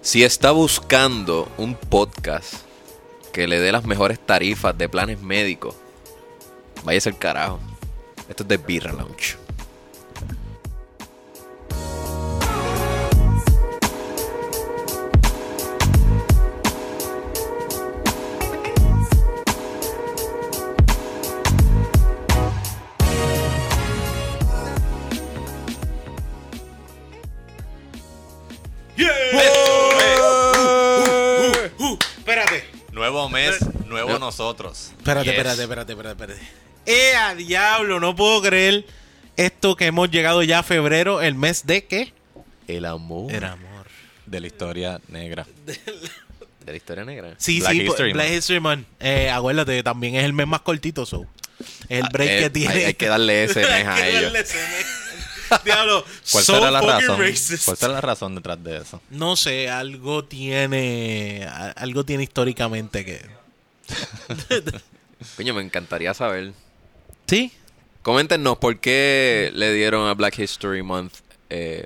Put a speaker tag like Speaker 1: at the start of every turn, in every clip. Speaker 1: Si está buscando un podcast que le dé las mejores tarifas de planes médicos, váyase al carajo. Esto es de Birra Lounge.
Speaker 2: Espérate.
Speaker 3: Nuevo mes, nuevo nosotros.
Speaker 2: Espérate,
Speaker 1: Yes.
Speaker 2: espérate, espérate, espérate, espérate. ¡Eh, a diablo! No puedo creer esto que hemos llegado ya a febrero, el mes de qué?
Speaker 1: El amor
Speaker 2: El amor.
Speaker 3: De la historia negra.
Speaker 1: de la historia negra.
Speaker 2: Sí,
Speaker 3: Black
Speaker 2: sí, po-
Speaker 3: History
Speaker 2: Black
Speaker 3: Month.
Speaker 2: History Month. Eh, acuérdate, también es el mes más cortito, so. Es el break
Speaker 1: Eh,
Speaker 2: que tiene.
Speaker 1: Hay, hay que darle ese mes
Speaker 2: Hay
Speaker 1: a
Speaker 2: que
Speaker 1: ellos.
Speaker 2: darle ese mes. Diablo,
Speaker 3: ¿Cuál
Speaker 2: so
Speaker 3: será la
Speaker 2: fucking
Speaker 3: razón?
Speaker 2: racist.
Speaker 3: ¿Cuál será la razón detrás de eso?
Speaker 2: No sé, algo tiene. a- Algo tiene históricamente que.
Speaker 1: Coño, me encantaría saber.
Speaker 2: Sí,
Speaker 1: Coméntenos por qué le dieron a Black History Month eh,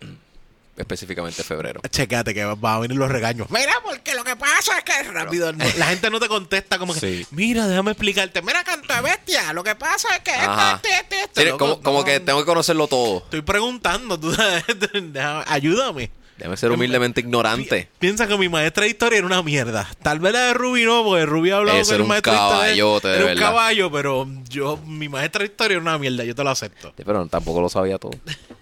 Speaker 1: específicamente febrero.
Speaker 2: Checate que van a venir los regaños. Mira, porque lo que pasa es que rápido. no- la gente no te contesta como que.
Speaker 3: Sí.
Speaker 2: Mira, déjame explicarte. Mira, canto de bestia. Lo que pasa es que esto,
Speaker 1: Ajá.
Speaker 2: esto, esto, esto".
Speaker 1: Tiene-
Speaker 2: Este Loco,
Speaker 1: como, como
Speaker 2: no,
Speaker 1: que tengo que conocerlo todo.
Speaker 2: Estoy preguntando. tú sabes, déjame- ayúdame.
Speaker 1: Debe
Speaker 2: Em,
Speaker 1: ser humildemente ignorante.
Speaker 2: Piensa que mi maestra de historia era una mierda. Tal vez la de Ruby no, porque Ruby hablaba
Speaker 1: Ese
Speaker 2: con
Speaker 1: era
Speaker 2: el
Speaker 1: un
Speaker 2: maestro de historia.
Speaker 1: caballote, de
Speaker 2: Era un
Speaker 1: verdad.
Speaker 2: caballo, pero yo, mi maestra de historia era una mierda. Yo te lo acepto.
Speaker 1: Sí, Pero tampoco lo sabía todo.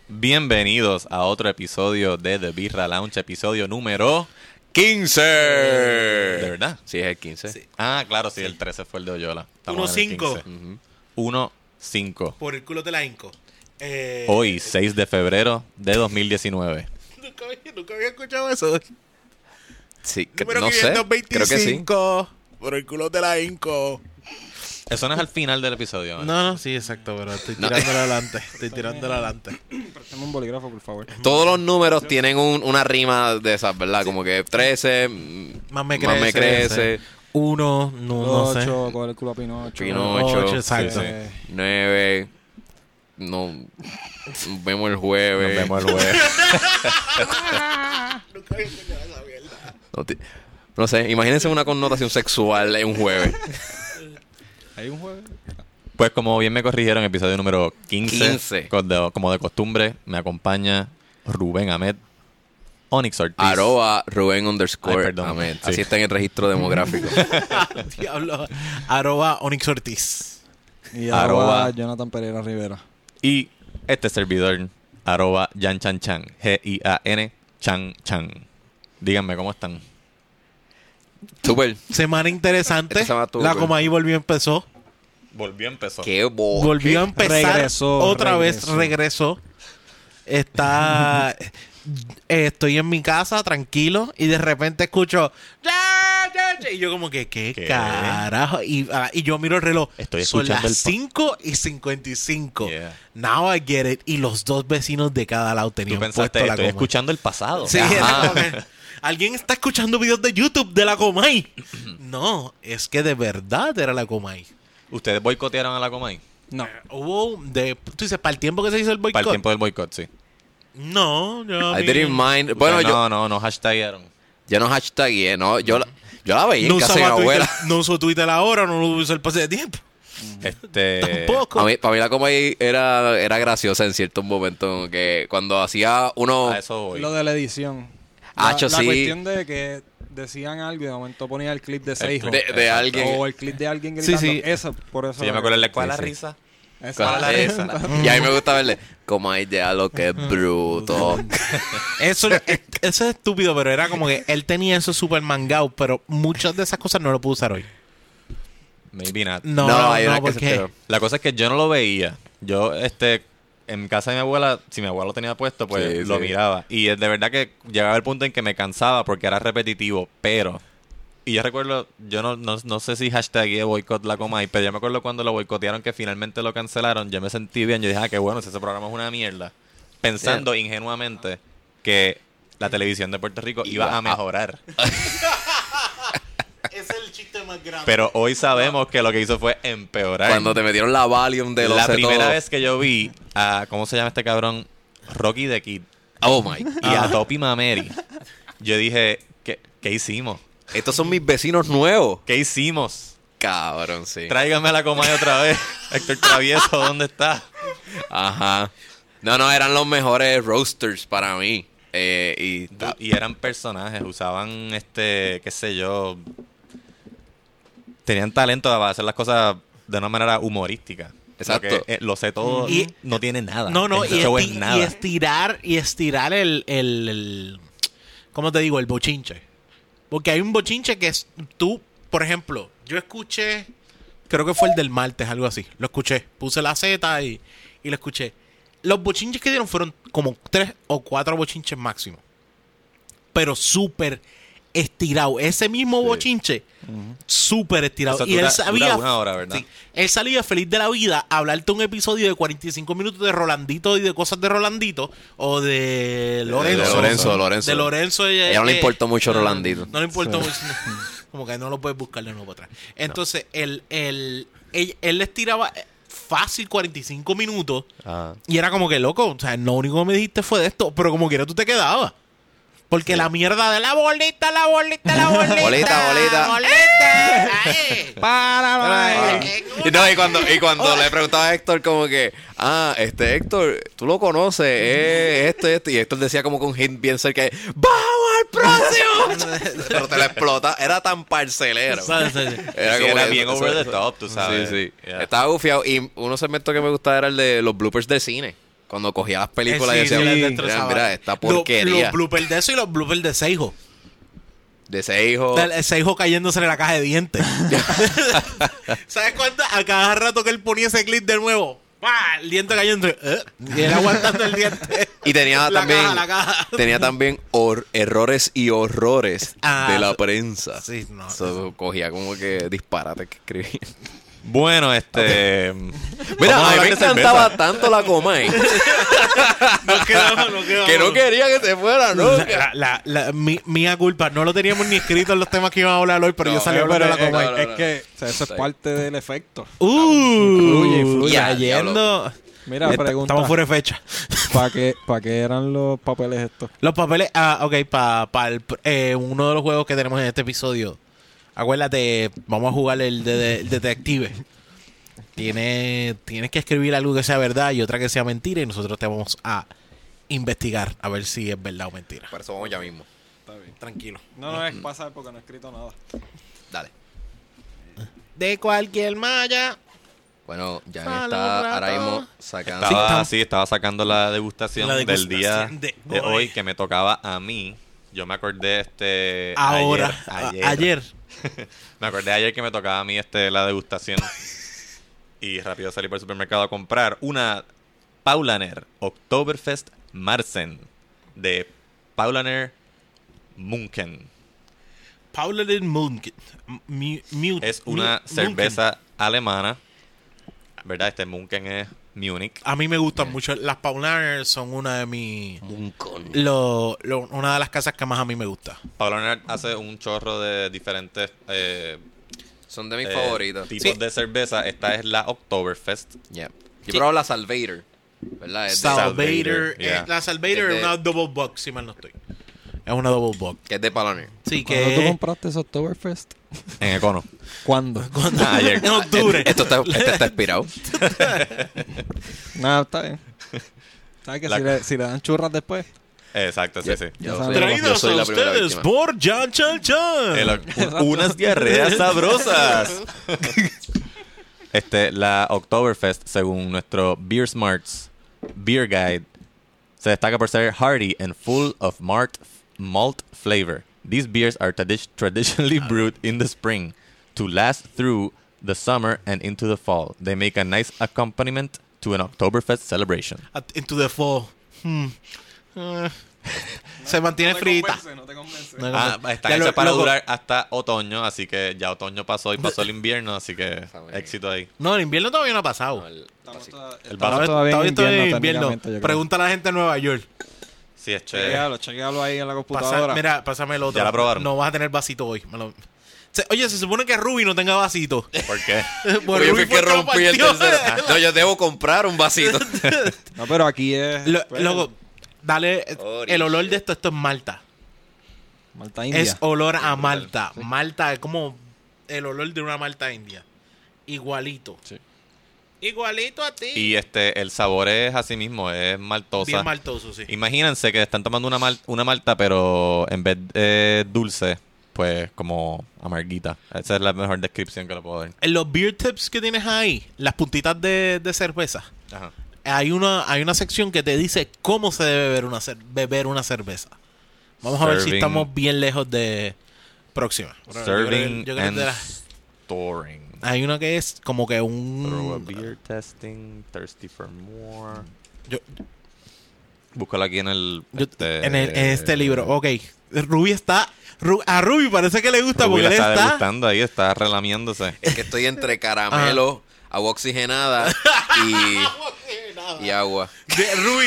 Speaker 3: Bienvenidos a otro episodio de The Birra Lounge, episodio número 15.
Speaker 2: Eh.
Speaker 3: ¿De verdad?
Speaker 1: Sí, es el 15.
Speaker 3: Ah, claro, sí, el 13 fue el de Oyola. Estamos en el
Speaker 2: 1-5.
Speaker 3: 15. 1-5.
Speaker 2: Por el culo te la hinco. Eh,
Speaker 3: Hoy, 6 de febrero de 2019.
Speaker 2: Nunca, había- nunca había escuchado eso.
Speaker 1: Sí, que-
Speaker 2: Número
Speaker 1: no sé. Creo que sí.
Speaker 2: 525. Por el culo de la Inco.
Speaker 3: Eso no es al final del episodio. ¿eh?
Speaker 2: No, no, sí, exacto, pero estoy
Speaker 1: No.
Speaker 2: tirándola adelante. Estoy tirándola adelante.
Speaker 4: Dame un bolígrafo, por favor.
Speaker 1: Todos los números tienen un- una rima de esas, ¿verdad? Como que 13, mm,
Speaker 2: Más me crece.
Speaker 1: crece,
Speaker 2: Uno, no, no sé.
Speaker 4: Ocho, con el culo a Pinocho.
Speaker 1: Pinocho.
Speaker 2: Ocho, exacto.
Speaker 4: Eh,
Speaker 1: 9, no, nos vemos el jueves.
Speaker 3: Nos vemos el jueves.
Speaker 1: No, ti- no sé, imagínense una connotación sexual en un jueves.
Speaker 4: Hay un juego.
Speaker 3: Pues como bien me corrigieron, episodio número 15.
Speaker 1: 15.
Speaker 3: co- de- como de costumbre, me acompaña Rubén Ahmed, Onyx Ortiz.
Speaker 1: Arroba Rubén underscore
Speaker 3: Ay, perdón.
Speaker 1: Ahmed.
Speaker 3: Sí.
Speaker 1: Así está en el registro demográfico.
Speaker 2: Diablo. Arroba Onyx Ortiz.
Speaker 4: Y
Speaker 3: Arroba.
Speaker 4: arroba Jonathan Pereira Rivera.
Speaker 3: Y este servidor, arroba Yan Chan Chan. G-I-A-N Chan Chan. Díganme, ¿cómo están?
Speaker 1: Super.
Speaker 2: Semana interesante.
Speaker 1: Esta semana estuvo
Speaker 2: la
Speaker 1: cool.
Speaker 2: Comaí volvió empezó.
Speaker 3: Volvió, empezó.
Speaker 1: Qué bo-
Speaker 2: Volvió a
Speaker 1: qué-
Speaker 2: empezar.
Speaker 4: Regresó,
Speaker 2: otra vez
Speaker 4: regresó.
Speaker 2: regresó. Está. eh, estoy en mi casa, tranquilo, y de repente escucho. "Ya, ya, ya", Y yo, como que, ¿qué,
Speaker 3: ¿Qué?
Speaker 2: carajo? Y, ah, y yo miro el reloj.
Speaker 3: Estoy
Speaker 2: Son
Speaker 3: escuchando
Speaker 2: las
Speaker 3: el
Speaker 2: 5 y 55.
Speaker 3: Yeah.
Speaker 2: Now I get it. Y los dos vecinos de cada lado
Speaker 3: Tú
Speaker 2: tenían puesto
Speaker 3: pensaste,
Speaker 2: la
Speaker 3: estoy
Speaker 2: Comay.
Speaker 3: escuchando el pasado. Ah,
Speaker 2: Sí,
Speaker 3: Ajá.
Speaker 2: era como que, Alguien está escuchando videos de YouTube de la Comay. no, es que de verdad era la Comay.
Speaker 3: ¿Ustedes boicotearon a la Comay?
Speaker 4: No.
Speaker 2: Hubo un- de, tú dices, para el tiempo que se hizo el boicot.
Speaker 3: Para el tiempo del boicot, sí.
Speaker 2: No, yo.
Speaker 1: I didn't mind. Bueno,
Speaker 3: Bueno,
Speaker 1: yo,
Speaker 3: no, no, no hashtaguearon.
Speaker 1: yo no hashtagué, ¿no? Yo la, yo la veía
Speaker 2: No
Speaker 1: en casa de mi
Speaker 2: usaba Twitter,
Speaker 1: abuela.
Speaker 2: no uso Twitter ahora, no lo uso el pase de tiempo.
Speaker 3: Este,
Speaker 2: Tampoco.
Speaker 1: A mí, para mí la coma ahí era, era graciosa en ciertos momentos. Que cuando hacía uno.
Speaker 3: A Ah, eso voy.
Speaker 4: Lo de la edición.
Speaker 1: Ah,
Speaker 4: la,
Speaker 1: yo
Speaker 4: la
Speaker 1: sí.
Speaker 4: cuestión de que decían algo y de momento ponían el clip de Seijo.
Speaker 1: Eh, de- de
Speaker 4: Exacto.
Speaker 1: alguien.
Speaker 4: O el clip de alguien
Speaker 2: Sí,
Speaker 4: gritando.
Speaker 2: sí.
Speaker 4: Eso, por eso.
Speaker 3: Sí, yo me acuerdo el de
Speaker 4: Sí,
Speaker 3: ¿Cuál es la
Speaker 4: sí.
Speaker 3: risa?
Speaker 4: Esa.
Speaker 1: con
Speaker 3: la
Speaker 1: esa. Y a mí me gusta verle. Como hay ya lo que es bruto.
Speaker 2: Eso, es- eso es estúpido, pero era como que él tenía eso super mangado, pero muchas de esas cosas no lo pude usar hoy.
Speaker 3: Maybe not.
Speaker 2: No,
Speaker 1: No,
Speaker 2: no,
Speaker 1: hay
Speaker 2: no,
Speaker 1: una que se
Speaker 2: porque
Speaker 1: enteró.
Speaker 3: La cosa es que yo no lo veía. Yo, este, en casa de mi abuela, si mi abuela lo tenía puesto, pues
Speaker 1: Sí,
Speaker 3: lo
Speaker 1: sí.
Speaker 3: miraba. Y es de verdad que llegaba el punto en que me cansaba porque era repetitivo, pero... Y yo recuerdo, yo no, no, no sé si hashtagué boicot la coma ahí, pero yo me acuerdo cuando lo boicotearon que finalmente lo cancelaron, yo me sentí bien, yo dije, ah, qué bueno, si ese programa es una mierda. Pensando ingenuamente que la televisión de Puerto Rico iba,
Speaker 1: Iba a-
Speaker 3: a mejorar.
Speaker 2: Ese es el chiste más grande.
Speaker 3: Pero hoy sabemos que lo que hizo fue empeorar.
Speaker 1: Cuando te metieron la Valium de los
Speaker 3: la primera vez que yo vi a cómo se llama este cabrón Rocky the Kid
Speaker 1: Oh my.
Speaker 3: y a Topi Mameri yo dije que ¿Qué hicimos?
Speaker 1: Estos son mis vecinos nuevos.
Speaker 3: ¿Qué hicimos?
Speaker 1: Cabrón, sí.
Speaker 3: Tráigame a la Comay otra vez. Héctor Travieso, ¿dónde está?
Speaker 1: Ajá. No, no, eran los mejores roasters para mí. Eh, y ta-
Speaker 3: Y eran personajes, usaban este, qué sé yo. Tenían talento para hacer las cosas de una manera humorística.
Speaker 1: Exacto.
Speaker 3: Lo, que, eh, lo sé todo,
Speaker 2: Y-
Speaker 3: no tiene nada.
Speaker 2: No, no,
Speaker 3: El
Speaker 2: y,
Speaker 3: show es
Speaker 2: esti-
Speaker 3: nada.
Speaker 2: y estirar, y estirar el, el, el- ¿cómo te digo? El bochinche. Porque hay un bochinche que es tú, por ejemplo, yo escuché, creo que fue el del martes, algo así. Lo escuché, puse la Z y, y lo escuché. Los bochinches que dieron fueron como tres o cuatro bochinches máximo. Pero súper estirado. Ese mismo bochinche, súper estirado.
Speaker 3: Eso
Speaker 2: y
Speaker 3: dura-
Speaker 2: él sabía
Speaker 3: dura una hora, ¿verdad?
Speaker 2: Sí. Él salía feliz de la vida a hablarte un episodio de 45 minutos de Rolandito y de cosas de Rolandito o de Lorenzo.
Speaker 1: de Lorenzo,
Speaker 2: De
Speaker 1: Lorenzo.
Speaker 2: De Lorenzo. ella-
Speaker 1: Ella no le
Speaker 2: eh,
Speaker 1: importó mucho
Speaker 2: no,
Speaker 1: Rolandito.
Speaker 2: No le importó mucho. Como que no lo puedes buscar de nuevo para atrás. Entonces, él, él, él, él les tiraba fácil 45 minutos
Speaker 3: Ah.
Speaker 2: y era como que loco. O sea, lo único que me dijiste fue de esto, pero como quiera tú te quedabas. Porque la mierda de la bolita, la bolita, la bolita.
Speaker 1: Bolita, bolita.
Speaker 2: bolita. Ay. Oh.
Speaker 1: Ah. Y no, y cuando, y cuando le preguntaba a Héctor como que, ah, este Héctor, tú lo conoces, eh, esto, esto, y Héctor decía como con hit bien cerca, ¡vamos al próximo! Pero te lo explota, era tan parcelero.
Speaker 2: Sí, sí, sí.
Speaker 1: Era
Speaker 3: Sí,
Speaker 1: como
Speaker 3: era
Speaker 1: que-
Speaker 3: bien over the top, tú sabes.
Speaker 1: Sí, sí.
Speaker 3: Yeah.
Speaker 1: Estaba bufiado. Y uno segmento que me gustaba era el de los bloopers de cine. Cuando cogía las películas
Speaker 2: Sí,
Speaker 3: Eh,
Speaker 1: y decía,
Speaker 2: sí, las
Speaker 1: mira,
Speaker 2: destrozaba.
Speaker 1: mira, esta
Speaker 2: Lo- Los,
Speaker 1: porquería
Speaker 2: bloopers de eso y los bloopers de Seijo.
Speaker 1: de ese hijo.
Speaker 2: Del- Ese hijo cayéndose en la caja de dientes. ¿Sabes cuánto? A cada rato que él ponía ese clip de nuevo, ¡pa! el diente cayendo. ¡eh! y él aguantando el diente.
Speaker 1: Y tenía
Speaker 2: La
Speaker 1: Ah, también,
Speaker 2: caja, la caja.
Speaker 1: tenía también hor- errores y horrores
Speaker 2: Ah,
Speaker 1: de la
Speaker 2: so-
Speaker 1: prensa.
Speaker 2: sí, no,
Speaker 1: So, cogía como que disparate que escribía.
Speaker 3: Bueno, este. vamos
Speaker 1: Mira, a mí
Speaker 3: hablar
Speaker 1: me
Speaker 3: de cerveza.
Speaker 1: encantaba tanto la Comay
Speaker 2: Nos quedamos, nos quedamos.
Speaker 1: que no quería que se fuera
Speaker 2: La,
Speaker 1: nunca.
Speaker 2: la- la- mi, mía culpa, no lo teníamos ni escrito en los temas que íbamos a hablar hoy, pero
Speaker 1: No,
Speaker 2: yo salí a
Speaker 1: eh,
Speaker 2: hablar de la
Speaker 1: pero, eh,
Speaker 2: Comay.
Speaker 1: no,
Speaker 4: Es que o sea, eso es
Speaker 1: Sí.
Speaker 4: parte del efecto. Influye,
Speaker 2: Uh,
Speaker 4: influye.
Speaker 1: Ya,
Speaker 2: yendo.
Speaker 4: Mira,
Speaker 2: Est-
Speaker 4: pregunta.
Speaker 2: Este, Estamos fuera de fecha.
Speaker 4: ¿Para qué, pa' qué eran los papeles estos?
Speaker 2: Los papeles, ah, ok, para eh, uno de los juegos que tenemos en este episodio. Acuérdate, vamos a jugar el, de, de- el detective. Tiene, tienes que escribir algo que sea verdad y otra que sea mentira y nosotros te vamos a investigar a ver si es verdad o mentira.
Speaker 1: Por eso vamos ya mismo.
Speaker 4: Está bien.
Speaker 2: Tranquilo.
Speaker 4: No, no es pasar porque no he escrito nada.
Speaker 1: Dale.
Speaker 2: De cualquier malla.
Speaker 1: Bueno, ya
Speaker 2: Malo
Speaker 1: está ahora
Speaker 2: rato.
Speaker 1: mismo sacando.
Speaker 2: Sí,
Speaker 3: Estaba,
Speaker 2: estamos-
Speaker 3: sí, estaba sacando la degustación,
Speaker 2: La
Speaker 3: del día
Speaker 2: degustación
Speaker 3: de,
Speaker 2: de
Speaker 3: hoy
Speaker 2: hoy.
Speaker 3: que me tocaba a mí. Yo me acordé este
Speaker 2: Ahora, a- ayer.
Speaker 3: ayer, ayer. Me acordé ayer que me tocaba a mí este la degustación. y rápido salí por el supermercado a comprar una Paulaner Oktoberfest Marzen de Paulaner Munken.
Speaker 2: Paula de Munken. Mu- Mu-
Speaker 3: Es una
Speaker 2: Mu-
Speaker 3: cerveza alemana. ¿Verdad? Este Munken es Munich.
Speaker 2: Munken. A mí me gustan mucho. Las Paulaner son una de
Speaker 1: Mm.
Speaker 2: mis.
Speaker 1: Muncon.
Speaker 2: lo- lo- una de las casas que más a mí me gusta.
Speaker 3: Paulaner hace un chorro de diferentes eh,
Speaker 1: Son de mis
Speaker 3: eh,
Speaker 1: favoritos.
Speaker 3: tipos
Speaker 1: Sí.
Speaker 3: de cerveza. Esta es la Oktoberfest.
Speaker 1: Yeah. Yo probaba la Salvator, ¿verdad? Es Eh, de-
Speaker 2: Salvator.
Speaker 3: Salvator, yeah.
Speaker 2: eh, la Salvator
Speaker 1: Es
Speaker 2: es,
Speaker 1: de-
Speaker 2: una double box, si mal no estoy. Es una double box.
Speaker 1: que es de Paloner.
Speaker 2: Sí,
Speaker 4: ¿Cuándo tú
Speaker 2: que.
Speaker 4: compraste ese Oktoberfest?
Speaker 3: En Econo.
Speaker 4: ¿Cuándo?
Speaker 3: Ah, ayer.
Speaker 2: en octubre.
Speaker 1: Esto está, este está expirado.
Speaker 4: Nada, Ah, está bien. ¿Sabes que
Speaker 3: La-
Speaker 4: si, le, si le dan churras después?
Speaker 3: Exacto, sí, sí.
Speaker 1: Yo
Speaker 4: Ya
Speaker 1: soy- yo
Speaker 2: Traídos
Speaker 1: soy
Speaker 2: a
Speaker 1: la primera
Speaker 2: ustedes
Speaker 1: víctima.
Speaker 2: por Jan Chan Chan.
Speaker 3: El- un- unas diarreas sabrosas. Este, la Oktoberfest, según nuestro Beer Smarts Beer Guide, se destaca por ser hearty and full of malt, malt flavor. These beers are tradi- traditionally brewed in the spring to last through the summer and into the fall. They make a nice accompaniment to an Oktoberfest celebration.
Speaker 2: At- Into the fall. Hmm. Ah. Se mantiene frita.
Speaker 4: No te convence.
Speaker 2: No, no,
Speaker 3: Ah,
Speaker 2: no.
Speaker 3: está
Speaker 2: Ya
Speaker 3: hecha
Speaker 2: lo-
Speaker 3: para
Speaker 2: loco,
Speaker 3: durar hasta otoño, así que ya otoño pasó y pasó el invierno, así que éxito ahí.
Speaker 2: No, el invierno todavía no ha pasado.
Speaker 4: Estamos toda-
Speaker 3: El
Speaker 4: estamos
Speaker 3: vaso-
Speaker 4: todavía en invierno,
Speaker 2: en
Speaker 4: técnicamente, yo creo.
Speaker 2: Pregunta a la gente de Nueva York.
Speaker 3: Sí, es chévere.
Speaker 4: Chequealo, chequealo ahí en
Speaker 2: Pasa-
Speaker 4: la computadora.
Speaker 2: mira, pásame el otro.
Speaker 3: Ya la probaron.
Speaker 2: No vas a tener vasito hoy. Me lo- Se- Oye, se supone que Ruby no tenga vasito.
Speaker 3: ¿Por qué?
Speaker 2: Bueno,
Speaker 1: Oye, fui
Speaker 2: Ruby fue
Speaker 1: que
Speaker 2: el que lo
Speaker 1: rompí el
Speaker 2: partió.
Speaker 1: tercero. No, yo debo comprar un vasito.
Speaker 4: No, pero aquí es.
Speaker 2: Lo-
Speaker 4: pues,
Speaker 2: Loco, dale eh,
Speaker 1: Holy
Speaker 2: el olor
Speaker 1: shit.
Speaker 2: de esto. Esto es Malta.
Speaker 4: Malta India.
Speaker 2: Es olor a Malta. Malta es como el olor de una Malta India. Igualito.
Speaker 4: Sí.
Speaker 2: Igualito a ti.
Speaker 3: Y este, el sabor es así mismo, es maltosa.
Speaker 2: Bien maltoso, sí.
Speaker 3: Imagínense que están tomando una, mal- una malta, pero en vez de dulce, pues como amarguita. Esa es la mejor descripción que le puedo dar.
Speaker 2: En los beer tips que tienes ahí, las puntitas de, de cerveza,
Speaker 3: Ajá.
Speaker 2: hay una, hay una sección que te dice cómo se debe beber una, cer- beber una cerveza. Vamos a ver si
Speaker 3: Serving.
Speaker 2: estamos bien lejos de próxima. Yo creo que-
Speaker 3: Serving
Speaker 2: yo creo que
Speaker 3: and
Speaker 2: de la- Ah, mm,
Speaker 3: storing.
Speaker 2: hay una que es como que
Speaker 3: Throw a
Speaker 2: un...
Speaker 3: beer testing, thirsty for more.
Speaker 2: Yo-
Speaker 3: Búscalo aquí en el.
Speaker 2: Yo-
Speaker 3: este,
Speaker 2: en, el- en este libro. Ok. Ruby está. Ru- a Ruby parece que le gusta porque
Speaker 3: Rubí la
Speaker 2: él
Speaker 3: está
Speaker 2: está.
Speaker 3: degustando ahí, está relamiéndose.
Speaker 1: Es que estoy entre caramelo,
Speaker 4: Ah.
Speaker 1: agua oxigenada y, y agua.
Speaker 2: De- Ruby,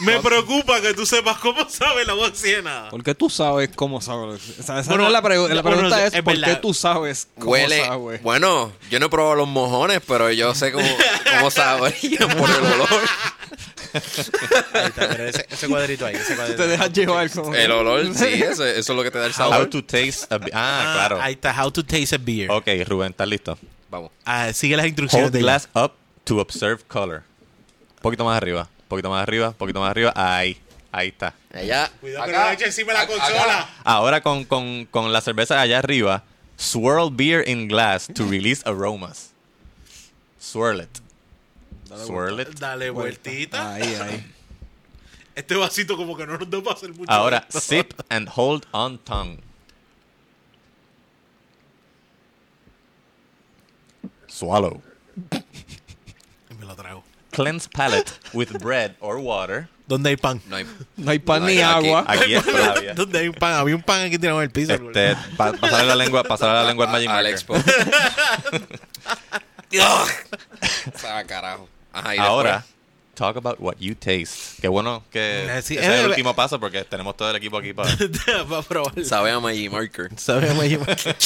Speaker 2: me preocupa que tú sepas cómo sabe la voz nada.
Speaker 4: Porque tú sabes cómo sabe. O sea, esa
Speaker 2: Bueno,
Speaker 4: no es la, pregu- la
Speaker 2: bueno,
Speaker 4: pregunta
Speaker 2: es
Speaker 4: es, ¿por qué
Speaker 2: verdad.
Speaker 4: tú sabes cómo
Speaker 1: Huele.
Speaker 4: sabe?
Speaker 1: Bueno, yo no he probado los mojones, pero yo sé cómo, cómo sabría por el olor.
Speaker 2: Ahí está, pero ese, ese cuadrito ahí, ese
Speaker 4: Tú
Speaker 2: cuadrito.
Speaker 4: te dejas llevar. como-
Speaker 1: El olor, sí, eso, eso es lo que te da el
Speaker 3: How
Speaker 1: sabor.
Speaker 3: to taste a beer. Ah,
Speaker 2: Ah,
Speaker 3: claro.
Speaker 2: Ahí está, How to Taste a Beer.
Speaker 3: Ok, Rubén, ¿estás listo?
Speaker 1: Vamos.
Speaker 2: Ah, sigue las instrucciones
Speaker 3: Hold
Speaker 2: de ella.
Speaker 3: glass up to observe color. Poquito más arriba, poquito más arriba, poquito más arriba. Ahí, ahí está.
Speaker 1: Allá.
Speaker 2: Cuidado que no le eche encima la
Speaker 1: acá,
Speaker 2: consola.
Speaker 1: acá.
Speaker 3: Ahora con, con, con la cerveza allá arriba, swirl beer in glass to release aromas. Swirl it. Swirl it.
Speaker 2: Dale vueltita.
Speaker 4: Ahí, ahí.
Speaker 2: Este vasito como que no nos da para hacer mucho.
Speaker 3: Ahora
Speaker 2: esto.
Speaker 3: sip and hold on tongue. Swallow.
Speaker 2: Y Me lo trago.
Speaker 3: Cleanse palate with bread or water.
Speaker 2: ¿Dónde hay pan?
Speaker 1: No hay.
Speaker 4: No hay pan
Speaker 1: No,
Speaker 4: ni
Speaker 1: aquí-
Speaker 4: agua.
Speaker 3: Aquí es todavía.
Speaker 2: ¿Dónde hay un pan? Había un pan aquí tirado en el piso.
Speaker 3: Este, pa- pasarle la lengua, pasarle la lengua al Magic
Speaker 1: a- al expo.
Speaker 3: Marker.
Speaker 1: Saca Ah, carajo. Ajá, y
Speaker 3: Ahora, talk about what you taste. Qué bueno que
Speaker 2: Eh, sí,
Speaker 3: ese
Speaker 2: eh,
Speaker 3: es
Speaker 2: eh,
Speaker 3: el último paso porque tenemos todo el equipo aquí para...
Speaker 2: para probar.
Speaker 1: después sabe a Magic Marker.
Speaker 2: Sabe a Magic Marker.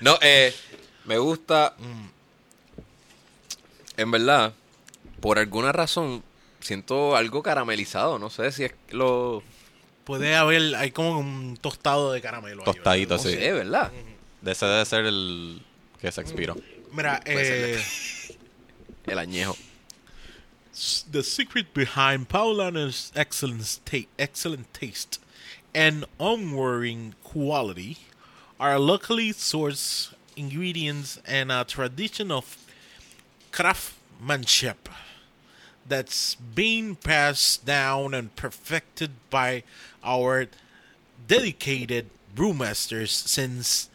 Speaker 1: No, eh, me gusta. mm, En verdad, por alguna razón, siento algo caramelizado. No sé si es lo.
Speaker 2: Puede haber, hay como un tostado de caramelo. ahí, ¿verdad?
Speaker 3: Tostadito,
Speaker 1: No
Speaker 3: sí.
Speaker 1: sé, ¿verdad?
Speaker 3: De ese debe ser el que se expiró.
Speaker 2: Mira, eh,
Speaker 1: El añejo.
Speaker 2: the secret behind Paulana's excellent, ta- excellent taste and unwearying quality are locally sourced ingredients and a tradition of craftsmanship that's been passed down and perfected by our dedicated brewmasters since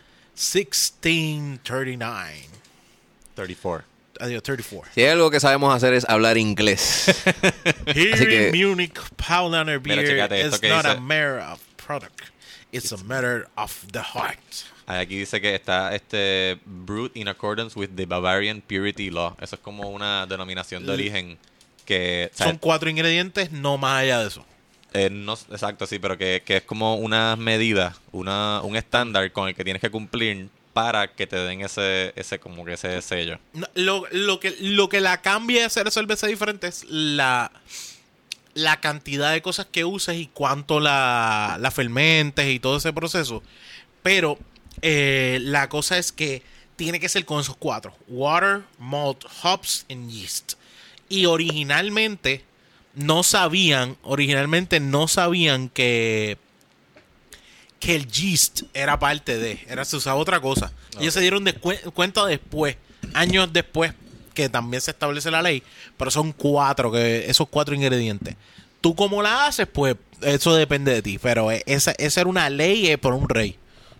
Speaker 2: 1639.
Speaker 3: 34.
Speaker 2: Adiós, 34.
Speaker 1: Si hay algo que sabemos hacer es hablar inglés.
Speaker 2: Here
Speaker 1: Así que-
Speaker 2: in Munich, Paulaner beer
Speaker 3: Mira, checate esto
Speaker 2: is
Speaker 3: que
Speaker 2: not
Speaker 3: dice.
Speaker 2: a matter of product. It's, a matter of the heart.
Speaker 3: Ah, Aquí dice que está este brewed in accordance with the Bavarian Purity Law. Eso es como una denominación de origen que... o sea,
Speaker 2: Son cuatro ingredientes, no más allá de eso.
Speaker 3: eh, no, exacto, sí, pero que, que es como una medida, una, un estándar con el que tienes que cumplir para que te den ese, ese como que ese sello.
Speaker 2: No, lo, lo que, lo que la cambia de hacer cerveza diferente es la, la cantidad de cosas que uses y cuánto la, la fermentes y todo ese proceso. Pero eh, la cosa es que tiene que ser con esos cuatro: water, malt, hops and yeast. Y originalmente no sabían, originalmente no sabían que que el yeast era parte de, era se usaba otra cosa. Ellos se dieron de cuen- cuenta después, años después, que también se establece la ley, pero son cuatro, que esos cuatro ingredientes. Tú cómo la haces, pues eso depende de ti, pero eh, esa, esa era una ley eh, por un rey,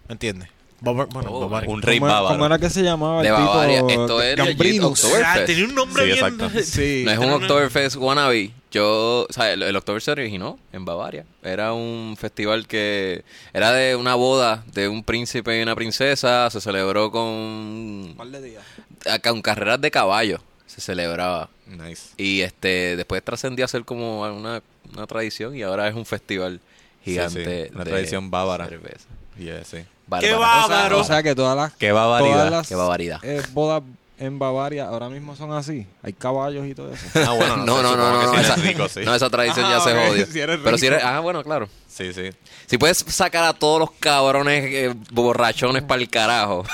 Speaker 2: ¿me entiendes? Bava- Bueno,
Speaker 1: Oh,
Speaker 2: Bavaria.
Speaker 3: Un rey
Speaker 4: ¿Cómo, era-
Speaker 3: bávaro.
Speaker 4: cómo era que se llamaba el
Speaker 1: De
Speaker 4: tipo?
Speaker 1: Bavaria. Esto era
Speaker 4: Gambrinus.
Speaker 1: Oktoberfest.
Speaker 2: Ah, tenía un nombre
Speaker 3: Sí,
Speaker 2: bien...
Speaker 3: exacto.
Speaker 4: Sí.
Speaker 1: No es un
Speaker 2: Pero no-
Speaker 1: Oktoberfest wannabe. Yo, o sea, el, el Oktoberfest se originó en Bavaria. Era un festival que era de una boda de un príncipe y una princesa. Se celebró con,
Speaker 4: par de días.
Speaker 1: a- con carreras de caballo. Se celebraba.
Speaker 3: Nice.
Speaker 1: Y este después trascendió a ser como una, una tradición y ahora es un festival
Speaker 3: Sí,
Speaker 1: gigante.
Speaker 3: sí, una
Speaker 1: de
Speaker 3: tradición bávara.
Speaker 1: cerveza.
Speaker 3: Yeah, sí.
Speaker 1: Bárbara.
Speaker 2: bárbaro!
Speaker 4: O sea que todas las,
Speaker 3: Qué barbaridad,
Speaker 4: todas las
Speaker 1: qué barbaridad.
Speaker 4: eh, bodas en Bavaria ahora mismo son así. Hay caballos y todo eso.
Speaker 3: Ah, bueno,
Speaker 1: No,
Speaker 3: sé,
Speaker 1: no, no, no,
Speaker 3: supongo que si eres
Speaker 1: esa,
Speaker 3: rico, sí.
Speaker 1: no, esa tradición
Speaker 4: Ah,
Speaker 1: ya se
Speaker 4: ok,
Speaker 1: jodió.
Speaker 4: si eres
Speaker 1: Pero si
Speaker 4: rico.
Speaker 1: eres, ah, bueno, claro.
Speaker 3: Sí, sí.
Speaker 1: Si puedes sacar a todos los cabrones eh, borrachones para el carajo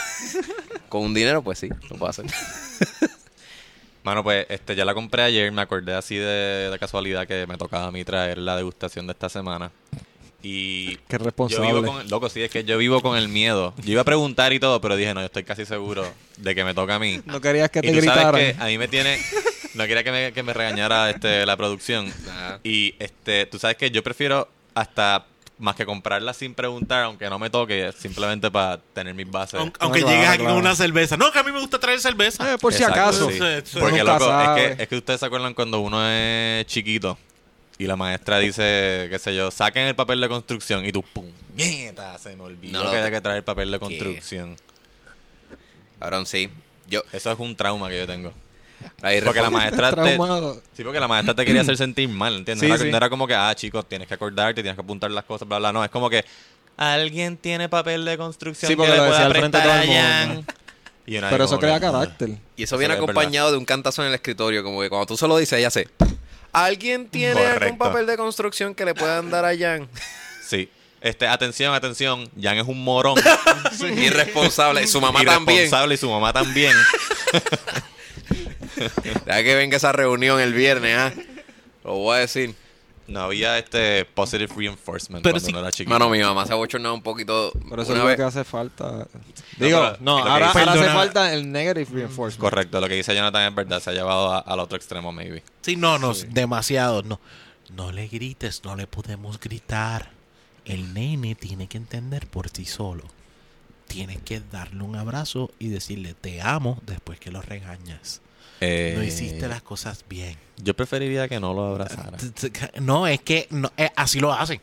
Speaker 1: con un dinero, pues sí, lo puedo hacer.
Speaker 3: Mano, pues este, ya la compré ayer, me acordé así de, de casualidad que me tocaba a mí traer la degustación de esta semana. Y
Speaker 4: Qué
Speaker 3: yo
Speaker 4: responsable.
Speaker 3: vivo con, loco, sí, es que yo vivo con el miedo. Yo iba a preguntar y todo, pero dije, no, yo estoy casi seguro de que me toca a mí.
Speaker 4: No querías que te
Speaker 3: y tú
Speaker 4: gritaran.
Speaker 3: sabes que a mí me tiene... No quería que me, que me regañara este, la producción. Y este, tú sabes que yo prefiero hasta más que comprarla sin preguntar, aunque no me toque, simplemente para tener mis bases.
Speaker 2: Aunque, aunque
Speaker 4: claro,
Speaker 2: llegues aquí
Speaker 4: claro.
Speaker 2: con una cerveza. No, que a mí me gusta traer cerveza.
Speaker 4: Eh, por si
Speaker 3: Exacto,
Speaker 4: acaso.
Speaker 3: sí.
Speaker 2: Eso
Speaker 3: Porque
Speaker 4: nunca
Speaker 3: loco, es
Speaker 4: sabe.
Speaker 3: que, es que ustedes se acuerdan cuando uno es chiquito y la maestra dice, qué sé yo, saquen el papel de construcción y tú, puñeta, se me olvidó
Speaker 1: No,
Speaker 3: que
Speaker 1: no,
Speaker 3: había que traer el papel de
Speaker 1: ¿qué?
Speaker 3: construcción.
Speaker 1: Cabrón, sí. Yo,
Speaker 3: Eso es un trauma que yo tengo.
Speaker 1: ahí
Speaker 3: Porque la
Speaker 1: respondo.
Speaker 3: maestra te,
Speaker 4: Traumado.
Speaker 3: sí, porque la maestra te quería hacer sentir mal, ¿entiendes?
Speaker 4: Sí,
Speaker 3: no, era,
Speaker 4: sí.
Speaker 3: no era como que, ah, chicos, tienes que acordarte, tienes que apuntar las cosas, bla, bla. No, es como que, alguien tiene papel de construcción
Speaker 4: Sí,
Speaker 3: que
Speaker 4: porque
Speaker 3: le
Speaker 4: lo decía
Speaker 3: pueda
Speaker 4: al frente de
Speaker 3: prestar a
Speaker 4: todo el mundo.
Speaker 3: Jan. Y uno ahí
Speaker 4: Pero eso
Speaker 3: como
Speaker 4: crea
Speaker 3: que,
Speaker 4: carácter.
Speaker 1: Y eso viene
Speaker 3: Sí, es
Speaker 1: acompañado de un cantazo en el escritorio, como que cuando tú se lo dices, ella hace. ¿Alguien tiene algún
Speaker 3: Correcto.
Speaker 1: papel de construcción que le puedan dar a Jan?
Speaker 3: Sí. Este, atención, atención, Jan es un morón.
Speaker 1: Irresponsable. Su mamá también.
Speaker 3: Irresponsable y su mamá también.
Speaker 1: Deja que venga esa reunión el viernes, ¿ah? Lo voy a decir.
Speaker 3: No había este positive reinforcement
Speaker 2: Pero
Speaker 3: cuando
Speaker 2: sí.
Speaker 3: no era chiquito.
Speaker 1: Mano, mi mamá se ha bochornado un poquito.
Speaker 4: Pero eso
Speaker 1: una
Speaker 4: es lo
Speaker 1: vez-
Speaker 4: que hace falta. Digo,
Speaker 3: pero
Speaker 4: no,
Speaker 3: lo que
Speaker 4: ahora,
Speaker 3: dice-
Speaker 4: ahora hace
Speaker 2: Perdona.
Speaker 4: falta el negative reinforcement.
Speaker 3: Correcto, lo que dice Jonathan es verdad, se ha llevado a- al otro extremo, maybe.
Speaker 2: Sí, no, no, demasiado. No. no le grites, no le podemos gritar. El nene tiene que entender por sí solo. Tienes que darle un abrazo y decirle te amo después que lo regañas. No hiciste las cosas bien.
Speaker 3: Eh, Yo preferiría que no lo abrazara.
Speaker 2: No, es que no, eh, así lo hacen.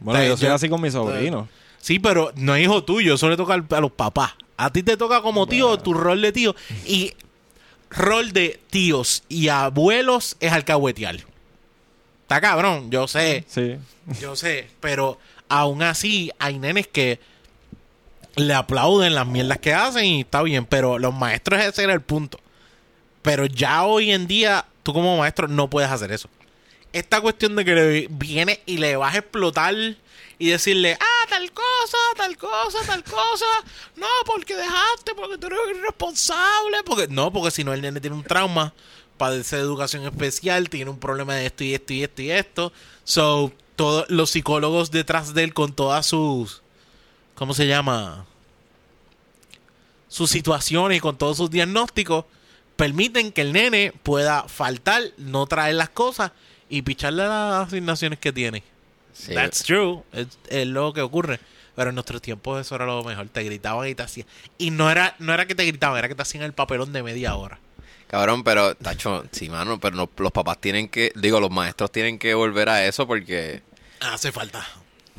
Speaker 4: Bueno, yo
Speaker 2: Yo-
Speaker 4: soy así con mis sobrinos.
Speaker 2: Sí, pero no es hijo tuyo, eso le toca al- a los papás. A ti te toca como tío, tu rol de tío. Y rol de tíos y abuelos es alcahuetear. Está cabrón, yo sé,
Speaker 4: Sí.
Speaker 2: yo sé. Pero aún así hay nenes que le aplauden las mierdas que hacen y está bien. Pero los maestros ese era el punto. Pero ya hoy en día, tú como maestro no puedes hacer eso. Esta cuestión de que le viene y le vas a explotar y decirle, ah, tal cosa, tal cosa, tal cosa. No, porque dejaste, porque tú eres irresponsable. Porque... No, porque si no, el nene tiene un trauma, padece de educación especial, tiene un problema de esto y esto y esto y esto. So, todos los psicólogos detrás de él con todas sus. ¿Cómo se llama? sus situaciones y con todos sus diagnósticos permiten que el nene pueda faltar, no traer las cosas y picharle las asignaciones que tiene.
Speaker 1: Sí.
Speaker 2: That's true. Es, es lo que ocurre. Pero en nuestros tiempos eso era lo mejor. Te gritaban y te hacían. Y no era, no era que te gritaban, era que te hacían el papelón de media hora.
Speaker 1: Cabrón, pero, tacho, sí, mano, pero no- los papás tienen que, digo, los maestros tienen que volver a eso porque
Speaker 2: Ah, Hace falta.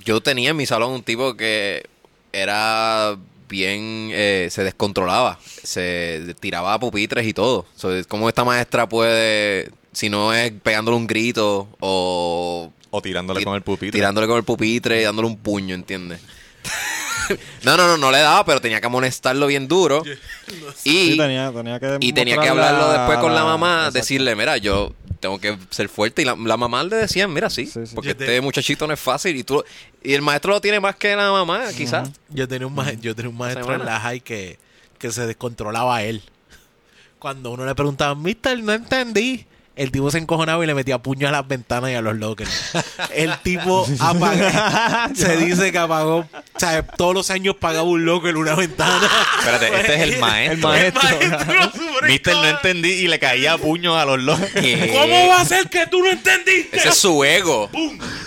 Speaker 1: yo tenía en mi salón un tipo que era bien, eh, se descontrolaba, se tiraba a pupitres y todo. So, es ¿Cómo esta maestra puede, si no es pegándole un grito o
Speaker 3: O tirándole con el pupitre.
Speaker 1: tirándole con el pupitre y dándole un puño, ¿entiendes? no, no, no, no le daba, pero tenía que amonestarlo bien duro.
Speaker 4: Sí,
Speaker 1: Y
Speaker 4: tenía, tenía que
Speaker 1: y tenía que
Speaker 4: mostrarle
Speaker 1: hablarlo
Speaker 4: a-
Speaker 1: después con la mamá,
Speaker 4: Exacto.
Speaker 1: decirle, mira, yo tengo que ser fuerte. Y la, la mamá le decían, mira, sí,
Speaker 4: Sí, sí.
Speaker 1: porque
Speaker 2: Yo te-
Speaker 1: este muchachito no es fácil. Y tú lo- y el maestro lo tiene más que la mamá, quizás.
Speaker 2: Yo tenía un, ma- yo tenía un maestro
Speaker 1: Semana.
Speaker 2: en la high que, que se descontrolaba a él. Cuando uno le preguntaba, Mister, no entendí. El tipo se encojonaba y le metía puño a las ventanas y a los lockers. El tipo apagó. se dice que apagó. O sea, todos los años pagaba un locker en una ventana.
Speaker 3: Espérate, este es el maestro.
Speaker 4: El maestro.
Speaker 3: Mister no entendí y le caía a puño a los locos.
Speaker 1: ¿Qué?
Speaker 2: ¿Cómo va a ser que tú no entendiste?
Speaker 1: Eh, Ese es su ego.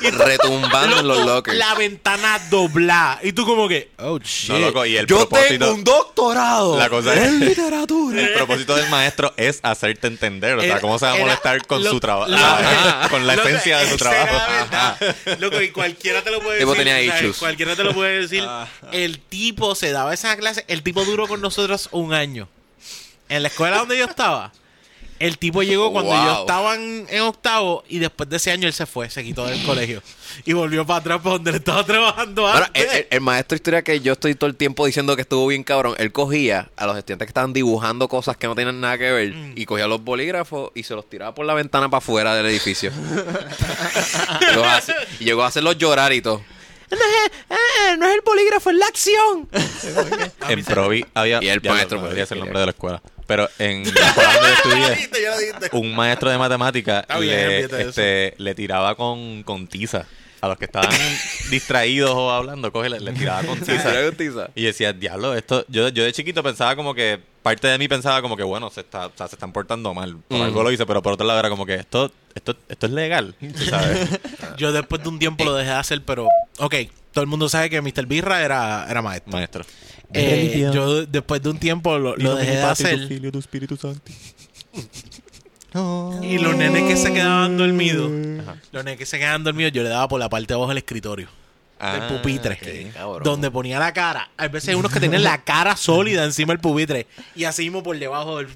Speaker 1: Retumbando en los
Speaker 2: Loco,
Speaker 1: lockers.
Speaker 2: La ventana doblada. Y tú como que, oh, shit.
Speaker 3: No, loco, y el
Speaker 1: Eh, Yo
Speaker 3: propósito.
Speaker 1: tengo un doctorado
Speaker 3: La cosa es-
Speaker 1: en literatura.
Speaker 3: El propósito del maestro es hacerte entender. O sea,
Speaker 2: Era-
Speaker 3: ¿cómo se va a
Speaker 2: era
Speaker 3: molestar con
Speaker 2: lo-
Speaker 3: su trabajo?
Speaker 2: lo-
Speaker 3: Con la
Speaker 2: Loco,
Speaker 3: esencia de su
Speaker 2: esa era
Speaker 3: trabajo.
Speaker 2: la verdad. Loco, y cualquiera te lo puede
Speaker 1: Tipo
Speaker 2: decir.
Speaker 1: tenía
Speaker 2: ¿sabes?
Speaker 1: issues.
Speaker 2: Cualquiera te lo puede decir.
Speaker 3: Ah,
Speaker 2: El tipo se daba esa clase. El tipo duró con nosotros un año. En la escuela donde yo estaba. El tipo llegó cuando
Speaker 1: Wow.
Speaker 2: yo estaba en, en octavo y después de ese año él se fue, se quitó del colegio y volvió para atrás para donde él estaba trabajando
Speaker 1: Bueno, eh,
Speaker 2: antes.
Speaker 1: el, el- el maestro de historia que yo estoy todo el tiempo diciendo que estuvo bien cabrón, él cogía a los estudiantes que estaban dibujando cosas que no tenían nada que ver
Speaker 2: Mm.
Speaker 1: y cogía los bolígrafos y se los tiraba por la ventana para afuera del edificio. Los hace- y llegó a hacerlos llorar y todo. no es el bolígrafo, es la acción.
Speaker 3: En Provi había.
Speaker 1: Y el
Speaker 3: ya lo-
Speaker 1: maestro,
Speaker 3: no,
Speaker 1: pues,
Speaker 3: debería ser el
Speaker 1: mira.
Speaker 3: nombre de la escuela. Pero en la escuela donde yo estudié, un maestro de matemáticas
Speaker 2: Está bien,
Speaker 3: le,
Speaker 2: olvídate de
Speaker 3: este, le tiraba con, con tiza. A los que estaban distraídos o hablando, coge, le, le tiraba con tiza. Y decía, diablo, esto. Yo, yo de chiquito pensaba como que. Parte de mí pensaba como que, bueno, se, está, o sea, se están portando mal. Por algo lo hice, pero por otro lado era como que esto, esto, esto es legal. tú ¿sabes?
Speaker 1: eh,
Speaker 2: Yo después de un tiempo lo dejé de hacer, pero ok, todo el mundo sabe que Mr. Birra era, era maestro.
Speaker 3: Maestro.
Speaker 2: Eh, yo después de un tiempo lo, lo dejé de hacer y los nenes que se quedaban dormidos, los nenes que se quedaban dormidos, yo le daba por la parte de abajo del escritorio.
Speaker 3: Ah,
Speaker 2: del pupitre.
Speaker 3: ok.
Speaker 1: cabrón.
Speaker 2: Donde ponía la cara. A veces hay unos que tenían la cara sólida encima del pupitre. Y así mismo por debajo del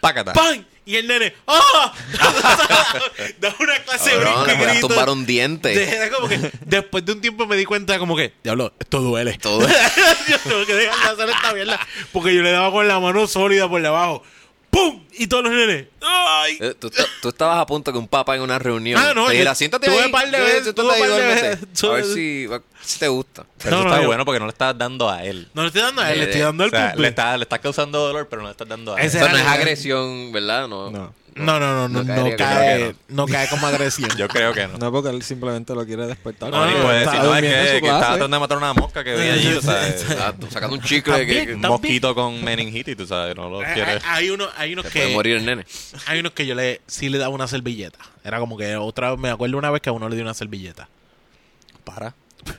Speaker 3: Pácata.
Speaker 1: Ah.
Speaker 2: ¡Pam! Y el nene. ¡Ah! da una clase de
Speaker 1: Cabrón,
Speaker 2: brinco
Speaker 1: le
Speaker 2: y
Speaker 1: voy a
Speaker 2: grito.
Speaker 1: tumbar un diente.
Speaker 2: Era como que después de un tiempo me di cuenta como que, diablo, esto duele.
Speaker 1: Todo.
Speaker 2: yo tengo que dejar de hacer esta mierda. Porque yo le daba con la mano sólida por debajo. ¡Pum! Y todos los nenes. ¡Ay!
Speaker 1: Eh, Tú, esta- tú estabas a punto que un papá en una reunión.
Speaker 2: Ah,
Speaker 1: te
Speaker 2: no, yo
Speaker 1: dijera, siéntate
Speaker 2: tuve
Speaker 1: ahí,
Speaker 2: un par de
Speaker 1: eh,
Speaker 2: veces,
Speaker 1: siéntate
Speaker 2: tuve un
Speaker 1: ahí,
Speaker 2: par de
Speaker 1: duérmete.
Speaker 2: veces.
Speaker 1: A ver
Speaker 2: Tuve-
Speaker 1: si, va- si te gusta.
Speaker 3: Pero
Speaker 2: No,
Speaker 3: eso
Speaker 2: no,
Speaker 3: está
Speaker 2: yo-
Speaker 3: bueno porque no le estás dando a él.
Speaker 2: No le estoy dando a él, le estoy dando
Speaker 3: O
Speaker 2: al
Speaker 3: sea,
Speaker 2: pupitre.
Speaker 3: le estás le estás causando dolor, pero no le estás dando a él.
Speaker 2: Ese-
Speaker 1: Eso no
Speaker 2: Era
Speaker 1: es
Speaker 2: legal.
Speaker 1: agresión, ¿verdad? No.
Speaker 3: No.
Speaker 2: No, no, no, no,
Speaker 1: No
Speaker 2: no,
Speaker 1: caería, yo
Speaker 2: cae,
Speaker 3: creo
Speaker 2: no. cae como agresión.
Speaker 3: Yo creo que no.
Speaker 4: No, porque él simplemente lo quiere despertar.
Speaker 2: No,
Speaker 3: No, ni
Speaker 2: no,
Speaker 3: puede
Speaker 4: está
Speaker 3: decir, no, es
Speaker 4: durmiendo en
Speaker 3: que,
Speaker 4: su
Speaker 3: que
Speaker 4: clase.
Speaker 3: estaba tratando de matar una mosca que veía allí, o sea, eh,
Speaker 1: Exacto, sacando un chicle que, que
Speaker 2: También.
Speaker 3: un mosquito con meningitis, tú sabes, no lo
Speaker 2: Eh,
Speaker 3: quieres.
Speaker 2: hay, hay unos, hay unos
Speaker 1: puede
Speaker 2: que
Speaker 1: morir el nene.
Speaker 2: hay unos que yo le sí le daba una servilleta. Era como que otra vez me acuerdo una vez que a uno le di una servilleta.
Speaker 3: Para.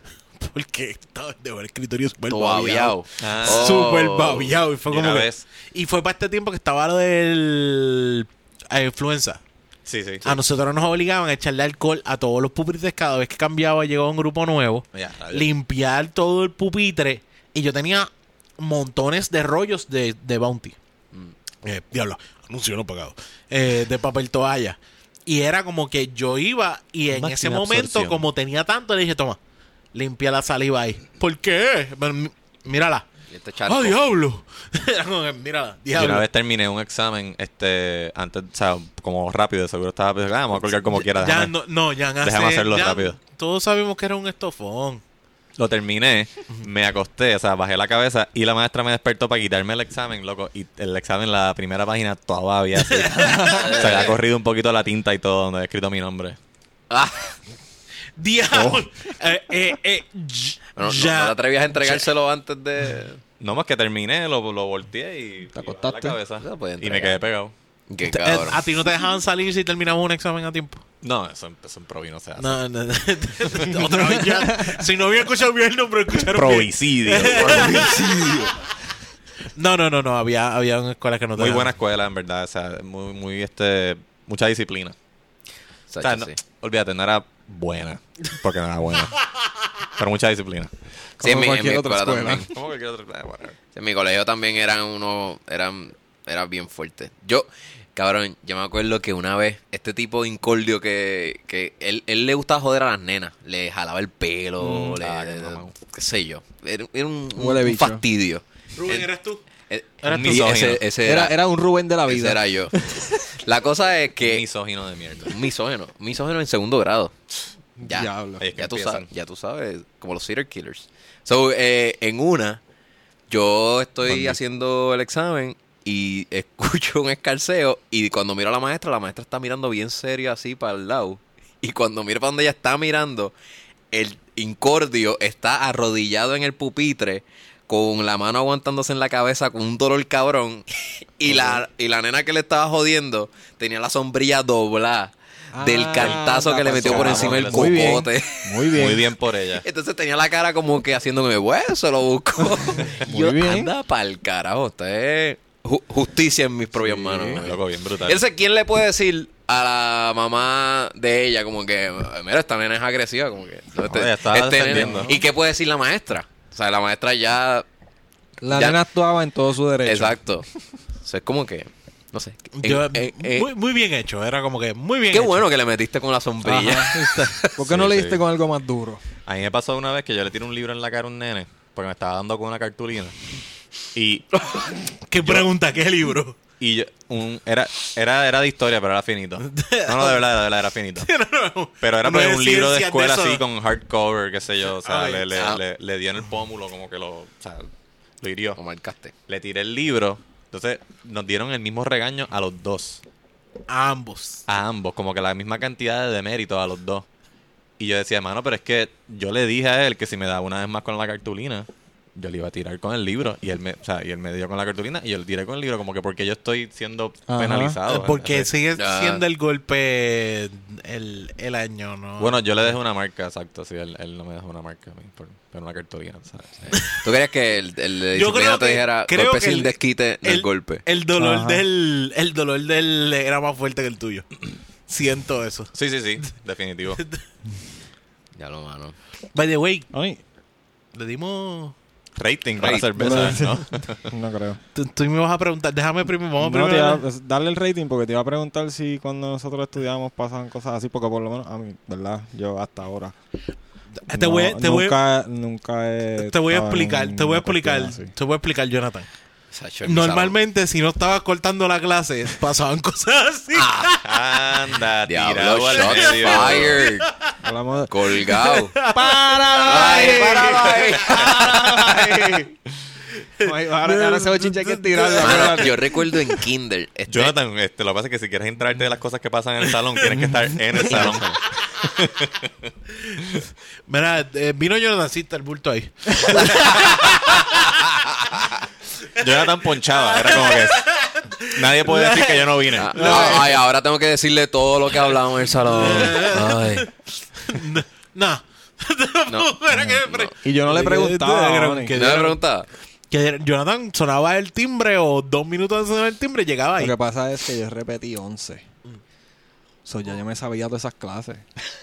Speaker 2: Porque estaba de el escritorio súper
Speaker 1: Todo
Speaker 2: babiado.
Speaker 1: babiao.
Speaker 3: Ah.
Speaker 1: Oh.
Speaker 2: Súper babiado. Y fue
Speaker 3: Y
Speaker 2: como
Speaker 3: una
Speaker 2: que-
Speaker 3: vez.
Speaker 2: Y fue para este tiempo que estaba lo del la influenza.
Speaker 3: Sí, sí.
Speaker 2: A nosotros nos obligaban a echarle alcohol a todos los pupitres cada vez que cambiaba, llegaba un grupo nuevo.
Speaker 3: Ya, rayos.
Speaker 2: limpiar todo el pupitre y yo tenía montones de rollos de, de bounty.
Speaker 3: Mm.
Speaker 2: Eh, diablo, anuncio no pagado. Eh, de papel toalla. Y era como que yo iba y en
Speaker 3: Máxima
Speaker 2: ese momento,
Speaker 3: absorción.
Speaker 2: como tenía tanto, le dije, toma, limpia la saliva ahí. ¿Por qué? Pero mi- Mírala.
Speaker 1: Y este
Speaker 2: ¡Ah,
Speaker 1: charco.
Speaker 2: diablo! Era como que, mírala,
Speaker 3: Yo
Speaker 2: diablo.
Speaker 3: una vez terminé un examen, este, antes, o sea, como rápido, de seguro estaba pensando, ah, vamos a colgar como quiera.
Speaker 2: Ya
Speaker 3: déjame.
Speaker 2: no, no, ya hace-
Speaker 3: déjame hacerlo
Speaker 2: ya
Speaker 3: rápido.
Speaker 2: Todos sabemos que era un estofón.
Speaker 3: Lo terminé, me acosté, o sea, bajé la cabeza y la maestra me despertó para quitarme el examen, loco. Y el examen, la primera página, todavía así. Se había corrido un poquito la tinta y todo, donde he escrito mi nombre.
Speaker 1: Ah,
Speaker 2: ¡Diablo!
Speaker 3: Oh.
Speaker 2: Eh, eh, eh, y-
Speaker 1: no, no-
Speaker 2: ya.
Speaker 1: no te atrevías a entregárselo antes de.
Speaker 3: No más que terminé, lo, lo volteé y.
Speaker 4: Te
Speaker 3: y bajé
Speaker 4: acostaste.
Speaker 3: la cabeza.
Speaker 1: Ya puedes
Speaker 3: y me
Speaker 1: entregar.
Speaker 3: quedé pegado.
Speaker 1: Qué
Speaker 2: Te- eh,
Speaker 1: cabrón.
Speaker 2: A ti no te dejaban salir si terminabas un examen a tiempo.
Speaker 3: No, eso, en- eso en Provi no se hace.
Speaker 2: No, no, no. Otra vez ya. Si no había escuchado bien el nombre, escucharon bien.
Speaker 3: Provicidio.
Speaker 2: No, no, no, no. Había, había una escuela que no te
Speaker 3: muy
Speaker 2: dejaban.
Speaker 3: buena escuela, en verdad. O sea, muy, muy, este. Mucha disciplina. O
Speaker 1: Sacho,
Speaker 3: sea, ah, no-
Speaker 1: sí.
Speaker 3: olvídate, no era buena. Porque no era buena. pero mucha disciplina.
Speaker 1: Sí, en mi, en
Speaker 4: cualquier
Speaker 1: mi
Speaker 4: otra
Speaker 1: escuela
Speaker 4: escuela.
Speaker 1: también.
Speaker 3: Como cualquier otro- eh, whatever.
Speaker 1: En mi colegio también eran uno, eran, era bien fuerte. Yo, cabrón, yo me acuerdo que una vez, este tipo de incordio que, que él, él le gustaba joder a las nenas, le jalaba el pelo,
Speaker 3: Mm,
Speaker 1: le,
Speaker 3: ah,
Speaker 1: le-
Speaker 3: qué mamón.
Speaker 1: qué sé yo, era, era un, un-
Speaker 4: Huele
Speaker 1: un
Speaker 4: bicho.
Speaker 1: fastidio.
Speaker 2: Rubén,
Speaker 1: Eh,
Speaker 2: ¿eras tú?
Speaker 1: Eh,
Speaker 2: Eras
Speaker 1: y
Speaker 3: tú. Misógino.
Speaker 1: ese, ese era,
Speaker 4: Era, era un Rubén de la
Speaker 1: ese
Speaker 4: vida.
Speaker 1: era yo. La cosa es
Speaker 3: Qué
Speaker 1: que
Speaker 3: misógino de mierda.
Speaker 1: un misógeno, un misógeno en segundo grado. Ya.
Speaker 4: Diablo.
Speaker 3: Ahí es que
Speaker 1: ya, tú
Speaker 3: empiezan.
Speaker 1: sabes, ya tú sabes, como los serial killers. So, eh, en una, yo estoy
Speaker 3: Bandido.
Speaker 1: haciendo el examen y escucho un escarceo y cuando miro a la maestra, la maestra está mirando bien serio así para el lado. Y cuando miro para donde ella está mirando, el incordio está arrodillado en el pupitre con la mano aguantándose en la cabeza con un dolor cabrón y la y la nena que le estaba jodiendo tenía la sombrilla doblada del
Speaker 4: Ah,
Speaker 1: cantazo que le
Speaker 4: la
Speaker 1: metió por
Speaker 3: pasó.
Speaker 1: encima del
Speaker 4: Muy bien.
Speaker 1: cocote.
Speaker 4: Muy bien.
Speaker 3: Muy bien por ella.
Speaker 1: Entonces tenía la cara como que haciéndome, bueno, se lo busco.
Speaker 4: Muy
Speaker 1: Yo,
Speaker 4: bien.
Speaker 1: anda pa'l carajo, usted ju- justicia en mis propias manos. man.
Speaker 3: Loco, bien brutal.
Speaker 1: Él sé quién le puede decir a la mamá de ella, como que, mira, esta nena es agresiva, como que. no, este,
Speaker 3: ella estaba
Speaker 1: nene-
Speaker 3: defendiendo.
Speaker 1: ¿Y qué puede decir la maestra? O sea, la maestra ya.
Speaker 4: La
Speaker 1: Ya.
Speaker 4: nena actuaba en todo su derecho.
Speaker 1: Exacto. O sea, es como que. No sé.
Speaker 2: Yo-
Speaker 1: En- en- en-
Speaker 2: muy, muy bien hecho. Era como que muy bien
Speaker 1: qué
Speaker 2: hecho.
Speaker 1: bueno que le metiste con la sombrilla.
Speaker 4: ¿Por qué no
Speaker 3: Sí,
Speaker 4: le diste
Speaker 3: sí.
Speaker 4: con algo más duro?
Speaker 3: A mí me pasó una vez que yo le tiré un libro en la cara a un nene porque me estaba dando con una cartulina. Y,
Speaker 2: ¿Qué pregunta? ¿Qué libro?
Speaker 3: y yo, un, era, era, era de historia, pero era finito. No, no, de verdad, de verdad, era finito. Pero era
Speaker 2: No
Speaker 3: pues,
Speaker 2: es
Speaker 3: un libro de
Speaker 2: ciencia
Speaker 3: escuela
Speaker 2: eso.
Speaker 3: así con hardcover, qué sé yo. O sea,
Speaker 2: Ay,
Speaker 3: le, le,
Speaker 1: ah.
Speaker 3: le- le dio en el pómulo como que lo, o sea, lo hirió.
Speaker 1: Lo marcaste.
Speaker 3: Le tiré el libro. Entonces nos dieron el mismo regaño a los dos.
Speaker 2: A ambos.
Speaker 3: a ambos, como que la misma cantidad de deméritos a los dos. Y yo decía, mano, pero es que yo le dije a él que si me daba una vez más con la cartulina, yo le iba a tirar con el libro. Y él me, o sea, y él me dio con la cartulina y yo le tiré con el libro, como que porque yo estoy siendo
Speaker 4: Ajá.
Speaker 3: penalizado.
Speaker 2: Eh, Porque
Speaker 3: Así.
Speaker 2: sigue
Speaker 1: eh, Ya.
Speaker 2: siendo el golpe el, el año, ¿no?
Speaker 3: Bueno, yo le dejé una marca, exacto. Sí, él, él no me dejó una marca a mí por, por una cartulina, ¿sabes?
Speaker 1: ¿Tú querías que el, el de
Speaker 2: Yo
Speaker 1: disciplina te
Speaker 2: creo que-
Speaker 1: dijera
Speaker 2: creo
Speaker 1: golpe
Speaker 2: que
Speaker 1: sin
Speaker 2: el-
Speaker 1: desquite, no el, golpe?
Speaker 2: El dolor
Speaker 4: Ajá.
Speaker 2: del. El dolor del era más fuerte que el tuyo. Siento eso.
Speaker 3: Sí, sí, sí, definitivo.
Speaker 1: Ya lo mano.
Speaker 2: By the way,
Speaker 4: Ay,
Speaker 2: le dimos.
Speaker 3: Rating para
Speaker 1: Rating.
Speaker 3: cerveza, ¿no?
Speaker 4: no creo.
Speaker 2: Tú, tú me vas a preguntar. Déjame primero. Vamos
Speaker 4: No, te
Speaker 2: primero.
Speaker 4: iba
Speaker 2: a
Speaker 4: a- es- darle el rating porque te iba a preguntar si cuando nosotros estudiábamos pasaban cosas así, porque por lo menos a mí, ¿verdad? Yo hasta ahora.
Speaker 2: Te
Speaker 4: no-
Speaker 2: voy, te, voy,
Speaker 4: nunca, nunca he
Speaker 2: te voy a
Speaker 4: estado en
Speaker 2: explicar. Te voy a
Speaker 4: una
Speaker 2: explicar.
Speaker 4: cuestión así.
Speaker 2: Te voy a explicar, Jonathan.
Speaker 1: Sacho, Pues, el
Speaker 2: Normalmente, si no estabas cortando la clase, pasaban cosas así.
Speaker 1: Ah,
Speaker 3: Anda,
Speaker 1: salón.
Speaker 3: tirado
Speaker 1: Diablo,
Speaker 3: al
Speaker 1: shot
Speaker 3: medio.
Speaker 1: fired.
Speaker 4: Hablamos de-
Speaker 1: Colgado.
Speaker 4: ¡Para!
Speaker 1: Ay, páralo ahí.
Speaker 4: Ahora, ahora se va a chinchar que tirarlo.
Speaker 1: Mano, yo recuerdo en Kinder. este-
Speaker 3: Jonathan, este, lo que pasa es que si quieres entrarte de las cosas que pasan en el salón, tienes que estar en el salón.
Speaker 2: Mira, eh, vino Jonathan, sí, está el bulto ahí.
Speaker 3: Jonathan ponchaba, era como que nadie puede decir que yo no vine.
Speaker 1: Ah, ah, ay, ahora tengo que decirle todo lo que hablamos en el salón. Ay.
Speaker 2: No.
Speaker 1: No,
Speaker 2: Era que, pre-
Speaker 4: Y yo no le preguntaba.
Speaker 2: Creo
Speaker 4: Bonnie.
Speaker 2: que-
Speaker 1: ¿No le preguntaba?
Speaker 2: que Jonathan sonaba el timbre o dos minutos antes de sonar el timbre llegaba
Speaker 4: Lo
Speaker 2: ahí.
Speaker 4: que pasa es que yo repetí 11.
Speaker 1: Mm.
Speaker 4: So, ya yo me sabía todas esas clases.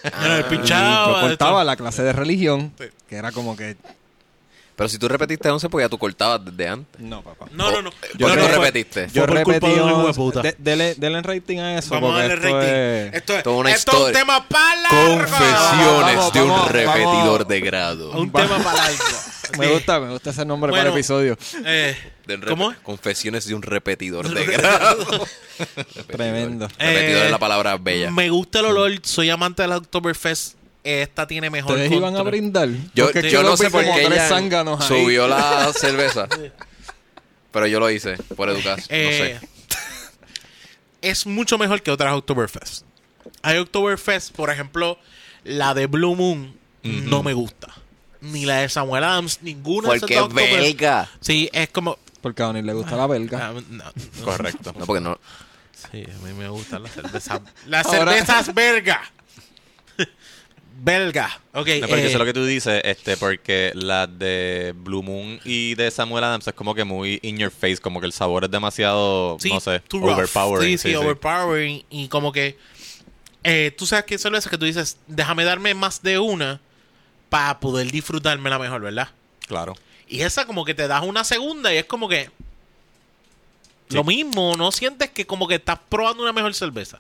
Speaker 2: Mira,
Speaker 1: Ah,
Speaker 2: el pinchado,
Speaker 4: y yo cortaba
Speaker 2: esto.
Speaker 4: la clase de religión, que era como que...
Speaker 1: Pero si tú repetiste 11 porque ya tú cortabas desde antes.
Speaker 4: No, papá.
Speaker 2: No, no, no.
Speaker 1: Yo
Speaker 2: No,
Speaker 1: no,
Speaker 2: no, fue-
Speaker 1: repetiste.
Speaker 4: Yo
Speaker 2: por culpa
Speaker 4: repetí
Speaker 2: de un hijo de
Speaker 4: 11.
Speaker 2: puta.
Speaker 4: De- dele, denle rating a eso.
Speaker 2: Vamos a
Speaker 4: porque
Speaker 2: darle
Speaker 4: esto
Speaker 2: rating.
Speaker 4: es-
Speaker 2: Esto, es,
Speaker 1: Esto es una
Speaker 2: esto es un
Speaker 1: historia.
Speaker 2: tema para
Speaker 1: Confesiones
Speaker 4: Vamos,
Speaker 1: de un
Speaker 4: vamos,
Speaker 1: repetidor
Speaker 4: vamos.
Speaker 1: de grado.
Speaker 2: Un tema para largo.
Speaker 4: Me
Speaker 2: Sí.
Speaker 4: gusta, me gusta ese nombre para
Speaker 2: Bueno.
Speaker 4: el episodio.
Speaker 2: Eh,
Speaker 1: De un rep-
Speaker 2: ¿Cómo? es?
Speaker 1: Confesiones de un repetidor de grado. Repetidor.
Speaker 4: Tremendo.
Speaker 1: Repetidor
Speaker 2: Eh,
Speaker 1: es la palabra bella.
Speaker 2: Me gusta el olor. Soy amante del Oktoberfest. Esta tiene mejor
Speaker 4: Ustedes iban a
Speaker 2: control.
Speaker 4: brindar.
Speaker 1: Yo,
Speaker 4: Porque
Speaker 1: yo
Speaker 4: yo
Speaker 1: no
Speaker 4: los
Speaker 1: sé
Speaker 4: vi
Speaker 1: por
Speaker 4: como
Speaker 1: qué
Speaker 4: tres
Speaker 1: ella
Speaker 4: zánganos ahí.
Speaker 1: subió la cerveza. Pero yo lo hice por educación.
Speaker 2: Eh,
Speaker 1: no sé.
Speaker 2: Es mucho mejor que otras Oktoberfest. Hay Oktoberfest, por ejemplo, la de Blue Moon no me gusta. Ni la de Samuel Adams, ninguna de esas
Speaker 1: Porque
Speaker 2: dos
Speaker 1: es
Speaker 2: Oktoberfest.
Speaker 1: belga.
Speaker 2: Sí, es como.
Speaker 4: Porque a Donnie le gusta la
Speaker 2: Ah,
Speaker 4: belga.
Speaker 2: no.
Speaker 3: Correcto.
Speaker 1: No, porque no.
Speaker 2: Sí, a mí me gustan las cervezas. Las
Speaker 4: Ahora-
Speaker 2: cervezas belga. belga. Ok.
Speaker 3: No, pero
Speaker 2: eh,
Speaker 3: yo sé lo que tú dices, este, porque las de Blue Moon y de Samuel Adams es como que muy in your face, como que el sabor es demasiado,
Speaker 2: sí,
Speaker 3: no sé,
Speaker 2: too rough.
Speaker 3: overpowering.
Speaker 2: Sí, sí, overpowering. Y como que. eh, tú sabes que son esas que tú dices, déjame darme más de una para poder disfrutármela mejor, ¿verdad?
Speaker 3: Claro.
Speaker 2: Y esa como que te das una segunda y es como que... Lo mismo, no sientes que como que estás probando una mejor cerveza.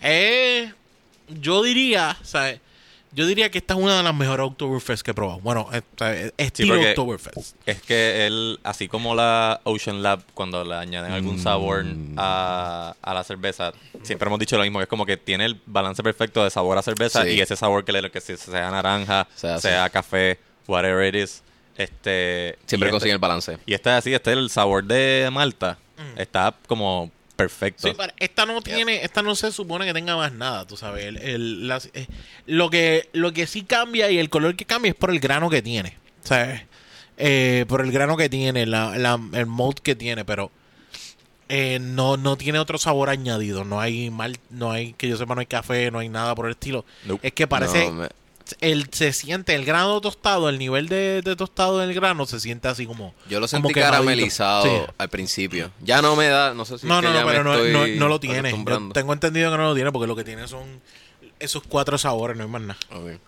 Speaker 2: Eh, yo diría, ¿sabes? Yo diría que esta es una de las mejores Oktoberfest que he probado. Bueno, es- es estilo
Speaker 3: porque-
Speaker 2: Oktoberfest.
Speaker 3: Es que él, así como la Ocean Lab, cuando le añaden algún
Speaker 1: Mm.
Speaker 3: sabor a, a la cerveza, siempre hemos dicho lo mismo, que es como que tiene el balance perfecto de sabor a cerveza
Speaker 1: Sí.
Speaker 3: y ese sabor que le que se- sea naranja,
Speaker 1: Sea
Speaker 3: sea,
Speaker 1: así.
Speaker 3: café, whatever it is, este
Speaker 1: Siempre
Speaker 3: y este-
Speaker 1: consigue el balance.
Speaker 3: Y está así, este el sabor de Malta está como perfecto.
Speaker 2: Mm. Sí, para- esta no tiene, esta no se supone que tenga más nada, tú sabes. El- el- las- eh, lo, que, lo que sí cambia y el color que cambia es por el grano que tiene, ¿sabes? Eh, por el grano que tiene, la, la- el mold que tiene, pero eh, no, no tiene otro sabor añadido. No hay mal, no hay, que yo sepa, no hay café, no hay nada por el estilo.
Speaker 3: Nope.
Speaker 2: Es que parece,
Speaker 1: No, me-
Speaker 2: el, se siente el grano tostado, el nivel de, de tostado del grano se siente así como.
Speaker 1: Yo lo
Speaker 2: como
Speaker 1: sentí
Speaker 2: quemadito.
Speaker 1: caramelizado
Speaker 2: Sí.
Speaker 1: al principio. Ya no me da, no sé si es
Speaker 2: No,
Speaker 1: que
Speaker 2: no,
Speaker 1: ya
Speaker 2: no,
Speaker 1: me
Speaker 2: pero no, no,
Speaker 1: estoy
Speaker 2: no lo tiene. Yo
Speaker 1: acostumbrando.
Speaker 2: tengo entendido que no lo tiene porque lo que tiene son esos cuatro sabores, no hay más nada.
Speaker 1: Ok.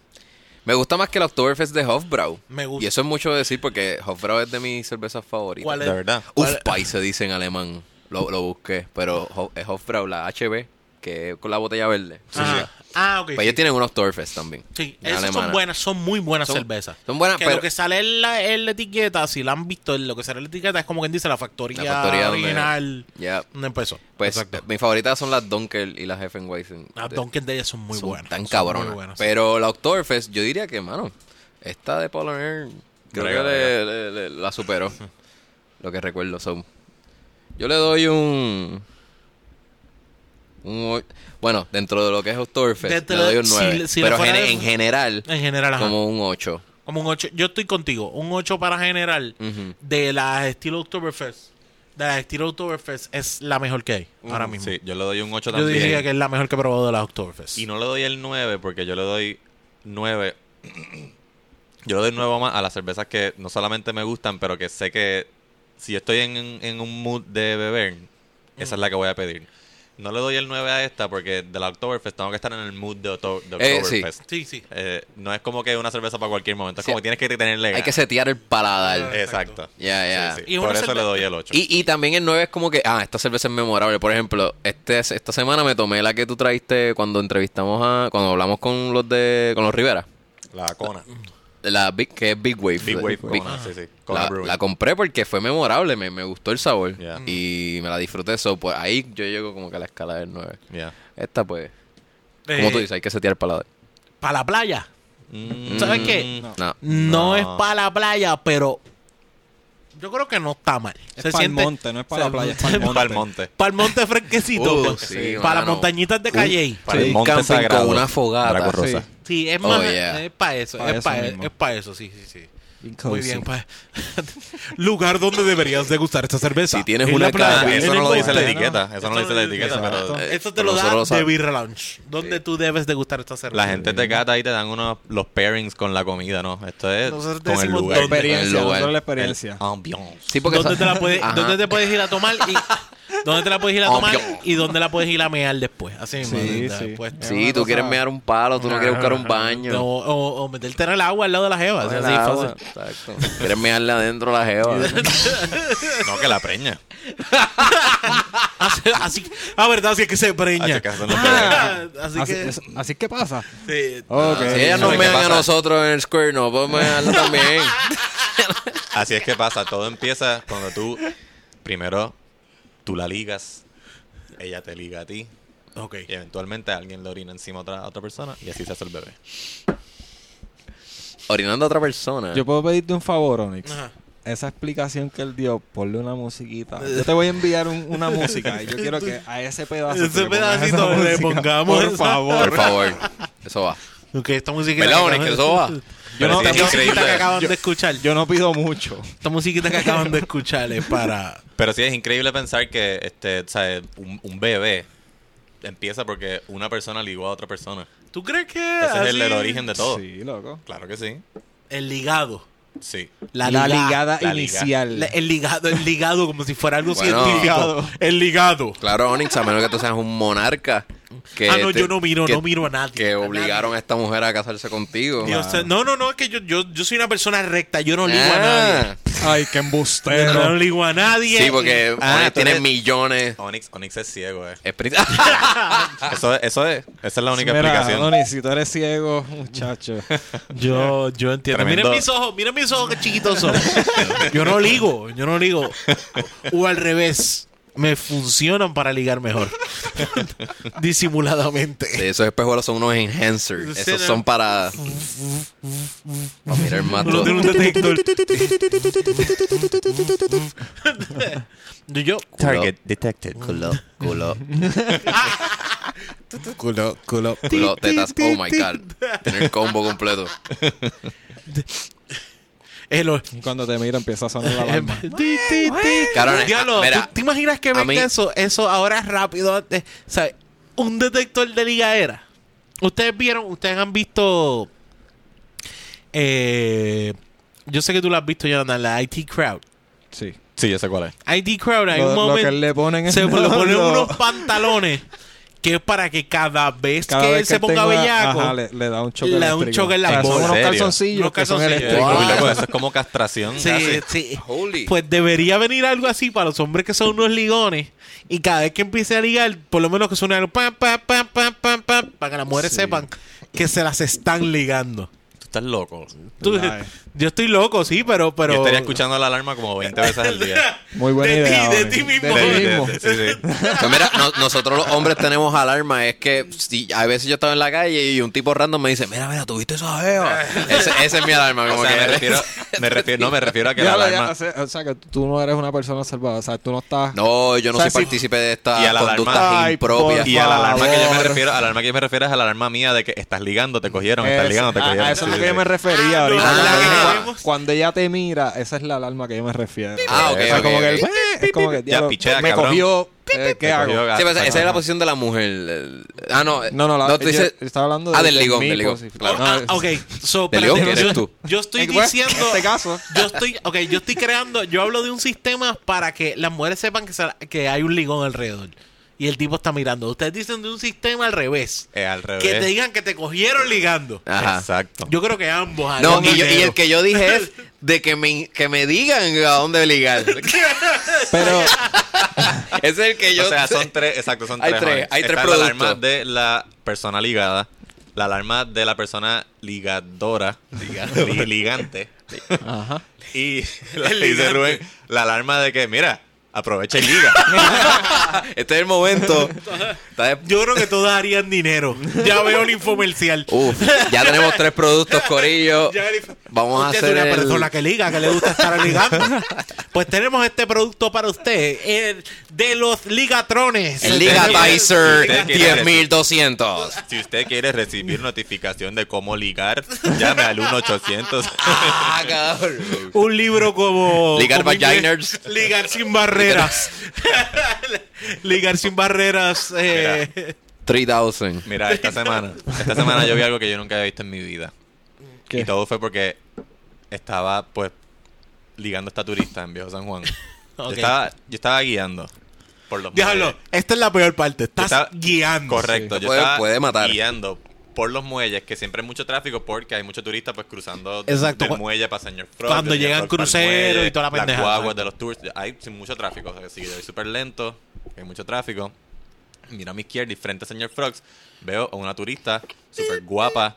Speaker 1: Me gusta más que el Oktoberfest de Hofbrau.
Speaker 2: Me gusta.
Speaker 1: Y eso es mucho decir porque Hofbrau es de mis cervezas favoritas.
Speaker 2: ¿Cuál es?
Speaker 3: De verdad.
Speaker 1: Uf, país se dice en alemán. Lo, lo busqué, pero Ho- es Hofbrau, la HB, que es con la botella verde.
Speaker 2: ah, ah, ok.
Speaker 1: Pero
Speaker 2: sí.
Speaker 1: ellos tienen unos Torfest también.
Speaker 2: Sí,
Speaker 1: Pues Una
Speaker 2: esas
Speaker 1: alemana.
Speaker 2: son buenas, son muy buenas
Speaker 1: Son-
Speaker 2: cervezas.
Speaker 1: son buenas,
Speaker 2: que
Speaker 1: pero-
Speaker 2: lo que sale en la, en la etiqueta, si la han visto, lo que sale en la etiqueta es como quien dice la factoría,
Speaker 1: La factoría donde-
Speaker 2: original donde,
Speaker 1: Ya.
Speaker 2: empezó.
Speaker 1: Pues
Speaker 2: Exacto.
Speaker 1: eh, mis favoritas son las Dunkel y las Heffenweizen.
Speaker 2: Las Dunkin' de ellas son muy
Speaker 1: Son
Speaker 2: buenas.
Speaker 1: tan
Speaker 2: son
Speaker 1: cabronas.
Speaker 2: muy buenas, sí.
Speaker 1: Pero la Oktoberfest, yo diría que, mano, esta de Polar Air, creo
Speaker 3: Brega,
Speaker 1: que le- le- le- la superó. lo que recuerdo son. Yo le doy un. un o- bueno, dentro de lo que es Oktoberfest,
Speaker 2: Dentro
Speaker 1: le doy
Speaker 2: de-
Speaker 1: un
Speaker 2: si
Speaker 1: 9.
Speaker 2: le- si le
Speaker 1: pero
Speaker 2: fuera
Speaker 1: gene-
Speaker 2: de-
Speaker 1: en general,
Speaker 2: En general, ajá.
Speaker 1: como un 8.
Speaker 2: Como un 8. Yo estoy contigo. Un 8 para general
Speaker 1: Ujú.
Speaker 2: de las estilo Oktoberfest. De las estilo Oktoberfest es la mejor que hay ahora mismo.
Speaker 3: Sí, yo le doy un 8
Speaker 2: Yo
Speaker 3: también.
Speaker 2: diría que es la mejor que he probado de las Oktoberfest.
Speaker 3: Y no le doy el 9 porque yo le doy 9. Yo le doy 9 más a las cervezas que no solamente me gustan, pero que sé que si estoy en, en un mood de beber, esa es la que voy a pedir. No le doy el 9 a esta porque de la Oktoberfest tengo que estar en el mood de, Oto- de
Speaker 1: Eh, sí.
Speaker 3: Oktoberfest.
Speaker 2: Sí, sí.
Speaker 3: Eh, no es como que una cerveza para cualquier momento, es
Speaker 1: Sí.
Speaker 3: como que tienes que tenerle
Speaker 1: Hay
Speaker 3: ganas.
Speaker 1: que setear el paladar.
Speaker 3: Exacto.
Speaker 1: Ya, ya.
Speaker 3: Sí, sí.
Speaker 2: Y una
Speaker 3: Por eso
Speaker 2: cerve-
Speaker 3: le doy el 8.
Speaker 1: Y, y también el 9 es como que, ah, esta cerveza es memorable. Por ejemplo, este, esta semana me tomé la que tú traíste cuando entrevistamos a. Cuando hablamos con los de. con los Rivera.
Speaker 3: La Cona.
Speaker 1: La Big, que es Big Wave.
Speaker 3: Big Wave
Speaker 1: Big-
Speaker 3: Cona, sí, sí. Kona
Speaker 1: la,
Speaker 3: Brewing.
Speaker 1: la compré porque fue memorable, me, me gustó el sabor.
Speaker 3: Yeah.
Speaker 1: Y me la disfruté. So, pues ahí yo llego como que a la escala del 9.
Speaker 3: Yeah.
Speaker 1: Esta, pues, como tú dices, hay que setear el paladar.
Speaker 2: Para Eh, la playa.
Speaker 3: Mm,
Speaker 2: ¿Sabes qué?
Speaker 4: No.
Speaker 1: No.
Speaker 2: No,
Speaker 3: No.
Speaker 2: es para la playa, pero yo creo que no está mal.
Speaker 4: Es para el monte, no es para la playa, es para el
Speaker 3: Para el
Speaker 4: monte.
Speaker 3: monte.
Speaker 2: Para el monte fresquecito.
Speaker 1: Uh, sí,
Speaker 2: para las
Speaker 1: mano.
Speaker 2: montañitas de Calle.
Speaker 3: Para el
Speaker 1: Un
Speaker 3: monte
Speaker 1: camping
Speaker 3: sagrado.
Speaker 1: con una fogata.
Speaker 3: Draco
Speaker 1: Sí.
Speaker 3: Rosa.
Speaker 2: Sí, es
Speaker 1: Oh,
Speaker 2: más.
Speaker 1: yeah.
Speaker 2: Es para eso.
Speaker 4: Pa'
Speaker 2: es
Speaker 4: eso
Speaker 2: para eso,
Speaker 4: mismo.
Speaker 2: es pa' eso, sí, sí, sí.
Speaker 4: Bien
Speaker 2: Muy
Speaker 4: cozy.
Speaker 2: bien. pa- Lugar donde deberías degustar esta cerveza.
Speaker 1: Si tienes
Speaker 2: En
Speaker 1: una
Speaker 2: la playa,
Speaker 1: casa,
Speaker 3: Ah,
Speaker 1: Sí,
Speaker 2: en
Speaker 3: eso
Speaker 2: el
Speaker 3: no lo dice la
Speaker 2: monte.
Speaker 3: etiqueta. Ah, Eso no lo dice la etiqueta,
Speaker 4: Exacto.
Speaker 3: pero eh,
Speaker 2: Esto te
Speaker 1: Pero
Speaker 2: lo
Speaker 1: nosotros
Speaker 2: da
Speaker 1: lo sabemos.
Speaker 2: de Beer Lounge, donde tú debes degustar esta cerveza.
Speaker 3: la gente te cata y te dan unos, los pairings con la comida, ¿no? Esto es
Speaker 2: Nosotros
Speaker 3: con el
Speaker 2: decimos
Speaker 3: lugar.
Speaker 4: La
Speaker 2: dónde-
Speaker 1: En el
Speaker 4: experiencia,
Speaker 1: lugar.
Speaker 4: nosotros la
Speaker 3: El
Speaker 4: experiencia.
Speaker 3: ambiance.
Speaker 1: Sí, porque
Speaker 2: ¿Dónde
Speaker 1: esa-
Speaker 2: te, la puedes,
Speaker 1: Ajá.
Speaker 2: dónde te puedes ir a tomar y dónde te la puedes ir a tomar
Speaker 1: Obvio.
Speaker 2: y dónde la puedes ir a mear después. Así mismo.
Speaker 4: Sí,
Speaker 2: ¿verdad?
Speaker 4: sí.
Speaker 2: Después te-
Speaker 4: Es
Speaker 1: Sí,
Speaker 4: una
Speaker 1: tú
Speaker 4: cosa-
Speaker 1: quieres mear un palo, tú no quieres buscar un baño.
Speaker 2: O, o- o meterte en el agua al lado de la jeva. así,
Speaker 1: El
Speaker 2: así,
Speaker 1: agua,
Speaker 2: fácil.
Speaker 1: Exacto. Quieres mearle adentro la jeva.
Speaker 3: No, que la preña.
Speaker 2: Así, así- ah, verdad, así es que se preña.
Speaker 3: Así que eso no
Speaker 2: Ah, así
Speaker 4: Así,
Speaker 2: que
Speaker 4: es- así que pasa.
Speaker 2: sí.
Speaker 4: Ok.
Speaker 1: Si ellas
Speaker 3: no
Speaker 1: nos
Speaker 3: ¿Sabe qué
Speaker 1: mean a
Speaker 3: pasa?
Speaker 1: nosotros en el square, no podemos mearla también.
Speaker 3: Así es que pasa. Todo empieza cuando tú, primero, tú la ligas, ella te liga a ti,
Speaker 2: Ah, Ok.
Speaker 3: y eventualmente alguien le orina encima a otra, a otra persona, y así se hace el bebé.
Speaker 1: Orinando a otra persona.
Speaker 4: Yo puedo pedirte un favor, Onyx.
Speaker 2: Ajá.
Speaker 4: Esa explicación que él dio, ponle una musiquita. Yo te voy a enviar un- una música y yo quiero que a ese pedazo
Speaker 2: Ese
Speaker 4: tú le pongas
Speaker 2: pedacito
Speaker 4: esa
Speaker 2: le
Speaker 4: música.
Speaker 2: pongamos
Speaker 4: Por
Speaker 2: esa.
Speaker 4: favor.
Speaker 1: Por favor. Eso va.
Speaker 2: Ok, esta música.
Speaker 1: ¿Verdad, Onyx? Eso va.
Speaker 3: Pero
Speaker 4: no-
Speaker 3: sí, es
Speaker 2: Esta musiquita que
Speaker 3: increíble.
Speaker 2: acaban de escuchar.
Speaker 4: Yo no pido mucho.
Speaker 2: Esta musiquita que acaban de escuchar es para.
Speaker 3: Pero sí es increíble pensar que este, o sea, un, un bebé empieza porque una persona ligó a otra persona.
Speaker 2: ¿Tú crees que.?
Speaker 3: Ese es
Speaker 2: así-
Speaker 3: el, el origen de todo.
Speaker 4: Sí, loco.
Speaker 3: Claro que sí.
Speaker 2: El ligado.
Speaker 3: Sí.
Speaker 2: La, liga-
Speaker 4: ligada
Speaker 3: la liga.
Speaker 4: inicial.
Speaker 2: la- el ligado, el ligado, como si fuera algo
Speaker 1: Bueno.
Speaker 2: científico. El ligado.
Speaker 1: Claro, Onyx, a menos que tú seas un monarca. Que
Speaker 2: ah, no,
Speaker 1: te-
Speaker 2: yo no miro,
Speaker 1: que-
Speaker 2: no miro a nadie.
Speaker 1: Que
Speaker 2: A
Speaker 1: obligaron a esta mujer a casarse contigo. Ah.
Speaker 2: nadie. Dios sea- no, no, no, es que yo, yo, yo soy una persona recta, yo no ligo a nadie.
Speaker 1: Ah.
Speaker 4: Ay, qué
Speaker 2: Yo no,
Speaker 4: embustero.
Speaker 2: ligo a nadie.
Speaker 1: Sí, porque
Speaker 3: Ah,
Speaker 1: Onyx
Speaker 3: tú
Speaker 1: tiene
Speaker 3: eres-
Speaker 1: millones.
Speaker 3: Onyx, Onyx es ciego, eh.
Speaker 1: Esprit-
Speaker 3: Eso, eso es. Esa es la única
Speaker 4: Ah. Mira,
Speaker 3: explicación.
Speaker 4: Onyx, si tú eres ciego, muchacho.
Speaker 2: Yo, yo entiendo.
Speaker 3: Tremendo.
Speaker 2: Miren mis ojos, miren mis ojos, qué chiquitos son. Yo no ligo, yo no ligo. O al revés, me funcionan para ligar mejor. Disimuladamente.
Speaker 1: Sí, esos espejuelos son unos enhancers.
Speaker 2: Sí,
Speaker 1: Esos
Speaker 2: no.
Speaker 1: son para. Oh, para mirar más
Speaker 2: Uno
Speaker 1: todo.
Speaker 2: tiene un detector. Yo,
Speaker 1: Target
Speaker 3: detected.
Speaker 1: Culo, culo,
Speaker 4: Culo, culo.
Speaker 1: culo, tetas. Oh my god. Tener el combo completo.
Speaker 2: el, o-
Speaker 4: Cuando te miro empieza a sonar la
Speaker 2: Eh,
Speaker 4: alarma.
Speaker 2: ti, ti, ti.
Speaker 1: Carones,
Speaker 2: Diablo,
Speaker 1: ah, mira,
Speaker 2: ¿tú- ¿te imaginas que
Speaker 1: a
Speaker 2: venga
Speaker 1: mí-
Speaker 2: eso? Eso ahora es rápido. eh, o sea, un detector de ligadera. Ustedes vieron, ustedes han visto. eh, yo sé que tú lo has visto, Jonathan, la IT Crowd.
Speaker 4: Sí.
Speaker 3: Sí, yo sé cuál es.
Speaker 2: IT Crowd, hay
Speaker 4: Lo-
Speaker 2: un
Speaker 4: lo que
Speaker 2: momento.
Speaker 4: le ponen es-
Speaker 2: se le ponen
Speaker 4: lo-
Speaker 2: unos pantalones que es para que cada vez
Speaker 4: Cada
Speaker 2: que
Speaker 4: vez
Speaker 2: él se
Speaker 4: él
Speaker 2: ponga
Speaker 4: tenga-
Speaker 2: bellaco,
Speaker 4: ajá, le, le da un choque
Speaker 2: le da un
Speaker 4: eléctrico.
Speaker 2: choque en la
Speaker 4: O sea,
Speaker 2: boca.
Speaker 4: Son unos
Speaker 3: ¿En serio?
Speaker 4: calzoncillos
Speaker 2: Unos
Speaker 4: que son
Speaker 2: calzoncillos.
Speaker 4: eléctricos.
Speaker 3: Uy,
Speaker 1: Wow.
Speaker 3: loco, eso es como castración.
Speaker 2: Sí,
Speaker 3: casi.
Speaker 2: sí.
Speaker 1: Holy.
Speaker 2: Pues debería venir algo así para los hombres que son unos ligones. Y cada vez que empiece a ligar, por lo menos que suene algo pam, pam, pam, pam, pam, pam, para que las mujeres
Speaker 4: Sí.
Speaker 2: sepan que se las están ligando.
Speaker 3: Tú estás loco.
Speaker 2: Tú-
Speaker 4: Ay.
Speaker 2: yo estoy loco, sí, pero. pero
Speaker 3: Yo estaría escuchando la alarma como 20 veces al día.
Speaker 4: Muy buena
Speaker 2: de
Speaker 4: idea.
Speaker 2: Ti, de
Speaker 4: Bonnie.
Speaker 2: ti mismo.
Speaker 4: De mí mismo.
Speaker 3: Sí, sí, sí.
Speaker 1: Pues mira, no- nosotros los hombres tenemos alarma. Es que si, a veces yo estaba en la calle y un tipo random me dice, mira, mira, ¿tuviste esa jeva? Ese- Esa es mi alarma.
Speaker 3: O
Speaker 1: Como
Speaker 3: sea,
Speaker 1: que
Speaker 3: me refiero, me refiero, no, me refiero a que la
Speaker 4: Déjala ya,
Speaker 3: alarma...
Speaker 4: o sea- o sea, que tú no eres una persona salvada. O sea, tú no estás...
Speaker 1: No, yo no
Speaker 4: O sea,
Speaker 1: soy
Speaker 4: si-
Speaker 1: partícipe de estas
Speaker 3: Y a la alarma.
Speaker 1: conductas
Speaker 4: Ay,
Speaker 1: impropias.
Speaker 4: por
Speaker 3: Y a la alarma que yo me
Speaker 4: favor.
Speaker 3: refiero, a la alarma que yo me refiero es a la alarma mía de que estás ligando, te cogieron,
Speaker 4: Es-
Speaker 3: estás ligando, te
Speaker 4: a-
Speaker 3: cogieron.
Speaker 4: a eso
Speaker 3: Sí,
Speaker 4: es lo
Speaker 3: sí,
Speaker 4: que yo
Speaker 3: sí.
Speaker 4: me refería
Speaker 2: Ah,
Speaker 4: ahorita.
Speaker 1: no,
Speaker 4: Cuando
Speaker 1: la que
Speaker 4: ella-
Speaker 2: vemos.
Speaker 4: Cuando ella te mira, esa es la alarma que yo me refiero.
Speaker 1: Ah, ok,
Speaker 4: O sea,
Speaker 1: ok,
Speaker 4: como que el-
Speaker 1: ok.
Speaker 4: es como que, diablo,
Speaker 3: pichea,
Speaker 4: me
Speaker 3: cabrón.
Speaker 4: cogió, eh, ¿qué
Speaker 3: Me
Speaker 4: hago?
Speaker 3: cogió gato.
Speaker 1: Sí, pero esa, esa es la
Speaker 4: Ajá.
Speaker 1: posición de la mujer. El- Ah, no.
Speaker 4: No, no, la,
Speaker 1: tú dices-
Speaker 4: yo estaba hablando
Speaker 1: Ah, del
Speaker 4: de
Speaker 1: ligón,
Speaker 4: mi
Speaker 1: del ligón,
Speaker 4: posición.
Speaker 1: claro.
Speaker 4: No,
Speaker 2: Ah,
Speaker 4: es-
Speaker 2: ok, so,
Speaker 1: Del
Speaker 2: espérate,
Speaker 1: León, eres
Speaker 2: yo,
Speaker 1: tú.
Speaker 2: yo estoy
Speaker 4: Eh, bueno,
Speaker 2: diciendo.
Speaker 4: En este caso...
Speaker 2: Yo estoy, ok, yo estoy creando, yo hablo de un sistema para que las mujeres sepan que, se- que hay un ligón alrededor. Y el tipo está mirando. Ustedes dicen de un sistema al revés.
Speaker 3: Es al revés.
Speaker 2: Que te digan que te cogieron ligando.
Speaker 1: Ajá.
Speaker 3: Exacto.
Speaker 2: Yo creo que ambos.
Speaker 1: No,
Speaker 2: harían
Speaker 1: y, yo- y
Speaker 2: dinero.
Speaker 1: el que yo dije es de que me, que me digan a dónde ligar. Ese
Speaker 4: Pero
Speaker 1: es el que yo.
Speaker 3: o sea, son tres, exacto, son
Speaker 1: Hay
Speaker 3: tres.
Speaker 1: tres,
Speaker 3: jóvenes.
Speaker 1: hay tres
Speaker 3: Está la
Speaker 1: productos.
Speaker 3: alarma de la persona ligada, la alarma de la persona ligadora, li- ligante,
Speaker 4: Ajá.
Speaker 3: y la que dice Rubén, la alarma de que, mira, aprovecha y liga.
Speaker 1: Este es el momento. Está de-
Speaker 2: Yo creo que todas harían dinero. Ya veo el infomercial.
Speaker 1: Uf, ya tenemos tres productos, Corillo.
Speaker 2: Ya el info-
Speaker 1: Vamos a
Speaker 2: Usted es
Speaker 1: hacer.
Speaker 2: una
Speaker 1: el-
Speaker 2: persona que liga, que le gusta estar ligando. Pues tenemos este producto para usted. el de los ligatrones.
Speaker 1: El Liga Advisor
Speaker 3: Usted quiere
Speaker 1: 10200.
Speaker 3: si usted quiere recibir notificación de cómo ligar, llame al 1-800.
Speaker 1: Ah, cabrón.
Speaker 2: Un libro como.
Speaker 1: Ligar
Speaker 2: como
Speaker 1: vaginers.
Speaker 2: inglés. Ligar sin barreras. Ligar sin barreras. eh,
Speaker 1: 3000.
Speaker 3: Mira, esta semana, esta semana yo vi algo que yo nunca había visto en mi vida.
Speaker 4: ¿Qué?
Speaker 3: Y todo fue porque estaba, pues, ligando a esta turista en Viejo San Juan.
Speaker 2: Ok.
Speaker 3: yo, estaba, yo estaba guiando por los
Speaker 2: Déjalo.
Speaker 3: muelles.
Speaker 2: Esta es la peor parte.
Speaker 3: Yo
Speaker 2: Estás
Speaker 3: estaba-
Speaker 2: guiando.
Speaker 3: Correcto, yo
Speaker 1: Puede-
Speaker 3: estaba
Speaker 1: puede matar.
Speaker 3: guiando por los muelles, que siempre hay mucho tráfico porque hay muchos turistas pues cruzando de-
Speaker 2: Exacto,
Speaker 3: del
Speaker 2: cu-
Speaker 3: muelle para Señor Frog.
Speaker 2: cuando
Speaker 3: de Señor
Speaker 2: llegan
Speaker 3: Frog para el
Speaker 2: cruceros
Speaker 3: muelle,
Speaker 2: y toda la pendejada,
Speaker 3: Las guaguas
Speaker 2: exacto.
Speaker 3: de los tours, hay sí, mucho tráfico, o sea, si yo voy súper lento, hay mucho tráfico. Miro a mi izquierda y frente a Señor Frogs veo a una turista súper guapa,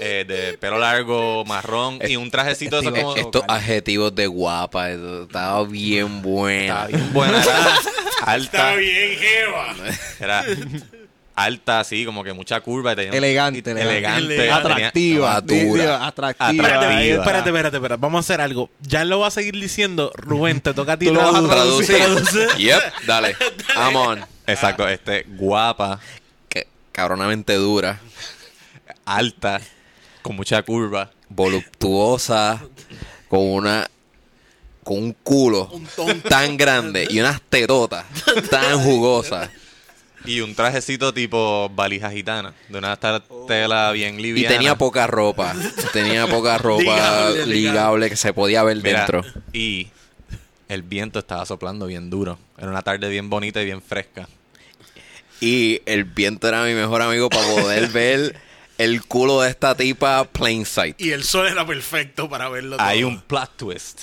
Speaker 3: eh, de pelo largo, marrón y un trajecito de eso
Speaker 4: estilo-
Speaker 3: como...
Speaker 4: es-
Speaker 1: Este, Estos adjetivos de guapa, eso estaba bien
Speaker 3: Estaba
Speaker 1: buena.
Speaker 3: bien buena, era
Speaker 2: Está
Speaker 3: alta,
Speaker 2: bien, Jeva.
Speaker 3: era alta así, como que mucha curva. y tenía un-
Speaker 4: Elegante,
Speaker 3: y-
Speaker 4: elegante.
Speaker 3: tenía-
Speaker 4: atractiva,
Speaker 1: Estaba dura.
Speaker 4: digo, atractiva.
Speaker 3: Atractiva.
Speaker 2: Espérate, espérate, espérate, espérate. Vamos a hacer algo. Ya lo va a seguir diciendo Rubén. Te toca a ti
Speaker 4: Tú lo vas a
Speaker 2: tradu-
Speaker 1: Traducir.
Speaker 2: traducir.
Speaker 1: Yep, dale. I'm on.
Speaker 3: Exacto, este, guapa,
Speaker 1: Que- cabronamente dura,
Speaker 3: alta, con mucha curva.
Speaker 1: voluptuosa, con una con un culo tan grande y unas terotas tan jugosas
Speaker 3: Y un trajecito tipo valija gitana, de una tar- tela bien
Speaker 1: Oh. y
Speaker 3: liviana.
Speaker 1: tenía poca ropa, tenía poca ropa
Speaker 2: Ligable, ligable.
Speaker 1: ligable que se podía ver
Speaker 3: Mira,
Speaker 1: dentro.
Speaker 3: Y el viento estaba soplando bien duro. Era una tarde bien bonita y bien fresca.
Speaker 1: Y el viento era mi mejor amigo para poder ver el culo de esta tipa plain sight.
Speaker 2: Y el sol era perfecto para verlo. todo.
Speaker 3: Hay un plot twist.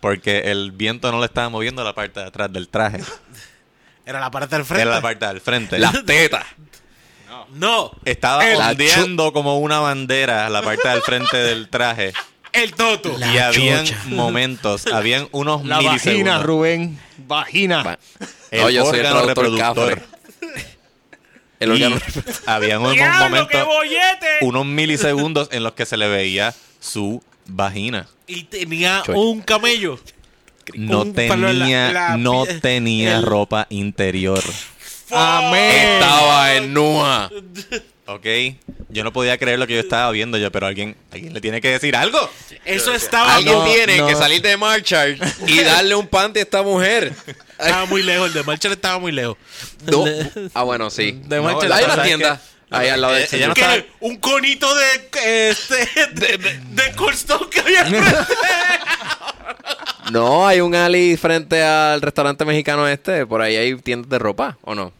Speaker 3: Porque el viento no le estaba moviendo la parte de atrás del traje.
Speaker 2: Era la parte del frente.
Speaker 3: Era la parte del frente.
Speaker 1: Las tetas.
Speaker 2: No,
Speaker 3: Estaba
Speaker 1: El-
Speaker 3: ondeando como una bandera la parte del frente del traje.
Speaker 2: el toto.
Speaker 3: y habían momentos, habían unos
Speaker 4: La
Speaker 3: milisegundos.
Speaker 4: vagina, Rubén. Vagina.
Speaker 1: Va-
Speaker 3: El
Speaker 1: No, yo soy el
Speaker 3: órgano
Speaker 1: traductor
Speaker 3: reproductor.
Speaker 1: El
Speaker 3: Y
Speaker 1: órgano-
Speaker 3: había unos
Speaker 2: ¡Diablo, qué
Speaker 3: momentos,
Speaker 2: bollete!
Speaker 3: unos milisegundos en los que se le veía su vagina.
Speaker 2: Y tenía
Speaker 1: Choy.
Speaker 2: un camello.
Speaker 3: No
Speaker 2: Un palo en la-
Speaker 3: tenía,
Speaker 2: la-
Speaker 3: no
Speaker 2: el-
Speaker 3: tenía ropa interior.
Speaker 4: Amén.
Speaker 1: estaba en nua.
Speaker 3: ¿Ok? Yo no podía creer lo que yo estaba viendo yo, pero alguien, alguien le tiene que decir algo.
Speaker 2: Eso estaba,
Speaker 1: Alguien
Speaker 4: no,
Speaker 1: tiene
Speaker 4: no.
Speaker 1: que salir de marchar y darle un pante a esta mujer.
Speaker 2: estaba muy lejos. El de Marshall estaba muy lejos.
Speaker 1: No. Ah, bueno, sí.
Speaker 2: De
Speaker 1: No,
Speaker 2: Marshall.
Speaker 1: Hay
Speaker 3: o sea,
Speaker 1: una tienda.
Speaker 3: es que-
Speaker 1: Ahí al lado del
Speaker 3: Ella- ella no
Speaker 1: señor.
Speaker 2: Que
Speaker 3: estaba-
Speaker 2: Un conito de eh, este de, de, de Colstone que había al frente.
Speaker 1: No, hay un Ali frente al restaurante mexicano este. Por ahí hay tiendas de ropa, ¿o no?